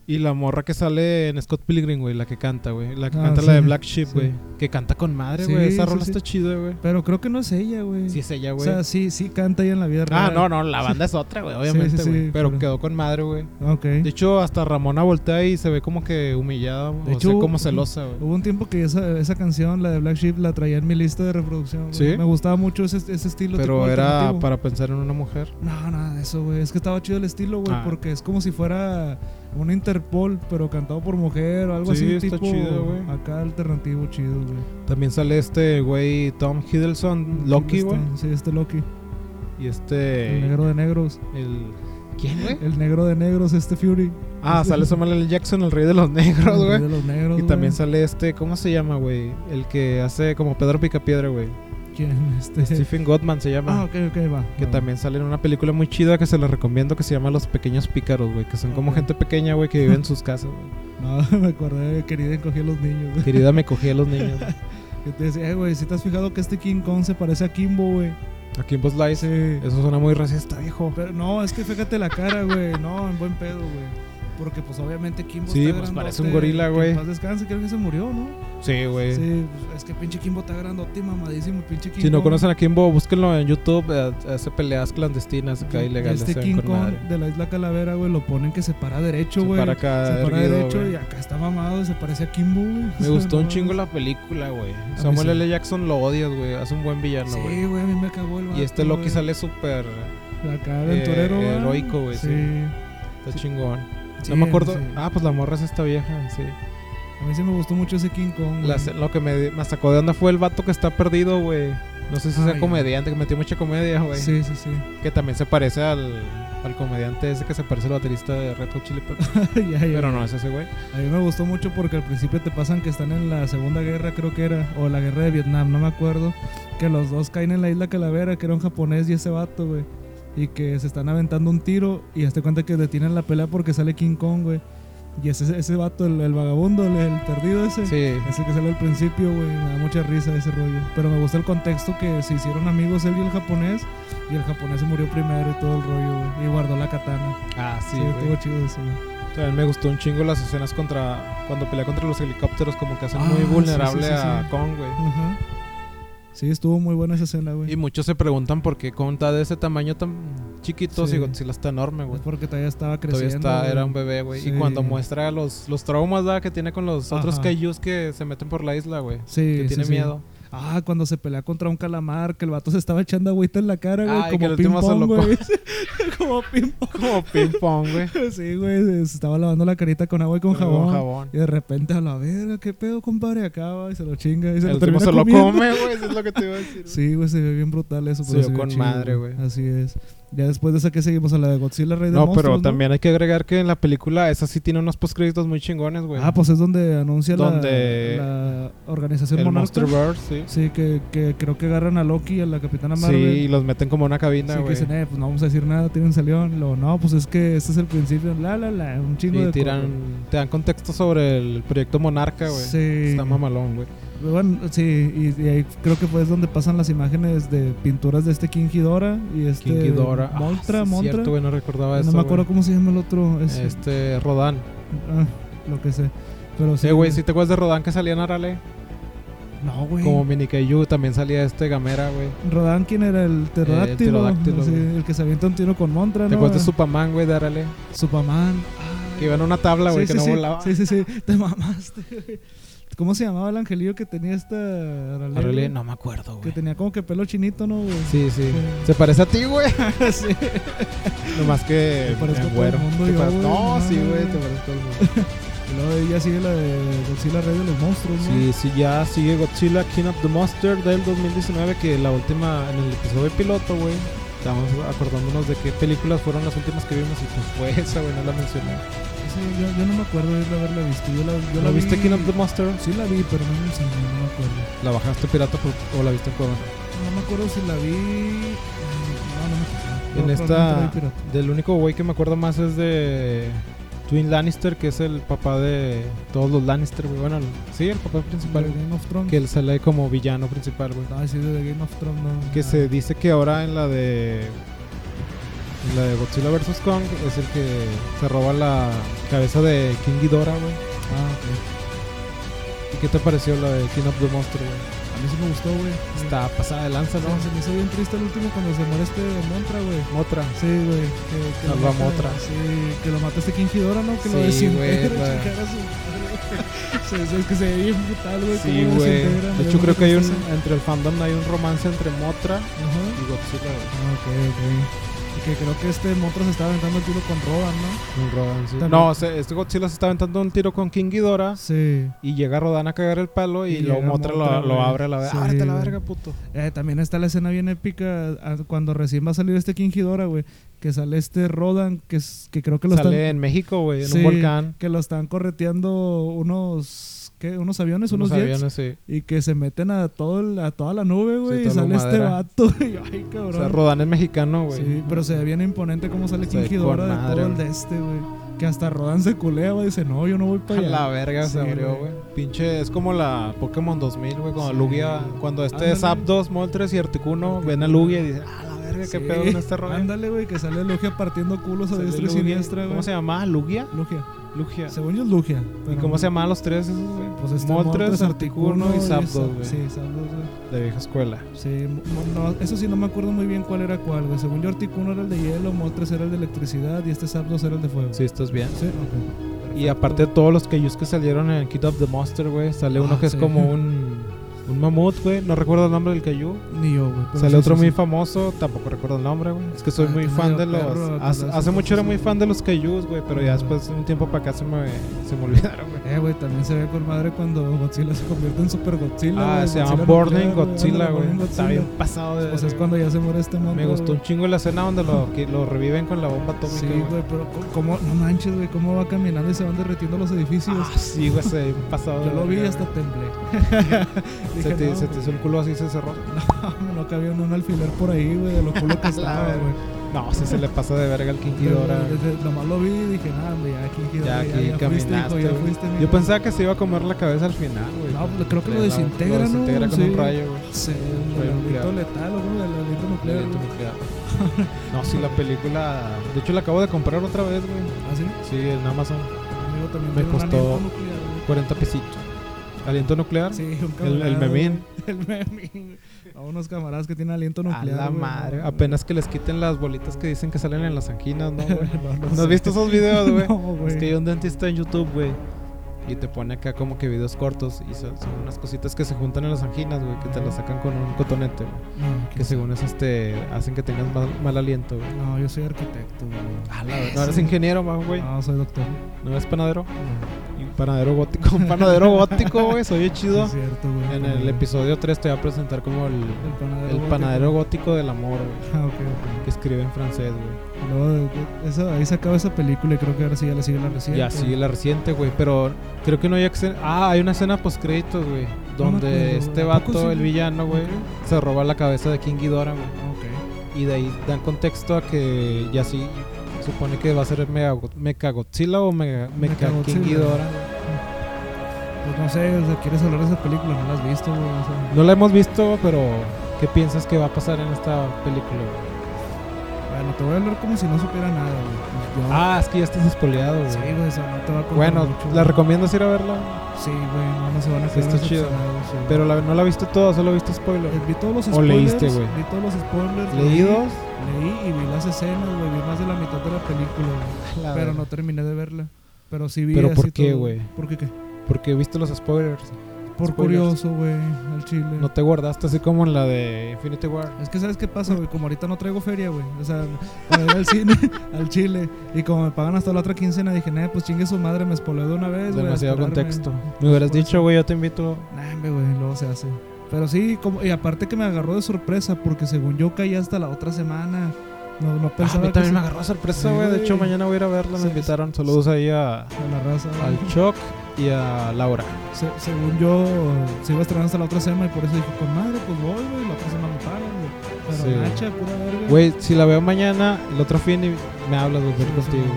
S1: y la morra que sale en Scott Pilgrim, güey, la que canta, güey. La que
S2: Ah,
S1: canta la de
S2: sí,
S1: Black Sheep,
S2: sí.
S1: güey. Que canta con madre,
S2: Sí,
S1: güey. Esa
S2: sí,
S1: rola
S2: sí.
S1: está chida, güey.
S2: Pero creo que no es ella, güey.
S1: Sí es ella,
S2: o
S1: güey.
S2: sea, sí, sí canta ella en la vida
S1: ah,
S2: real.
S1: no, no, la banda es otra, güey,
S2: sí,
S1: obviamente,
S2: sí,
S1: güey. pero,
S2: pero-
S1: quedó con madre, güey.
S2: no. Ok.
S1: De hecho, hasta Ramona voltea y se ve como que humillada, o
S2: De hecho,
S1: sea, como
S2: hubo-
S1: celosa, güey.
S2: Hubo un tiempo que esa, esa canción, la de Black Sheep, la traía en mi lista de reproducción. güey.
S1: ¿Sí?
S2: Me gustaba mucho ese, ese estilo.
S1: Pero
S2: tipo
S1: era
S2: alternativo.
S1: para pensar en una mujer.
S2: No, nada de eso, güey. Es que estaba chido el estilo, güey.
S1: Ah.
S2: Porque es como si fuera un Interpol, pero cantado por mujer o algo
S1: Sí,
S2: así.
S1: está
S2: tipo,
S1: chido, güey.
S2: Acá alternativo chido, güey.
S1: También sale este güey Tom Hiddleston, Loki,
S2: Este-
S1: güey.
S2: Sí, este Loki.
S1: Y este...
S2: El negro de negros.
S1: El, ¿Quién, güey?
S2: El negro de negros, este Fury.
S1: ¿Eh? Ah, sale Samuel L. Jackson, el rey de los negros,
S2: El rey
S1: güey.
S2: de los negros,
S1: Y también
S2: güey.
S1: sale este, ¿cómo se llama, güey? El que hace como Pedro Picapiedra, güey.
S2: ¿Quién? Este...
S1: Stephen Gottman se llama.
S2: Ah, ok, ok, va.
S1: Que
S2: va.
S1: también sale en una película muy chida que se la recomiendo que se llama Los Pequeños Pícaros, güey. Que son como
S2: Ok.
S1: gente pequeña, güey, que vive en sus casas, güey.
S2: No, me acordé de Querida encogí a los niños, güey.
S1: Querida, me cogí a los niños.
S2: Que te decía, "Eh, güey, si te has fijado que este King Kong se parece a Kimbo, güey.
S1: Aquí en Buzz Lightyear.
S2: Sí.
S1: Eso suena muy racista, viejo.
S2: Pero no, es que fíjate la cara, güey. No, en buen pedo, güey. Porque pues obviamente Kimbo
S1: Sí,
S2: está
S1: pues,
S2: grandote,
S1: parece un gorila,
S2: que en
S1: güey.
S2: paz descanse, creo que se murió, ¿no?
S1: Sí, güey.
S2: Sí, pues, es que pinche Kimbo está grandote y mamadísimo, pinche Kimbo.
S1: Si no conocen a Kimbo, búsquenlo en YouTube. eh, Hace peleas clandestinas acá ilegales.
S2: Este
S1: se ven
S2: King
S1: con madre.
S2: Kong de la isla Calavera, güey, lo ponen que se para derecho,
S1: Se
S2: güey.
S1: para acá
S2: Se para
S1: erguido,
S2: derecho
S1: güey.
S2: y acá está mamado y se parece a Kimbo, güey. O
S1: Me
S2: sea,
S1: gustó un
S2: no
S1: chingo
S2: mames.
S1: la película, güey.
S2: mí
S1: Samuel
S2: sí.
S1: L. Jackson lo odias, güey. Hace un buen villano, güey.
S2: Sí, güey, a mí me cagó el
S1: y este
S2: vato,
S1: Loki
S2: güey.
S1: sale súper.
S2: Acá aventurero,
S1: eh,
S2: güey.
S1: heroico, güey, sí.
S2: Sí.
S1: Está
S2: Sí.
S1: chingón.
S2: Sí,
S1: no me acuerdo.
S2: sí.
S1: Ah, pues la morra es esta vieja, sí.
S2: A mí sí me gustó mucho ese King Kong. güey.
S1: La- lo que me, me sacó de onda fue el vato que está perdido, güey. No sé si
S2: Ah,
S1: sea
S2: ya.
S1: comediante, que metió mucha comedia, güey.
S2: Sí, sí, sí.
S1: Que también se parece al, al comediante ese que se parece al baterista de Red Hot Chili Peppers.
S2: Ya, ya.
S1: Pero no es ese, güey.
S2: A mí me gustó mucho porque al principio te pasan que están en la Segunda Guerra, creo que era, o la Guerra de Vietnam, no me acuerdo, que los dos caen en la isla Calavera, que era un japonés y ese vato, güey, y que se están aventando un tiro y hazte cuenta que detienen la pelea porque sale King Kong, güey, y ese, ese vato, el, el vagabundo, el, el perdido ese,
S1: Sí.
S2: ese que sale al principio, güey, me da mucha risa ese rollo, pero me gusta el contexto que se hicieron amigos él y el japonés, y el japonés se murió primero y todo el rollo, güey, y guardó la katana.
S1: Ah, sí,
S2: Sí,
S1: güey.
S2: estuvo chido eso, güey.
S1: También me gustó un chingo las escenas contra. Cuando pelea contra los helicópteros, como que hacen
S2: Ah,
S1: muy
S2: sí,
S1: vulnerable
S2: sí, sí, sí.
S1: a Kong, güey.
S2: Ajá. Sí, estuvo muy buena esa escena, güey.
S1: Y muchos se preguntan por qué Kong está de ese tamaño tan chiquito
S2: Sí.
S1: si Godzilla está enorme, güey.
S2: Es porque todavía estaba
S1: Todavía
S2: creciendo.
S1: está,
S2: güey.
S1: era un bebé, güey.
S2: Sí.
S1: Y cuando muestra los, los traumas ¿verdad? que tiene con los otros
S2: Ajá.
S1: kaijus que se meten por la isla, güey.
S2: Sí,
S1: que
S2: sí,
S1: tiene
S2: sí.
S1: miedo.
S2: Ah, cuando se pelea contra un calamar, que el vato se estaba echando agüita en la cara, güey.
S1: Ay, Ah, que
S2: como
S1: el
S2: ping
S1: último se
S2: pong,
S1: lo
S2: güey. como ping pong.
S1: Como ping pong, güey.
S2: Sí, güey. Se se estaba lavando la carita con agua y con
S1: Con
S2: jabón.
S1: jabón.
S2: Y de repente a la verga, qué pedo, compadre, acaba y se lo chinga. Y se
S1: El
S2: lo
S1: último
S2: termina
S1: se lo
S2: comiendo.
S1: come, güey. Eso es lo que te iba a decir.
S2: Sí, güey, se ve bien brutal eso.
S1: Se
S2: pero
S1: vio
S2: ve
S1: con
S2: chido,
S1: madre, güey.
S2: Así es. Ya después de esa que seguimos a la de Godzilla, Rey de
S1: No,
S2: Monstruos,
S1: pero también hay que agregar que en la película esa sí tiene unos postcréditos muy chingones, güey.
S2: Ah, pues es donde anuncia la-
S1: Donde-
S2: la, organización
S1: el
S2: monarca.
S1: Monsterverse, sí.
S2: Sí, que, que creo que agarran a Loki y a la Capitana
S1: Sí, y
S2: Marvel.
S1: los meten como una cabina,
S2: Sí, que
S1: güey.
S2: dicen, eh, pues no vamos a decir nada, tienen salión. Luego, no, pues es que este es el principio, la, la, la, un chingo
S1: y
S2: de cosas.
S1: tiran, te dan contexto sobre el proyecto Monarca, güey.
S2: Sí.
S1: Está mamalón, güey.
S2: Bueno, sí, y, y ahí creo que pues es donde pasan las imágenes de pinturas de este King Ghidorah y este...
S1: King Ghidorah. Ah,
S2: Moltra,
S1: sí,
S2: Moltra.
S1: Cierto, güey, no recordaba eso.
S2: no me acuerdo
S1: güey.
S2: cómo se llama el otro, es,
S1: Este, Rodán.
S2: ah, lo que sé. Pero sí,
S1: Sí, Eh, güey, si te acuerdas de Rodán que salía en Arale.
S2: No, güey.
S1: Como Mini Kaiju también salía este Gamera, güey.
S2: Rodán, ¿quién era? El pterodáctilo.
S1: Eh, pterodáctilo,
S2: sí,
S1: güey.
S2: el que se avienta un tiro con Montra,
S1: ¿Te
S2: ¿no?
S1: acuerdas de Superman, güey, de Arale?
S2: Superman.
S1: Que iba en una tabla, güey,
S2: sí,
S1: que
S2: sí,
S1: no
S2: sí.
S1: volaba.
S2: Sí, sí, sí. Te mamaste, güey. ¿Cómo se llamaba el angelillo que tenía esta Aralea,
S1: Arale,
S2: güey?
S1: no me acuerdo,
S2: Que
S1: güey.
S2: tenía como que pelo chinito, ¿no, güey?
S1: Sí, sí.
S2: Güey.
S1: Se parece a ti, güey.
S2: Sí.
S1: Nomás que
S2: Me parezco
S1: en
S2: a todo
S1: güero.
S2: el mundo
S1: Te
S2: yo,
S1: pare-
S2: güey,
S1: No,
S2: no,
S1: sí,
S2: no,
S1: güey,
S2: no.
S1: te parece todo el mundo.
S2: Y luego ella sigue la de Godzilla Rey de los Monstruos, ¿no?
S1: Sí, sí, ya sigue Godzilla King of the Monster del 2019, que la última, en el episodio piloto, güey. Estamos acordándonos de qué películas fueron las últimas que vimos y pues fue esa, güey, no la mencioné.
S2: Sí, yo, yo no me acuerdo de haberla visto. Yo la, yo
S1: ¿La
S2: la
S1: viste
S2: vi-
S1: King of the Monster?
S2: Sí la vi, pero no me enseñó, no me acuerdo.
S1: ¿La bajaste pirata por- o la viste en Cuevana?
S2: No me acuerdo si la vi... No, no me acuerdo.
S1: En
S2: No,
S1: esta,
S2: probablemente la vi pirata.
S1: del único güey que me acuerdo más es de Twin Lannister, que es el papá de todos los Lannister, güey. Bueno, el- sí, el papá principal,
S2: De
S1: güey.
S2: Game of Thrones.
S1: que él sale como villano principal, güey.
S2: Ah, sí, de Game of Thrones, no.
S1: Que
S2: Ah.
S1: se dice que ahora en la de. En la de Godzilla vs. Kong es el que se roba la cabeza de King Ghidorah, güey.
S2: Ah, ok.
S1: ¿Y qué te pareció la de King of the Monster, güey?
S2: A mí sí me gustó, güey.
S1: Está pasada de lanza, ¿no?
S2: No, se me hizo bien triste el último cuando se muere este Montra, güey.
S1: Otra.
S2: Sí, güey. que- que lo
S1: Salva
S2: mata-
S1: Mothra.
S2: Sí, que lo mata este King Ghidorah, ¿no? Que lo
S1: Sí,
S2: desintegra
S1: güey,
S2: y
S1: la-
S2: chingar a su- Sí, sí, es que se ve bien brutal, güey.
S1: Sí,
S2: cómo lo
S1: güey.
S2: desintegra,
S1: De
S2: me dio
S1: hecho,
S2: mucha
S1: creo que hay un.
S2: tristeza.
S1: Entre el fandom hay un romance entre Motra
S2: Ajá.
S1: y Godzilla, güey.
S2: Ah, ok, ok. Que creo que este monstruo se estaba aventando el tiro con Rodan, ¿no?
S1: Con Rodan, sí.
S2: También-
S1: No, se- este Godzilla se está aventando un tiro con King Ghidorah
S2: Sí.
S1: y llega Rodan a cagar el palo y,
S2: Y
S1: luego
S2: llega
S1: Mothra lo,
S2: Mothra,
S1: lo
S2: güey.
S1: abre a la verga.
S2: Sí,
S1: Ábrete a la
S2: güey.
S1: verga, puto.
S2: Eh, también está la escena bien épica ah, cuando recién va a salir este King Ghidorah, güey. Que sale este Rodan, que, es- que creo que lo
S1: Sale
S2: están...
S1: en México, güey, en
S2: Sí,
S1: un volcán.
S2: Que lo están correteando unos... ¿Qué? ¿Unos aviones?
S1: unos
S2: ¿Unos, jets?
S1: aviones, sí.
S2: Y que se meten a, todo el- a toda la nube, güey.
S1: Sí,
S2: y
S1: toda la
S2: sale este
S1: madera.
S2: vato. y, ay, cabrón.
S1: O sea, Rodan es mexicano, güey.
S2: Sí, pero se ve bien imponente cómo sale
S1: Se
S2: King
S1: ve con
S2: Ghidorah de
S1: madre,
S2: todo el
S1: güey.
S2: de este, güey. Que hasta Rodan se culea, güey. Dice, no, yo no voy
S1: A
S2: para allá.
S1: la verga se
S2: Sí,
S1: abrió, güey. Pinche, es como la Pokémon 2000, güey. Cuando
S2: Sí.
S1: Lugia, cuando este
S2: Ándale.
S1: Zapdos, Moltres y Articuno ven a Lugia y dicen, ah, la verga, qué
S2: Sí.
S1: pedo con este rollo.
S2: Ándale, güey, que sale Lugia partiendo culos a
S1: Sale
S2: diestra y
S1: Lugia.
S2: siniestra, güey.
S1: ¿Cómo se llamaba? ¿Lugia?
S2: Lugia.
S1: Lugia.
S2: Según yo es Lugia.
S1: ¿Y
S2: pero-
S1: cómo se llamaban los tres esos, güey?
S2: Pues este
S1: Moltres, Articuno y
S2: Zap-
S1: Zapdos, güey.
S2: Sí, Zapdos, güey.
S1: De vieja escuela.
S2: Sí, mo- no, eso sí no me acuerdo muy bien cuál era cuál, güey. Según yo Articuno era el de hielo, Moltres era el de electricidad y este Zapdos era el de fuego.
S1: Sí, estás bien.
S2: Sí, ok.
S1: Y aparte de todos los Kaijus que salieron en Kid of the Monster, güey, sale uno
S2: Ah,
S1: que
S2: sí.
S1: es como un, un mamut, güey. No recuerdo el nombre del Kaiju.
S2: Ni yo, güey. pero
S1: Sale
S2: sí,
S1: otro
S2: sí,
S1: muy
S2: sí.
S1: famoso, tampoco recuerdo el nombre, güey. Es que soy
S2: Ah,
S1: muy
S2: tiene
S1: fan
S2: medio
S1: de los.
S2: perro,
S1: hace,
S2: atrás,
S1: hace mucho era
S2: sí.
S1: muy fan de los Kaijus, güey, pero ya
S2: Ah.
S1: después de un tiempo para acá se me, se me olvidaron, güey.
S2: Eh, güey, también se ve con madre cuando Godzilla se convierte en Super Godzilla.
S1: Ah,
S2: güey,
S1: se llama
S2: Godzilla
S1: Burning
S2: nuclear,
S1: Godzilla,
S2: ándale,
S1: güey.
S2: Burning
S1: Está
S2: Godzilla.
S1: bien pasado de.
S2: Pues es cuando ya se muere este monstruo.
S1: Me gustó un chingo la escena donde lo, que lo reviven con la bomba atómica.
S2: Sí,
S1: güey.
S2: güey, pero co- ¿cómo? No manches, güey, cómo va caminando y se van derretiendo los edificios.
S1: Ah, sí, güey, se pasado. de
S2: Yo lo vi y
S1: verga,
S2: hasta
S1: güey.
S2: temblé.
S1: Se
S2: Dije,
S1: te,
S2: no,
S1: se te hizo el culo así y se cerró. Ah,
S2: güey, no cabía un alfiler por ahí, güey, de lo culo que estaba,
S1: verga.
S2: güey.
S1: No, si se le pasa de verga al King Ghidorah.
S2: Desde- desde- Nomás lo vi y dije, ah, güey, aquí
S1: Ya
S2: Ghidorah,
S1: aquí
S2: fuiste, hijo,
S1: caminaste.
S2: ya
S1: güey.
S2: fuiste, mijo.
S1: Yo pensaba que se iba a comer la cabeza al final, güey.
S2: No, pues, creo que lo
S1: Le da-
S2: desintegra,
S1: Lo
S2: ¿no?
S1: desintegra con
S2: Sí.
S1: un rayo, güey.
S2: Sí,
S1: Rayo
S2: el
S1: nuclear.
S2: alito letal, o como el alito nuclear.
S1: Elemento
S2: güey.
S1: nuclear. No, sí, la película. De hecho, la acabo de comprar otra vez, güey.
S2: ¿Ah, sí?
S1: Sí, en Amazon.
S2: Amigo, también
S1: Me
S2: tiene un
S1: costó
S2: aliento nuclear, güey.
S1: 40 pesitos. Aliento nuclear.
S2: Sí, un
S1: El- el
S2: camarada,
S1: memín.
S2: güey. El memín. A unos camaradas que tienen aliento
S1: A
S2: nuclear.
S1: la
S2: güey.
S1: madre. Apenas que les quiten las bolitas que dicen que salen en las anginas, ¿no, güey?
S2: No, no
S1: ¿No
S2: sé.
S1: has visto esos videos, güey?
S2: No, güey.
S1: Es que hay un dentista en YouTube, güey. Y te pone acá como que videos cortos. Y son, son unas cositas que se juntan en las anginas, güey. Que te las sacan con un cotonete, güey.
S2: No,
S1: Que según es este. Hacen que tengas mal, mal aliento, güey.
S2: no, yo soy arquitecto, güey.
S1: No eres ingeniero, ma, güey.
S2: No, soy doctor.
S1: No eres panadero.
S2: No,
S1: Y un panadero gótico. Un panadero gótico, güey. Soy chido.
S2: es cierto, güey.
S1: En el episodio 3 te voy a presentar como el,
S2: El panadero.
S1: el
S2: gótico.
S1: panadero gótico del amor, güey.
S2: Ah, ok, ok.
S1: Que escribe en francés, güey.
S2: Luego, de- de- esa- ahí se acaba esa película y creo que ahora sí ya le sigue la reciente.
S1: Y así la reciente, güey. Pero creo que no hay escena. Ah, hay una escena post créditos, güey.
S2: No me
S1: Donde
S2: acuerdo,
S1: este
S2: güey. ¿A poco
S1: vato,
S2: sí?
S1: el villano, güey,
S2: Ok.
S1: se roba la cabeza de King Ghidorah, güey.
S2: Ok.
S1: Y de ahí dan contexto a que y así supone que va a ser Mega, Mecha Godzilla o Mega, Mecha
S2: Mechagodzilla.
S1: King Ghidorah.
S2: Pues no sé, o sea, quieres hablar de esa película, no la has visto, güey. o sea.
S1: No la hemos visto, pero ¿qué piensas que va a pasar en esta película? güey?
S2: Bueno, te voy a hablar como si no supiera nada, güey. Pues Yo-
S1: Ah, es que ya estás spoileado, güey.
S2: Sí, güey, eso no te va a contar
S1: Bueno,
S2: mucho,
S1: la
S2: güey.
S1: recomiendo ir a verla,
S2: Sí, güey, no, no se van a
S1: Sí,
S2: quedar
S1: está chido.
S2: decepcionados, sí.
S1: pero la- no la he visto toda, solo he visto spoiler.
S2: Eh, vi todos los
S1: ¿O
S2: spoilers.
S1: leíste, güey?
S2: Vi todos los spoilers.
S1: ¿Leídos?
S2: Leí, leí y vi las escenas, güey. Vi más de la mitad de la película, güey. Pero no terminé de verla. Pero sí vi
S1: ¿Pero por
S2: así
S1: qué,
S2: todo.
S1: güey?
S2: ¿Por qué qué?
S1: Porque he visto los spoilers.
S2: Por
S1: Spoilers.
S2: curioso, güey, al chile.
S1: No te guardaste así como en la de Infinity War.
S2: Es que sabes qué pasa, güey, como ahorita no traigo feria, güey. O sea, para ir al cine, al chile. Y como me pagan hasta la otra quincena, dije, nah, pues chingue su madre, me espoleo de una vez, güey. a
S1: Demasiado
S2: esperarme".
S1: contexto. Me hubieras
S2: Por eso.
S1: dicho, güey, yo te invito.
S2: Nah, hombre, güey, luego se hace. Pero sí, como, y aparte que me agarró de sorpresa, porque según yo caí hasta la otra semana. No, no
S1: Ah, a
S2: pensaba
S1: mí
S2: que
S1: también
S2: se-
S1: me agarró sorpresa,
S2: Sí,
S1: güey. De hecho,
S2: güey.
S1: mañana voy a ir a verla.
S2: Sí,
S1: Me invitaron. Saludos ahí a,
S2: a la raza. güey.
S1: al Choc y a Laura.
S2: Se- según yo, se iba a estrenar hasta la otra semana y por eso dije, con madre, pues voy, güey, la otra semana me pagan, güey. Pero
S1: Sí.
S2: nacha, pura verga.
S1: Güey, si la veo mañana, el otro fin y me hablas, güey,
S2: Sí,
S1: voy
S2: sí,
S1: contigo.
S2: güey.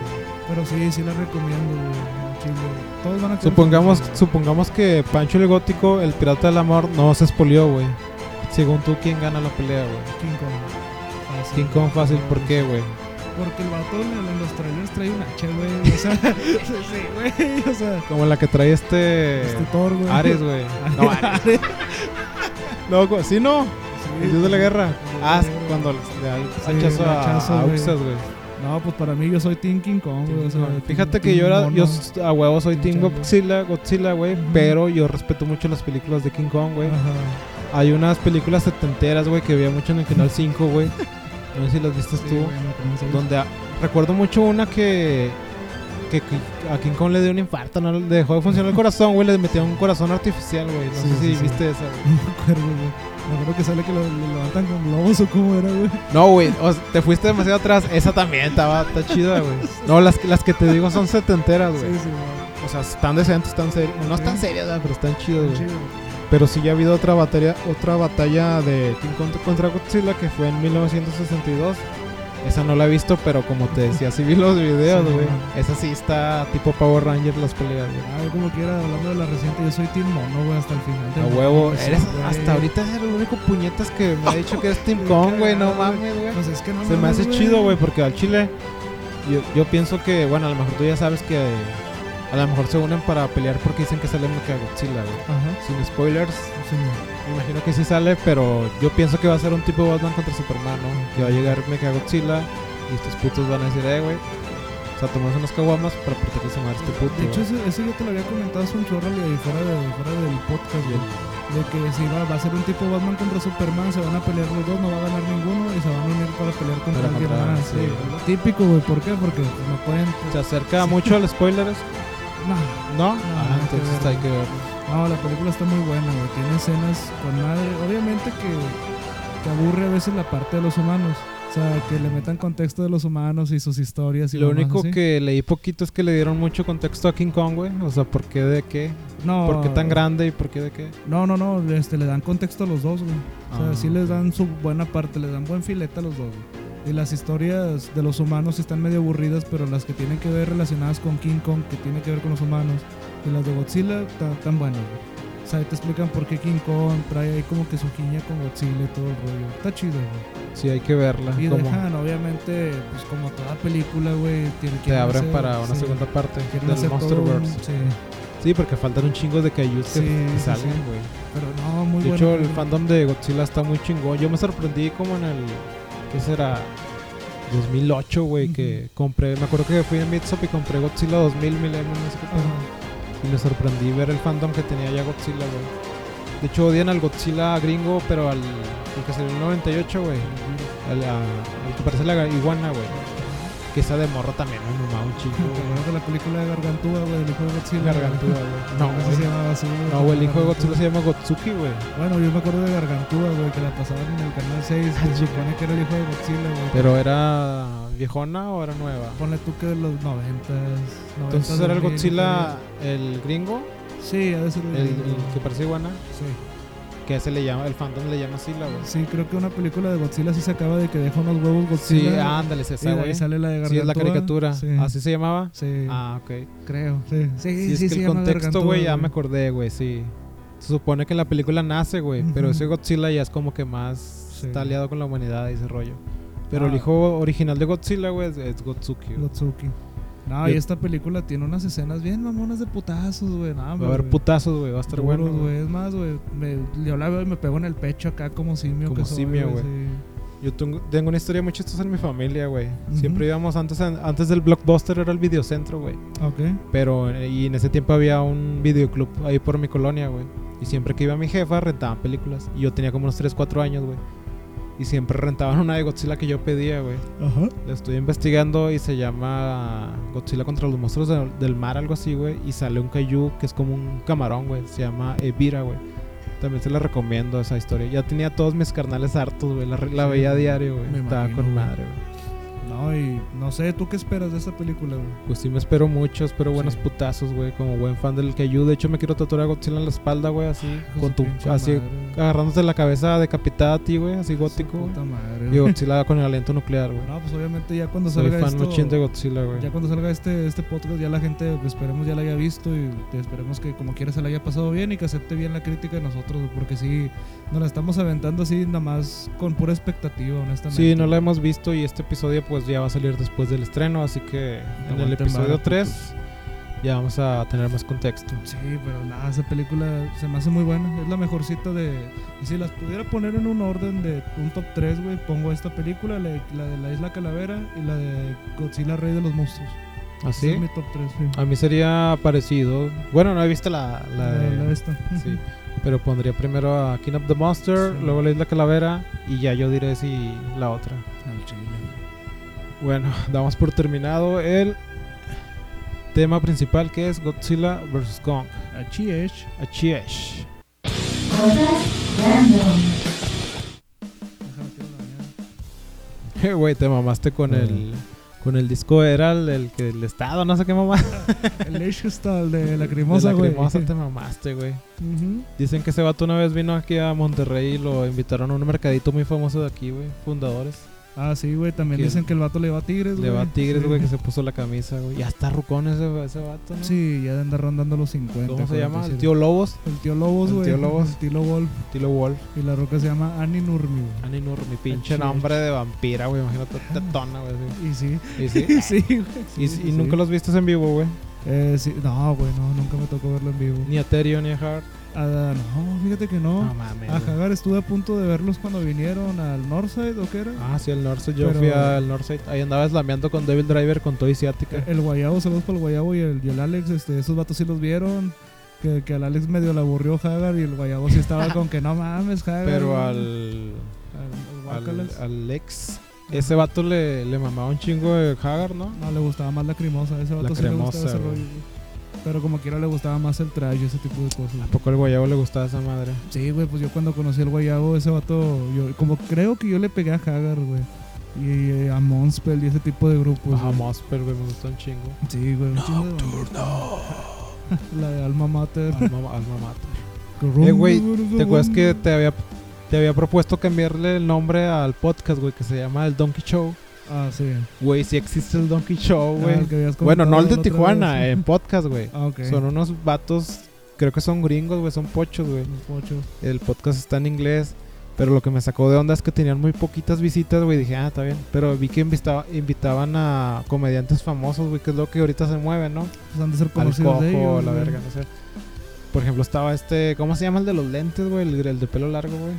S2: Pero sí, sí la recomiendo, güey. un chingo. Todos van a querer-
S1: Supongamos, supongamos que Pancho el Gótico, el pirata del amor, no se espolió, güey. Según tú, ¿quién gana la pelea, güey?
S2: King Kong. Fácil.
S1: King Kong fácil, ¿por qué, güey?
S2: Porque el vato en en los trailers trae un hacha, güey. O sea, sí, güey. O sea,
S1: Como la que trae este.
S2: este Thor, güey.
S1: Ares, güey. No, Ares. Loco, ¿sí no? El dios de la guerra. Ah, es cuando le da el
S2: Sí,
S1: hachazo
S2: el
S1: a,
S2: hachazo,
S1: a
S2: güey.
S1: Uxas, güey.
S2: No, pues para mí yo soy Team King Kong, güey. o sea, Team-
S1: Fíjate que
S2: Team
S1: yo era, yo
S2: Mono.
S1: s- a huevo soy
S2: Team
S1: Team
S2: Chango.
S1: Godzilla, Godzilla, güey,
S2: Ujú.
S1: pero yo respeto mucho las películas de King Kong, güey.
S2: Ajá.
S1: Hay unas películas setenteras, güey, que veía mucho en el canal 5, güey, No sé si las viste
S2: Sí,
S1: tú.
S2: güey, no, como se
S1: Donde a- recuerdo mucho una que, que que a King Kong le dio un infarto, no le dejó de funcionar el corazón, güey, le metieron un corazón artificial, güey. No
S2: Sí,
S1: sé si
S2: sí, sí.
S1: viste esa, güey.
S2: No me acuerdo, güey. Me acuerdo que sale que lo, lo levantan con globos o cómo era, güey.
S1: No, güey, o sea, te fuiste demasiado atrás. Esa también estaba está chida, güey. No, las, las que te digo son setenteras, güey.
S2: Sí, sí, güey.
S1: O sea, están decentes, están serias. No están
S2: Sí.
S1: serias, güey, pero están chidas, güey.
S2: Chido, güey.
S1: Pero sí ya ha habido otra batalla, otra batalla de King Kong contra Godzilla que fue en 1962. Esa no la he visto, pero como te decía, sí vi los videos,
S2: Sí,
S1: güey.
S2: no.
S1: Esa sí está tipo Power Ranger las peleas, güey.
S2: Ah, yo como quiera, hablando de la reciente, yo soy Team Mono, güey, hasta el final. del
S1: A
S2: mundo,
S1: huevo.
S2: güey, sí,
S1: Eres,
S2: güey.
S1: hasta ahorita es el único puñetas que me ha dicho que es Team
S2: Qué
S1: Kong, güey. No
S2: cagado,
S1: mames, güey.
S2: Pues es que no
S1: Se me
S2: mames,
S1: hace chido, güey, porque al chile yo, yo pienso que, bueno, a lo mejor tú ya sabes que a lo mejor se unen para pelear porque dicen que sale que Godzilla, güey.
S2: Ajá.
S1: Sin spoilers,
S2: Sí, güey.
S1: Me imagino que sí sale, pero yo pienso que va a ser un tipo Batman contra Superman, ¿no? Que va a llegar Mega Godzilla y estos putos van a decir, eh, güey. O sea, tomamos unas caguamas para proteger a madre este puto.
S2: De hecho,
S1: güey".
S2: eso, eso yo te lo había comentado hace un chorro y fuera, de, fuera del podcast, güey. De que si va, va a ser un tipo Batman contra Superman, se van a pelear los dos, no va a ganar ninguno y se van a unir para pelear contra
S1: Para
S2: alguien
S1: contra-
S2: más.
S1: sí,
S2: sí,
S1: güey.
S2: güey. Típico, güey. ¿Por qué? Porque no pueden.
S1: se acerca mucho al spoilers,
S2: No.
S1: ¿no?
S2: No,
S1: ah,
S2: hay que
S1: entonces
S2: verlo.
S1: hay que ver.
S2: No, la película está muy buena, güey. Tiene escenas con madre. Obviamente que, que aburre a veces la parte de los humanos. O sea, que le metan contexto de los humanos y sus historias y
S1: Lo
S2: mamás
S1: único
S2: así.
S1: que leí poquito es que le dieron mucho contexto a King Kong, güey. O sea, ¿por qué de qué?
S2: No,
S1: ¿Por qué tan grande y por qué de qué?
S2: No, no, no. Este, le dan contexto a los dos, güey. O sea,
S1: Ah.
S2: sí les dan su buena parte. Le dan buen filete a los dos, güey. Y las historias de los humanos están medio aburridas, pero las que tienen que ver relacionadas con King Kong, que tiene que ver con los humanos, y las de Godzilla, ta- tan buenas, güey. O sea, ahí te explican por qué King Kong trae ahí como que su quiña con Godzilla y todo el rollo. Está chido, güey.
S1: Sí, hay que verla.
S2: Y
S1: como
S2: dejan, obviamente, pues como toda película, güey, tiene que
S1: te abren para una segunda parte
S2: quieren
S1: del
S2: hacer todo un-
S1: Monsterverse.
S2: sí,
S1: Sí, porque faltan un chingo de cayús que,
S2: Sí,
S1: que
S2: sí,
S1: salen,
S2: sí.
S1: güey.
S2: pero no, muy
S1: De
S2: bueno.
S1: hecho, el fandom de Godzilla está muy chingón. Yo me sorprendí como en el. ¿Qué será? 2008, güey, que compré. Me acuerdo que fui a Mitsop y compré Godzilla 2000, Millennium, no sé qué pedo. Y
S2: Ah,
S1: me sorprendí ver el fandom que tenía ya Godzilla, güey. De hecho, odian al Godzilla gringo, pero al. El que salió en el 98, güey. Al, a- al que parece la iguana, güey. Que esa de morro también me mamaba un chingo,
S2: ¿Te
S1: güey.
S2: acuerdas de la película de Gargantúa, güey, del hijo de Godzilla?
S1: Gargantúa,
S2: güey?
S1: güey. No,
S2: No sé si se
S1: güey.
S2: llamaba así, güey.
S1: No, güey, el hijo de
S2: Gargantúa.
S1: Godzilla se llama Gotsuki, güey.
S2: Bueno, yo me acuerdo de Gargantúa, güey, que la pasaban en el canal
S1: Ah,
S2: 6. Que se
S1: chico.
S2: supone que era el hijo de Godzilla, güey.
S1: Pero era viejona o era nueva?
S2: Ponle tú que de los 90.
S1: Entonces era el Godzilla, el gringo,
S2: Sí, ha de ser
S1: el,
S2: el.
S1: el que parece iguana,
S2: Sí.
S1: que a ese le llama, el fandom le llama así la güey.
S2: Sí, creo que una película de Godzilla sí se acaba de que deja unos huevos
S1: Sí,
S2: Godzilla.
S1: ándale, es
S2: Sí,
S1: esa,
S2: de
S1: güey.
S2: ahí sale la de
S1: Sí,
S2: Gargantúa.
S1: es la caricatura.
S2: Sí,
S1: ¿Así se llamaba?
S2: sí,
S1: Ah, ok.
S2: creo. Sí, sí,
S1: Sí,
S2: sí.
S1: es
S2: se
S1: que el
S2: llama
S1: contexto, güey, ya
S2: Gargantúa,
S1: me acordé, güey, sí. Se supone que en la película nace, güey, pero
S2: Ujú.
S1: ese Godzilla ya es como que más
S2: Sí.
S1: está aliado con la humanidad y ese rollo. Pero el
S2: Ah.
S1: hijo original de Godzilla, güey, es, es Gotsuki. güey.
S2: Gotsuki. No,
S1: Yo-
S2: y esta película tiene unas escenas bien mamonas de putazos, güey. No,
S1: Va a haber putazos, güey, va a estar bueno, güey.
S2: güey. Es más, güey. me- Yo la veo y me pego en el pecho acá como simio.
S1: Como
S2: que soy,
S1: simio, güey.
S2: sí.
S1: Yo tengo, tengo una historia muy chistosa en mi familia, güey.
S2: Ujú.
S1: Siempre íbamos antes, en- antes del blockbuster, era el videocentro, güey.
S2: Ok.
S1: Pero, eh, y en ese tiempo había un videoclub ahí por mi colonia, güey. Y siempre que iba mi jefa, rentaban películas. Y yo tenía como unos 3, 4 años, güey. Y siempre rentaban una de Godzilla que yo pedía, güey.
S2: Ajá.
S1: La estoy investigando y se llama Godzilla contra los monstruos del, del mar, algo así, güey. Y sale un kaiju que es como un camarón, güey. Se llama Evira, güey. También se la recomiendo esa historia. Ya tenía todos mis carnales hartos, güey. La, re- la
S2: Sí,
S1: veía a diario,
S2: me
S1: güey. Estaba
S2: imagino,
S1: con
S2: güey.
S1: madre, güey.
S2: No, y no sé, ¿tú qué esperas de esta película, güey?
S1: Pues sí, me espero mucho. Espero buenos
S2: Sí.
S1: putazos, güey. Como buen fan del kaiju. De hecho, me quiero tatuar a Godzilla en la espalda, güey. Así,
S2: Hijo
S1: con
S2: de
S1: tu.
S2: su pinche
S1: Así,
S2: madre.
S1: agarrándote la cabeza decapitada a ti, güey. Así gótico, güey.
S2: Puta madre,
S1: Y
S2: güey.
S1: Godzilla con el aliento nuclear, güey.
S2: No, pues obviamente ya cuando
S1: Soy
S2: salga
S1: fan
S2: esto...
S1: machín de Godzilla, güey.
S2: Ya cuando salga este, este podcast, ya la gente, pues, esperemos ya la haya visto y te esperemos que como quiera se la haya pasado bien y que acepte bien la crítica de nosotros, güey, porque sí, nos la estamos aventando así nada más con pura expectativa, honestamente.
S1: Sí, no la hemos visto y este episodio pues ya va a salir después del estreno, así que en el
S2: Aguanten pues.
S1: episodio
S2: vara,
S1: 3 ya vamos a tener más contexto.
S2: Sí, pero nada, esa película se me hace muy buena, es la mejorcita de... y Si las pudiera poner en un orden de un top 3, güey, pongo esta película, la, la de la Isla Calavera y la de Godzilla Rey de los Monstruos. Ese
S1: ¿Así?
S2: es mi top 3, sí.
S1: ¿Ah, A mí sería parecido. Bueno, no he visto la, la
S2: La,
S1: de-
S2: la de esta.
S1: sí, pero pondría primero a King of the Monster,
S2: Sí.
S1: luego la Isla Calavera y ya yo diré si la otra.
S2: Al chile.
S1: Bueno, damos por terminado el tema principal que es Godzilla vs. Kong.
S2: Achí es.
S1: Achiesh.
S3: Cosas random.
S2: Déjame tirar la bañada.
S1: Eh, Güey, te mamaste con el con el disco era el, el que el estado, no sé qué mamá.
S2: El Eichstal de Lacrimosa,
S1: De
S2: güey.
S1: Lacrimosa te mamaste, güey.
S2: Ujú.
S1: Dicen que ese vato una vez vino aquí a Monterrey y lo invitaron a un mercadito muy famoso de aquí, güey. Fundadores.
S2: Ah, sí, güey. También
S1: Que
S2: dicen que el vato le va a Tigres,
S1: Le va a Tigres,
S2: Sí.
S1: güey, que se puso la camisa, güey. Ya está rucón ese, ese vato, ¿no?
S2: Sí, ya anda rondando los 50.
S1: ¿Cómo se llama? El
S2: 47.
S1: tío Lobos.
S2: El tío Lobos,
S1: El
S2: güey.
S1: tío Lobos.
S2: El tío Wolf.
S1: Tilo Wolf.
S2: Y la roca se llama Annie Nurmi, güey.
S1: Aninur, mi pinche
S2: Achiesh.
S1: nombre de vampira, güey. Imagínate, tetona, güey. así.
S2: Y sí.
S1: Y sí.
S2: sí, güey.
S1: Y,
S2: Sí,
S1: y nunca
S2: sí.
S1: los viste en vivo, güey.
S2: Eh, sí. No, güey, no. Nunca me tocó verlo en vivo.
S1: Ni a Terio, ni a Hart.
S2: Ah, no, fíjate que no.
S1: mames.
S2: a
S1: güey.
S2: Jagar estuve a punto de verlos cuando vinieron al Northside, ¿o qué era?
S1: Ah, sí, el Northside. Yo
S2: Pero-
S1: fui al Northside. Ahí andaba eslameando con Devil Driver, con Toy Ciática.
S2: Eh, El Guayabo, saludos para el Guayabo y el, y el Alex, este, esos vatos sí los vieron. Que, que al Alex medio le aburrió Hagar y el Guayabo sí estaba con que no mames, Hagar.
S1: Pero al,
S2: al, al
S1: al,
S2: Guacales.
S1: al ex. Ese vato le, le mamaba un chingo de Hagar, ¿no?
S2: No, le gustaba más la cremosa, ese vato sí le
S1: Lacrimosa,
S2: gustaba ese
S1: güey.
S2: rollo. güey. Pero como quiera le gustaba más el trash, ese tipo de cosas.
S1: ¿A poco al guayabo le gustaba esa madre?
S2: Ah, Sí, güey, pues yo cuando conocí al Guayabo, ese vato, yo, como creo que yo le pegué a Hagar, güey. Y eh, a Monspel y ese tipo de grupos.
S1: Ajá,
S2: güey.
S1: Mosper, güey, me gustó un chingo.
S2: Sí, güey. un chingo de bandas. La de Alma Mater.
S1: Alma, alma mater. Eh, güey,
S2: Pues
S1: ¿Te acuerdas que te había, te había propuesto cambiarle el nombre al podcast, güey, que se llama El Donkey Show?
S2: Ah, sí.
S1: Güey, sí existe el Donkey Show,
S2: Ah,
S1: güey.
S2: el que habías
S1: bueno, no el de
S2: comentado la otra
S1: Tijuana,
S2: vez.
S1: en podcast, güey.
S2: Ah, ok.
S1: Son unos vatos, creo que son gringos, güey, son pochos, güey.
S2: Los pochos.
S1: El podcast está en inglés, pero lo que me sacó de onda es que tenían muy poquitas visitas, güey. Dije, ah, está bien. Pero vi que invista- invitaban a comediantes famosos, güey, que es lo que ahorita se mueve, ¿no?
S2: Pues han de ser
S1: Al
S2: conocidos
S1: cojo,
S2: de ellos.
S1: la
S2: güey.
S1: verga, no sé. Por ejemplo, estaba este, ¿cómo se llama el de los lentes, güey? El, el de pelo largo, güey.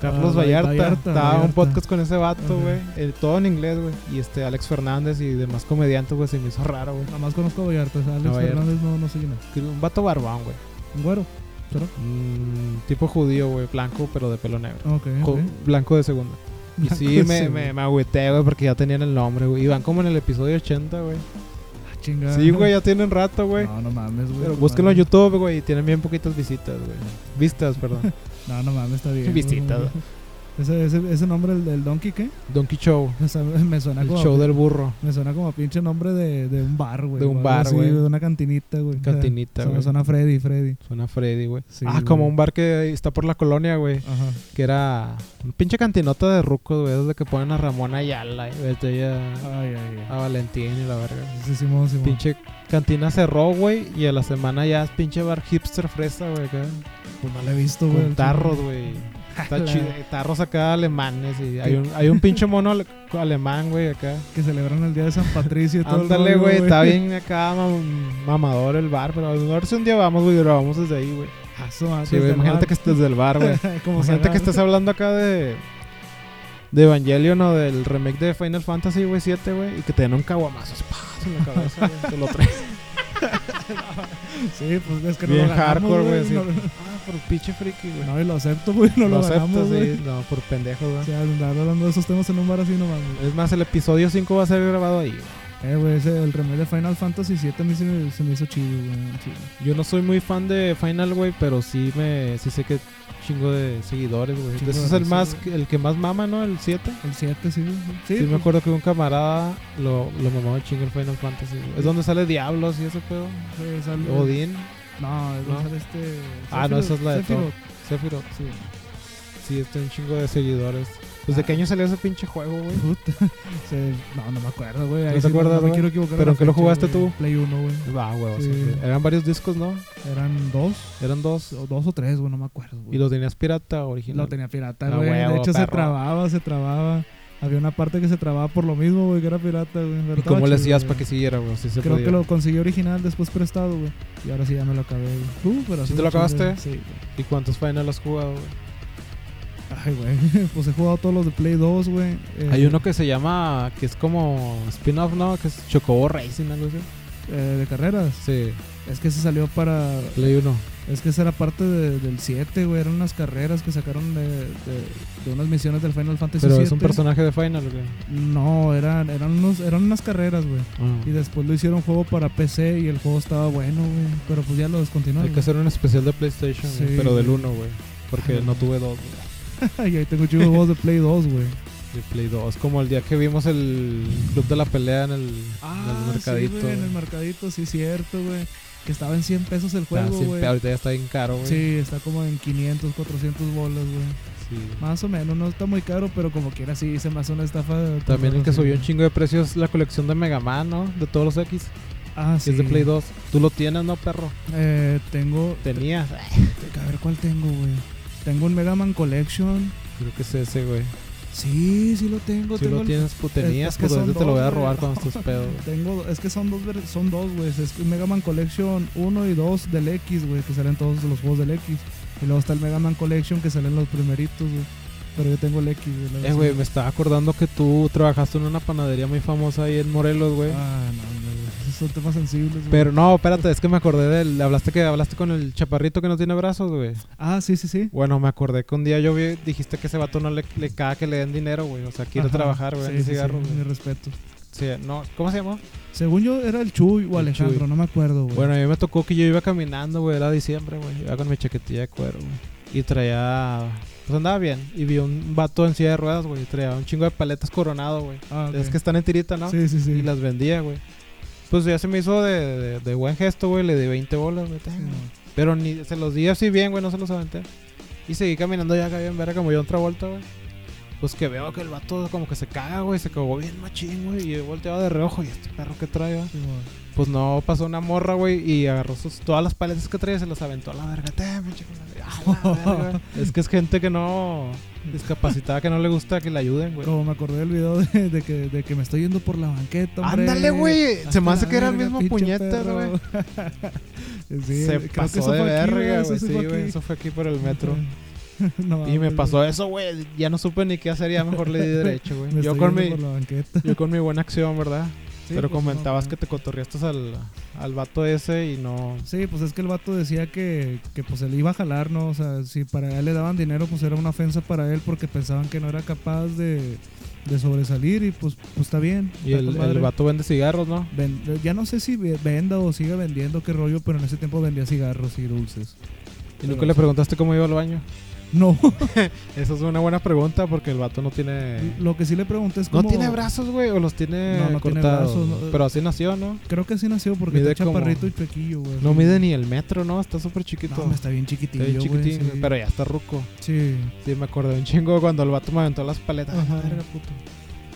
S1: Carlos
S2: Ah,
S1: Vallarta.
S2: Vallarta,
S1: Estaba un
S2: Vallarta.
S1: podcast con ese vato,
S2: Ajá.
S1: güey. Eh, Todo en inglés, güey. Y este, Alex Fernández y demás comediantes, güey, se me hizo raro, güey.
S2: Nada más conozco a Vallarta. o sea, Alex
S1: A Vallarta.
S2: Fernández no, no sé quién es.
S1: Un vato barbón, güey.
S2: Un güero. ¿Será?
S1: Mm, tipo judío, güey, blanco, pero de pelo negro.
S2: Ah, Ok.
S1: Jo-
S2: ok.
S1: Blanco de segunda. Y sí,
S2: Blanco,
S1: me,
S2: sí,
S1: me,
S2: güey.
S1: me agüité, güey, porque ya tenían el nombre, güey. Iban como en el episodio 80, güey.
S2: Ah, chingada.
S1: Sí, güey, ya tienen rato, güey.
S2: No, no mames, güey.
S1: Pero
S2: tu
S1: búsquenlo en
S2: madre.
S1: YouTube, güey, y tienen bien poquitas visitas, güey. Vistas, perdón.
S2: No, no mames, está bien.
S1: Visita,
S2: güey. Ese, ese, ese nombre, el del Donkey, ¿qué?
S1: Donkey Show.
S2: O sea, me suena
S1: El
S2: como.
S1: show del burro.
S2: Me suena como a pinche nombre de, de un bar, güey.
S1: De un
S2: o algo
S1: bar,
S2: así,
S1: güey.
S2: De una cantinita,
S1: Eh,
S2: güey.
S1: Cantinita,
S2: O sea, me
S1: güey.
S2: suena a Freddy, Freddy.
S1: Suena Freddy, güey.
S2: Sí,
S1: ah,
S2: güey.
S1: como un bar que está por la colonia, güey.
S2: Ajá.
S1: Que era un pinche cantinota de rucos, güey. Desde que ponen a Ramón Ayala, y vete ya
S2: Ay, ay, ay.
S1: a Valentín y la verga.
S2: Sí, Simón, Simón.
S1: Ah. Pinche cantina cerró, güey. Y a la semana ya es pinche bar hipster fresa, güey. Acá.
S2: Pues no la he visto, güey.
S1: Con
S2: al
S1: tarros,
S2: chile.
S1: güey. Está
S2: Jala.
S1: chido. Tarros acá alemanes. Y hay, un, hay un pinche mono ale- alemán, güey, acá.
S2: Que celebran el día de San Patricio y todo. el
S1: Ándale,
S2: rollo,
S1: güey. Está bien acá mam- mamador el bar. Pero a ver si un día vamos, güey. Grabamos desde ahí, güey.
S2: Ah, su madre,
S1: Sí, güey.
S2: del
S1: Imagínate
S2: bar.
S1: que estés del bar, güey.
S2: como
S1: Imagínate
S2: Sagan.
S1: que estás hablando acá de. De Evangelion o del remake de Final Fantasy, güey, 7, güey. Y que te den un caguamazo. ¡pah! en la cabeza, güey. Te lo traes.
S2: Sí, pues es que
S1: Bien
S2: no lo ganamos,
S1: hardcore, güey, sí.
S2: No,
S1: Ah, por pinche friki, güey.
S2: no, y lo acepto, güey. No lo,
S1: lo acepto,
S2: ganamos, güey.
S1: sí. No, por pendejo, güey.
S2: O sea, andar hablando de esos temas en un bar así nomás, güey.
S1: Es más, el episodio 5 va a ser grabado ahí. güey.
S2: Eh, güey, ese- el remedio de Final Fantasy VII a mí se me, se me hizo chido, güey. chido.
S1: Yo no soy muy fan de Final, güey, pero sí me sí sé que chingo de seguidores, güey.
S2: Chingo
S1: Ese
S2: de
S1: es el
S2: raza,
S1: más
S2: güey.
S1: el que más mama, ¿no? El 7.
S2: El 7, sí, güey. Sí,
S1: Sí,
S2: pues,
S1: me acuerdo que un camarada lo, lo mamaba un chingo el Final Fantasy. güey. Es donde sale Diablos y ese pedo.
S2: sí, eh, sale-
S1: Odín,
S2: No, es
S1: ¿No?
S2: sale este.
S1: Ah, no, esa es la de
S2: Sephiroth,
S1: Sephiroth.
S2: Sephiroth, sí.
S1: Sí, está un chingo de seguidores. ¿Desde
S2: Ah.
S1: qué año salió ese pinche juego, güey?
S2: Puta. Se- no, no me acuerdo, güey. Ahí
S1: te
S2: sí
S1: acuerdas,
S2: no me
S1: güey?
S2: quiero equivocar.
S1: ¿Pero
S2: en
S1: en
S2: la
S1: qué lo
S2: fecha,
S1: jugaste
S2: güey.
S1: tú?
S2: Play 1, güey.
S1: Ah, güey.
S2: Sí.
S1: Eran varios discos, ¿no?
S2: Eran dos.
S1: Eran dos.
S2: O dos o tres, güey, no me acuerdo, güey.
S1: Y los tenías pirata
S2: Lo
S1: original.
S2: tenía pirata,
S1: Ah,
S2: güey.
S1: huevo,
S2: de hecho, se
S1: perro.
S2: trababa, se trababa. Había una parte que se trababa por lo mismo, güey, que era pirata, güey. pero
S1: ¿Y
S2: estaba
S1: cómo le
S2: chido,
S1: hacías
S2: güey.
S1: para que siguiera, güey? Sí se
S2: Creo
S1: podía.
S2: que lo conseguí original, después prestado, güey. Y ahora sí ya me lo acabé, güey. Uh, pero
S1: ¿Sí
S2: hace
S1: te lo
S2: un chingo,
S1: acabaste?
S2: güey. Sí, güey.
S1: ¿Y cuántos Final has jugado, güey?
S2: Ay, güey. Pues he jugado todos los de Play 2, güey. Eh,
S1: Hay uno que se llama, que es como spin-off, ¿no? Que es Chocobo Racing, algo así.
S2: eh, de carreras.
S1: Sí.
S2: Es que se salió para.
S1: Play 1.
S2: Es que esa era parte de- del 7, güey. Eran unas carreras que sacaron de, de- de unas misiones del Final Fantasy
S1: Pero
S2: VII.
S1: es un personaje de Final, güey.
S2: No, eran, eran, unos, eran unas carreras, güey. Y después lo hicieron juego para PC y el juego estaba bueno, güey. Pero pues ya lo descontinuaron.
S1: Hay que hacer un especial de PlayStation, güey,
S2: Sí,
S1: pero del
S2: güey.
S1: 1, güey. Porque no tuve dos, güey.
S2: y ahí tengo chicos juegos de Play 2, güey.
S1: De Play 2. Como el día que vimos el Club de la Pelea en el, en el mercadito. Ah,
S2: Ah, Sí, güey, en el
S1: güey.
S2: mercadito, sí, es cierto, güey. Que estaba en 100 pesos el
S1: Está
S2: juego,
S1: sin-
S2: güey.
S1: ahorita ya está bien caro, güey.
S2: Sí, está como en 500, 400 bolas, güey.
S1: Sí.
S2: Más o menos, no está muy caro, pero como quiera sí, se me hace una estafa.
S1: También el que
S2: así,
S1: subió un
S2: güey.
S1: chingo de precios es la colección de Mega Man, ¿no? De todos los X.
S2: Ah,
S1: Que
S2: sí.
S1: es de Play 2. Tú lo tienes, ¿no, perro?
S2: Eh, tengo...
S1: Tenías.
S2: A ver, ¿cuál tengo, güey? Tengo un Mega Man Collection.
S1: Creo que es ese, güey.
S2: Sí, sí lo tengo.
S1: Si
S2: tengo
S1: lo
S2: el-
S1: tienes, pues tenías,
S2: es que
S1: pues
S2: son
S1: ahorita te lo
S2: dos,
S1: voy a
S2: güey.
S1: robar cuando estés pedo. güey.
S2: Tengo, es que son dos, ver- son dos, güey. Es que Mega Man Collection 1 y 2 del X, güey, que salen todos los juegos del X. Y luego está el Mega Man Collection que salen los primeritos, güey. Pero yo tengo el X, güey. la
S1: Eh,
S2: versión-
S1: güey, me estaba acordando que tú trabajaste en una panadería muy famosa ahí en Morelos, güey.
S2: Ah, no, hombre, güey. Esos son temas sensibles, güey.
S1: Pero no, espérate, es que me acordé del. Hablaste que hablaste con el chaparrito que no tiene brazos, güey.
S2: Ah, sí, sí, sí.
S1: Bueno, me acordé que un día yo vi, dijiste que ese vato no le, le caga que le den dinero, güey. O sea, quiere
S2: Ajá.
S1: trabajar, güey,
S2: Sí,
S1: vende
S2: sí, sí,
S1: cigarros,
S2: mi
S1: güey.
S2: respeto.
S1: Sí, no, ¿cómo se llamó?
S2: Según yo era el Chuy o
S1: El
S2: Alejandro,
S1: Chuy.
S2: no me acuerdo, güey.
S1: Bueno, a mí me tocó que yo iba caminando, güey, era diciembre, güey. Iba con mi chaquetilla de cuero, güey. Y traía. Pues andaba bien. Y vi un vato en silla de ruedas, güey. y Traía un chingo de paletas coronado, güey.
S2: Ah, ok.
S1: Es que están en tirita, ¿no?
S2: Sí, sí, sí.
S1: Y las vendía, güey. Pues ya se me hizo de, de- de buen gesto, güey. Le di 20 bolas, güey.
S2: Sí,
S1: tenga.
S2: no.
S1: Pero ni, se los di así bien, güey, no se los aventé. Y seguí caminando ya acá bien verga como yo otra vuelta, güey. Pues que veo que el vato como que se caga, güey, se cagó bien machín, güey. Y yo volteaba de reojo y este perro que trae, güey.
S2: Sí, güey.
S1: Pues no, pasó una morra, güey, y agarró sus- todas las paletas que traía y se las aventó a la verga. Te, pinche comadre. A la verga. es que es gente que no... Discapacitada, que no le gusta que le ayuden, güey.
S2: Como me acordé del video de, de que, de que me estoy yendo por la banqueta, hombre.
S1: Ándale, güey. Se
S2: Hazte
S1: me hace
S2: la
S1: que era el
S2: verga,
S1: mismo
S2: pinche
S1: puñetas,
S2: perro.
S1: güey.
S2: sí,
S1: se
S2: creo que
S1: pasó
S2: eso
S1: de
S2: fue aquí,
S1: verga,
S2: eso
S1: güey. Sí,
S2: fue
S1: güey.
S2: aquí.
S1: Eso fue aquí por el metro.
S2: No
S1: Y me
S2: mames,
S1: pasó eso, güey. Ya no supe ni qué hacer, ya mejor le di derecho,
S2: güey.
S1: güey.
S2: Me
S1: Yo
S2: estoy
S1: con,
S2: yendo
S1: mi,
S2: por la banqueta.
S1: yo con mi buena acción, ¿verdad?
S2: Sí,
S1: Pero
S2: pues,
S1: comentabas
S2: no,
S1: que
S2: no.
S1: te cotorreaste al, al vato ese y no.
S2: Sí, pues es que el vato decía que, que pues él iba a jalar, ¿no? O sea, si para él le daban dinero, pues era una ofensa para él porque pensaban que no era capaz de, de sobresalir y pues, pues está bien.
S1: Y
S2: está
S1: el,
S2: con
S1: el
S2: madre.
S1: vato vende cigarros, ¿no?
S2: Ven- ya no sé si ve- venda o siga vendiendo, qué rollo, pero en ese tiempo vendía cigarros y dulces.
S1: Y
S2: Pero-
S1: nunca le preguntaste cómo iba al baño.
S2: No,
S1: Esa es una buena pregunta porque el vato no tiene.
S2: lo que sí le pregunté es
S1: No
S2: cómo...
S1: tiene brazos, güey, o los tiene
S2: Mm, No, no tiene
S1: cortados.
S2: brazos, no. eh,
S1: Pero así nació, ¿no?
S2: Creo que así nació porque
S1: Mide
S2: está
S1: como-
S2: chaparrito y pequillo, güey.
S1: No mide ni el metro, ¿no? Está súper chiquito.
S2: pues, No, hombre, está bien chiquitillo,
S1: Está bien chiquitín,
S2: güey. sí.
S1: pero ya está ruco.
S2: Sí.
S1: Sí, me acordé un chingo cuando el vato me aventó las paletas.
S2: Ajá.
S1: Verga, puto.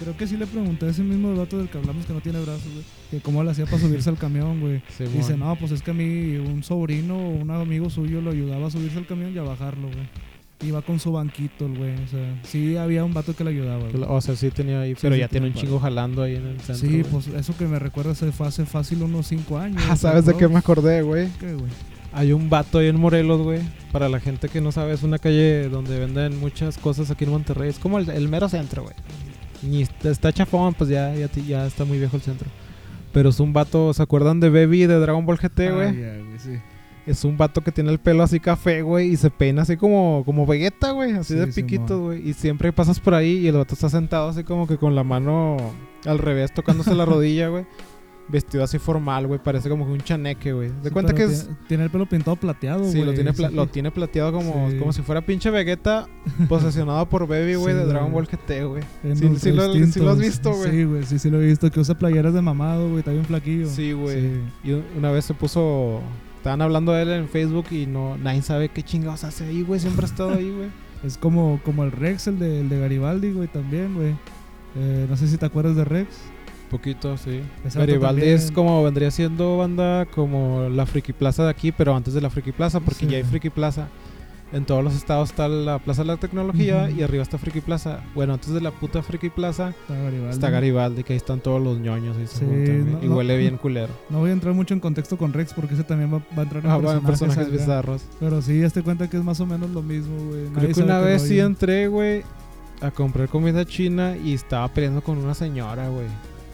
S2: Creo que sí le pregunté a ese mismo vato del que hablamos que no tiene brazos, güey. Que cómo le hacía para subirse al camión, güey.
S1: Simón.
S2: Dice, no, pues es que a mí un sobrino o un amigo suyo lo ayudaba a subirse al camión y a bajarlo, güey. Iba con su banquito, el güey. O sea, sí había un vato que le ayudaba, güey.
S1: O sea, sí tenía ahí, pero
S2: sí,
S1: ya tiene un
S2: tiene
S1: chingo jalando ahí en el centro.
S2: Sí,
S1: güey.
S2: pues eso que me recuerda se fue hace fácil unos 5 años.
S1: Ah, ¿sabes de qué me acordé, güey?
S2: ¿Qué, güey?
S1: Hay un vato ahí en Morelos, güey. Para la gente que no sabe, es una calle donde venden muchas cosas aquí en Monterrey. Es como el, el mero centro, güey. Ni está, está chafón, pues ya, ya, ti- ya está muy viejo el centro. Pero es un vato, ¿se acuerdan de Baby de Dragon Ball GT, güey?
S2: Ah, ya, güey, sí.
S1: Es un vato que tiene el pelo así café, güey, y se peina así como, como Vegeta, güey, así
S2: Sí,
S1: de
S2: Simón.
S1: piquitos, güey. Y siempre pasas por ahí y el vato está sentado así como que con la mano al revés, tocándose la rodilla, güey. Vestido así formal, güey, parece como que un chaneque, güey. De
S2: Sí,
S1: cuenta que
S2: pero
S1: es...
S2: Tiene, tiene el pelo pintado plateado, güey.
S1: Sí, lo tiene, pla-
S2: Sí.
S1: lo tiene plateado como,
S2: Sí.
S1: como si fuera pinche Vegeta posesionado por Baby, güey,
S2: Sí,
S1: de
S2: güey.
S1: Dragon Ball GT, güey.
S2: En
S1: Sí, sí lo-
S2: Ultra
S1: sí lo has
S2: Instinto,
S1: visto, güey.
S2: Sí, güey, sí, sí lo he visto. Que usa playeras de mamado, güey. Está bien flaquillo.
S1: Sí, güey.
S2: Sí.
S1: Y un- una vez se puso... Estaban hablando de él en Facebook y no nadie sabe qué chingados hace ahí, güey. Siempre ha estado ahí, güey.
S2: Es como, como el Rex, el de, el de Garibaldi, güey, también, güey. Eh, no sé si te acuerdas de Rex.
S1: Poquito, sí.
S2: Ese vato
S1: Garibaldi
S2: también.
S1: es como vendría siendo banda como la Friki Plaza de aquí, pero antes de la Friki Plaza, porque
S2: Sí.
S1: ya hay Friki Plaza. En todos los estados está la Plaza de la Tecnología
S2: Ujú.
S1: y arriba está Friki Plaza. Bueno, antes de la puta Friki Plaza
S2: Está Garibaldi.
S1: está Garibaldi, que ahí están todos los ñoños ahí se
S2: Sí,
S1: juntan, güey,
S2: no,
S1: y
S2: no.
S1: huele bien culero.
S2: No voy a entrar mucho en contexto con Rex porque ese también va, va a entrar en
S1: Ah, bueno, personajes
S2: personajes acá.
S1: bizarros.
S2: Pero sí, hazte cuenta que es más o menos lo mismo, güey.
S1: Creo
S2: Nadie
S1: que
S2: sabe
S1: una
S2: qué
S1: vez sí
S2: rollo.
S1: entré, güey, a comprar comida china y estaba peleando con una señora, güey.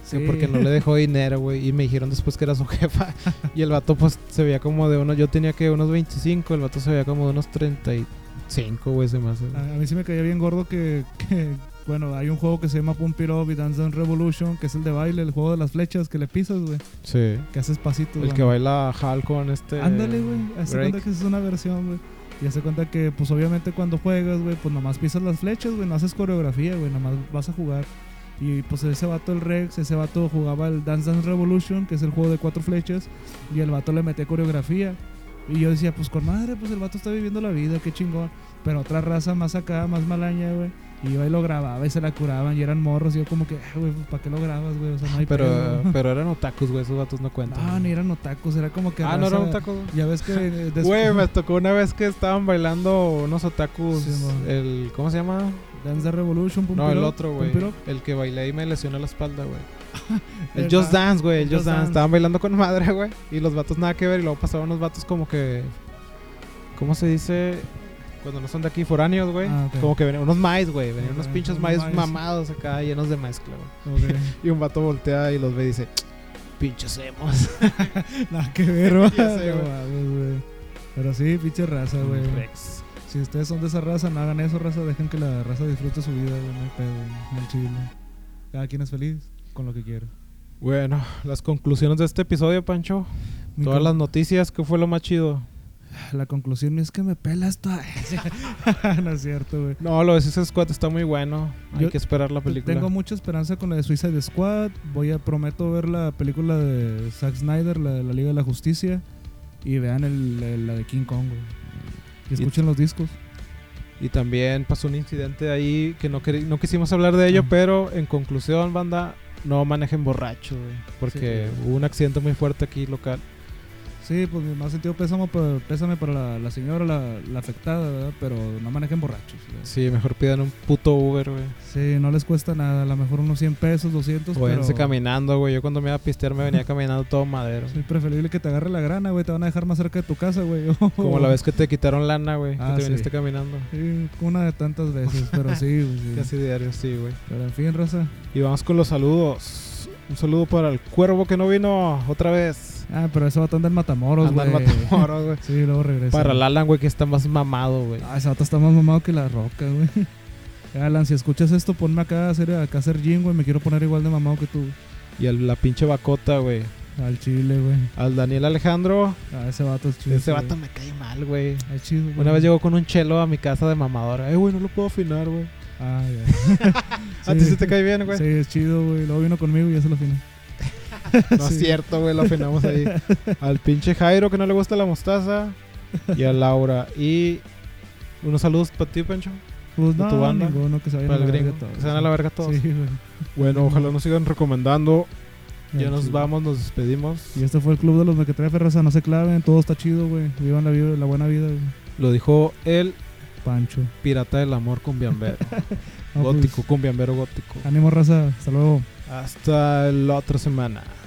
S1: Sí, porque no le dejó dinero, güey. Y me dijeron después que era su jefa. Y el vato, pues, se veía como de uno. Yo tenía que unos 25, el vato se veía como de unos 35, güey, se me hace.
S2: A, a mí sí me caía bien gordo que, que, bueno, hay un juego que se llama Pump It Up y Dance Dance Revolution, que es el de baile, el juego de las flechas que le pisas, güey,
S1: Sí.
S2: que haces pasitos.
S1: El
S2: la
S1: que baila Hal con este.
S2: Ándale, güey. Hace
S1: break.
S2: cuenta que es una versión, güey. Y hace cuenta que, pues obviamente cuando juegas, güey, pues nomás pisas las flechas, güey. No haces coreografía, güey. Nomás vas a jugar. Y pues ese vato, el Rex, ese vato jugaba el Dance Dance Revolution, que es el juego de cuatro flechas. Y el vato le metía coreografía. Y yo decía, pues con madre, pues el vato está viviendo la vida, qué chingón. Pero otra raza más acá, más malaña, güey. Iba y lo grababa y se la curaban y eran morros. Y yo como que, "Ah, güey, ¿para qué lo grabas, güey? O sea, no hay pedo,
S1: Pero,
S2: güey".
S1: pero eran otakus, güey, esos vatos no cuentan.
S2: No, ni eran otakus, era como que...
S1: Ah, no
S2: raza-
S1: eran otakus.
S2: ya ves que eh, después-
S1: Güey, me tocó una vez que estaban bailando unos otakus.
S2: Sí, mon.
S1: el, ¿Cómo se llama?
S2: Dance the Revolution, Pump
S1: No,
S2: It
S1: el
S2: Up,
S1: otro, güey.
S2: Pump It Up.
S1: El que bailé y me lesionó la espalda, güey. El
S2: El
S1: Just
S2: da-
S1: Dance, güey. El
S2: el
S1: Just
S2: Just
S1: Dance.
S2: Dance.
S1: Estaban bailando con madre, güey. Y los vatos nada que ver. Y luego pasaban unos vatos como que. ¿Cómo se dice? Cuando no son de aquí, foráneos, güey.
S2: Ah, ok.
S1: Como que venían unos maíz, güey. Venían unos
S2: Ok,
S1: pinchos
S2: unos
S1: maíz
S2: maíz.
S1: mamados acá, llenos de mezcla, güey.
S2: Ok.
S1: Y un vato voltea y los ve y dice: Pinchos hemos.
S2: Nada que ver, va.
S1: Ya sé, güey.
S2: No
S1: Mm,
S2: mames, güey. Pero sí, pinche raza, güey.
S1: Rex.
S2: Si ustedes son de esa raza, no hagan eso, raza. Dejen que la raza disfrute su vida, güey. No hay pedo, güey. Al chile. Cada quien es feliz con lo que quiere.
S1: Bueno, las conclusiones de este episodio, Pancho.
S2: Mi
S1: Todas
S2: con-
S1: las noticias, ¿qué fue lo más chido?
S2: La conclusión es que me pelas toda. no es cierto, güey.
S1: No, lo de Suicide Squad está muy bueno. Hay
S2: Yo
S1: que esperar la película.
S2: Pues Tengo mucha esperanza con la de Suicide Squad. Voy a prometo ver la película de Zack Snyder, la de la Liga de la Justicia. Y vean el- el- la de King Kong, güey. Y escuchen los discos.
S1: Y también pasó un incidente ahí que no, queri- no quisimos hablar de ello,
S2: Ah.
S1: pero en conclusión, banda, no manejen borracho, güey. Porque
S2: Sí,
S1: hubo un accidente muy fuerte aquí local.
S2: Sí, pues mi más sentido pésame, pésame para la, la señora, la, la afectada, ¿verdad? Pero no manejen borrachos. ¿verdad?
S1: Sí, mejor pidan un puto Uber, güey.
S2: Sí, no les cuesta nada. A lo mejor unos 100 pesos, 200.
S1: O véanse
S2: Pues, pero
S1: caminando, güey. Yo cuando me iba a pistear me venía caminando todo madero.
S2: Es preferible que te agarre la grana, güey. Te van a dejar más cerca de tu casa, güey.
S1: Como la vez que te quitaron lana, güey.
S2: Ah,
S1: que te
S2: sí.
S1: viniste caminando.
S2: Sí, una de tantas veces, pero sí, güey, sí.
S1: Casi diario, sí, güey.
S2: Pero en fin, raza.
S1: Y vamos con los saludos. Un saludo para el cuervo que no vino otra vez.
S2: Ah, pero eso va a andar en Matamoros,
S1: Anda
S2: güey.
S1: en Matamoros, güey.
S2: Sí, luego regresa.
S1: Para el Alan, güey, que está más mamado, güey.
S2: Ah, ese vato está más mamado que la roca, güey. Alan, si escuchas esto, ponme acá a hacer, acá a hacer gym, güey. Me quiero poner igual de mamado que tú.
S1: Y el- la pinche bacota, güey.
S2: Al chile, güey.
S1: Al Daniel Alejandro.
S2: Ah, ese vato es chido.
S1: Ese
S2: güey. Ah,
S1: vato me cae mal, güey.
S2: Es chido, güey.
S1: Una vez llegó con un chelo a mi casa de mamadora. Eh, güey, no lo puedo afinar, güey. "Ah,
S2: Ah, ya.
S1: A
S2: Sí.
S1: ti se te cae bien, güey.
S2: Sí, es chido, güey. Luego vino conmigo y ya se lo afiné.
S1: No es cierto, güey, lo afinamos ahí. Al pinche Jairo que no le gusta la mostaza. Y a Laura. Y unos saludos para ti, Pancho.
S2: Pues
S1: ¿De
S2: no,
S1: tu banda?
S2: ninguno, que se vayan
S1: Para el
S2: a la
S1: gringo.
S2: verga todos.
S1: Que se van a la verga todos.
S2: Sí, güey.
S1: Bueno, ojalá nos sigan recomendando. Ya
S2: Al
S1: nos
S2: chile.
S1: vamos, nos despedimos.
S2: Ah, Y este fue el club de los mequetrefes, raza. No se claven, todo está chido, güey. Vivan la, vida, la buena vida, güey.
S1: Lo dijo el
S2: Pancho.
S1: pirata del amor cumbiambero.
S2: No, pues,
S1: gótico, cumbiambero gótico.
S2: ánimo, raza. Hasta luego.
S1: Hasta la otra semana.